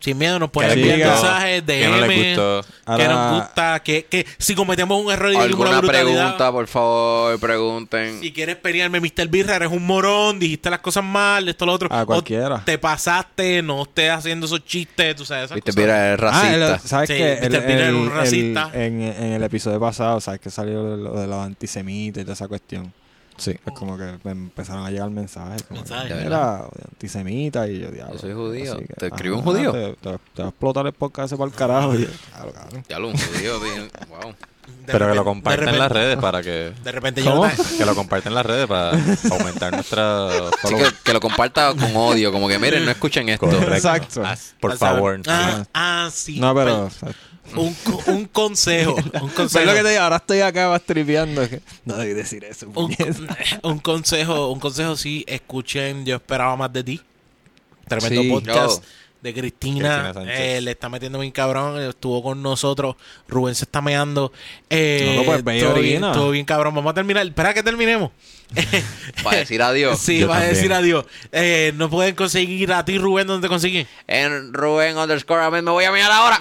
Speaker 2: Sin miedo nos pueden
Speaker 4: Que
Speaker 2: enviar
Speaker 4: diga
Speaker 2: mensajes de
Speaker 3: que no les gustó.
Speaker 2: que
Speaker 4: Ahora-
Speaker 2: nos gusta, que, que si cometemos un error y dijimos una
Speaker 1: Alguna
Speaker 2: brutalidad,
Speaker 1: pregunta, por favor, pregunten.
Speaker 2: si quieres pelearme, Mr. Birra, eres un morón, dijiste las cosas mal, esto, lo otro.
Speaker 4: A
Speaker 2: O
Speaker 4: cualquiera.
Speaker 2: te pasaste, no estés haciendo esos chistes, tú sabes, esas
Speaker 1: Viste,
Speaker 2: cosas.
Speaker 1: mira, es racista.
Speaker 4: Ah, el- ¿sabes
Speaker 2: Sí,
Speaker 4: qué?
Speaker 2: Mr. Peter era un racista.
Speaker 4: en, en el episodio pasado, ¿sabes que salió lo de los antisemitas y toda esa cuestión? Sí. Es como que me empezaron a llegar mensajes. Como
Speaker 2: Mensajes,
Speaker 4: que,
Speaker 1: ¿verdad?
Speaker 4: Era antisemita y yo, diablo.
Speaker 1: Yo soy judío.
Speaker 4: así que,
Speaker 1: ¿Te escribió un
Speaker 4: ajá,
Speaker 1: judío?
Speaker 4: Te, te- te va a explotar el podcast ese para el carajo. Y yo, "Diablo, cabrón".
Speaker 1: Ya lo judío, tío. Wow.
Speaker 2: De
Speaker 3: Pero que
Speaker 2: repente-
Speaker 3: lo compartan
Speaker 2: de
Speaker 3: en las
Speaker 2: repente-
Speaker 3: redes para que...
Speaker 2: De repente
Speaker 4: ¿Cómo?
Speaker 2: yo...
Speaker 3: Que lo compartan en las redes para aumentar nuestra...
Speaker 1: Así
Speaker 3: followers.
Speaker 1: que, que lo comparta con odio, como que miren, no escuchen esto.
Speaker 3: Correcto.
Speaker 4: Exacto.
Speaker 3: Por
Speaker 2: Al saber-
Speaker 3: favor.
Speaker 2: Ah, ah, sí.
Speaker 4: No, pero.
Speaker 2: un, co- un consejo. Un
Speaker 4: ¿Sabes
Speaker 2: consejo.
Speaker 4: lo que te digo? Ahora estoy acá bastripeando. es que No debí decir eso.
Speaker 2: un,
Speaker 4: puñeta.
Speaker 2: un consejo, un consejo sí, escuchen Yo esperaba más de ti. Tremendo
Speaker 4: Sí.
Speaker 2: podcast
Speaker 1: No.
Speaker 2: de Cristina.
Speaker 3: Cristina Sánchez.
Speaker 2: Eh, le está metiendo bien cabrón. Estuvo con nosotros. Rubén se está meando. Eh,
Speaker 4: No, no, pues, ve y
Speaker 2: estuvo bien,
Speaker 4: orina.
Speaker 2: estuvo bien cabrón. Vamos a terminar. Espera que terminemos.
Speaker 1: Para decir adiós.
Speaker 2: sí,
Speaker 3: yo
Speaker 2: vas a
Speaker 3: también.
Speaker 2: decir adiós. Eh, no pueden conseguir a ti, Rubén, ¿dónde te consiguen?
Speaker 1: En Rubén underscore, a mí me voy a mirar ahora.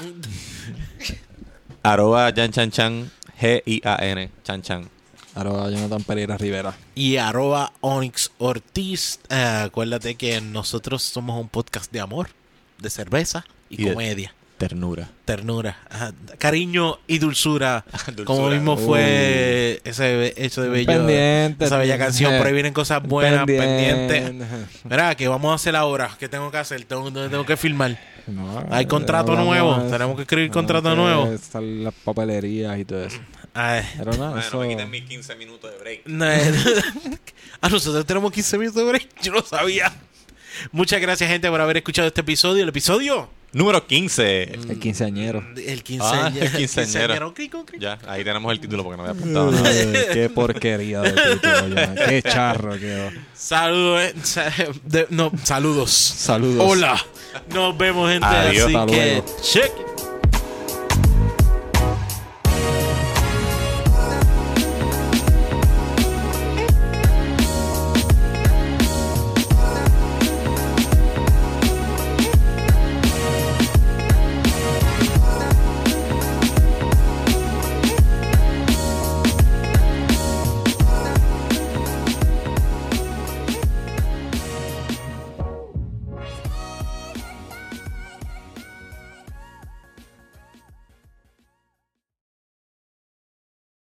Speaker 3: Arroba Yan Chan Chan, G-I-A-N, Chan Chan.
Speaker 4: Ahora Jonathan Pereira Rivera.
Speaker 2: y arroba Onyx Ortiz. Eh, acuérdate que nosotros somos un podcast de amor, de cerveza y,
Speaker 3: Y de-
Speaker 2: comedia.
Speaker 3: Ternura.
Speaker 2: Ternura, ajá, cariño y dulzura.
Speaker 3: Dulzura.
Speaker 2: Como mismo fue ese be- hecho de bello.
Speaker 4: Pendiente.
Speaker 2: Esa bella canción. Por ahí vienen cosas buenas, pendientes.
Speaker 4: Pendiente.
Speaker 2: Mira, ¿qué vamos a hacer ahora? ¿Qué tengo que hacer? Tengo, tengo que firmar.
Speaker 4: No, eh,
Speaker 2: Hay contrato
Speaker 4: hablamos
Speaker 2: nuevo,
Speaker 4: de eso.
Speaker 2: tenemos que escribir contrato
Speaker 4: que
Speaker 2: nuevo.
Speaker 4: Están las papelerías y todo eso.
Speaker 2: Ay,
Speaker 4: Pero nada, eso-
Speaker 3: mis 15 minutos de break.
Speaker 2: no, a nosotros tenemos 15 minutos de break. Yo no sabía. Muchas gracias, gente, por haber escuchado este episodio. El episodio.
Speaker 3: Número 15.
Speaker 4: el quinceañero.
Speaker 2: El quinceañero.
Speaker 3: Ah, el quinceañero.
Speaker 2: Quinceañero, crico, crico.
Speaker 3: Ya, ahí tenemos el título porque no había apuntado.
Speaker 4: Mm.
Speaker 3: nada.
Speaker 4: Ay, qué porquería de título, ya. Qué charro quedó.
Speaker 2: Saludos. eh, sa- de- no, saludos.
Speaker 4: Saludos.
Speaker 2: Hola. Nos vemos, gente.
Speaker 3: Adiós.
Speaker 2: Así
Speaker 4: Hasta
Speaker 2: que,
Speaker 4: luego.
Speaker 2: check.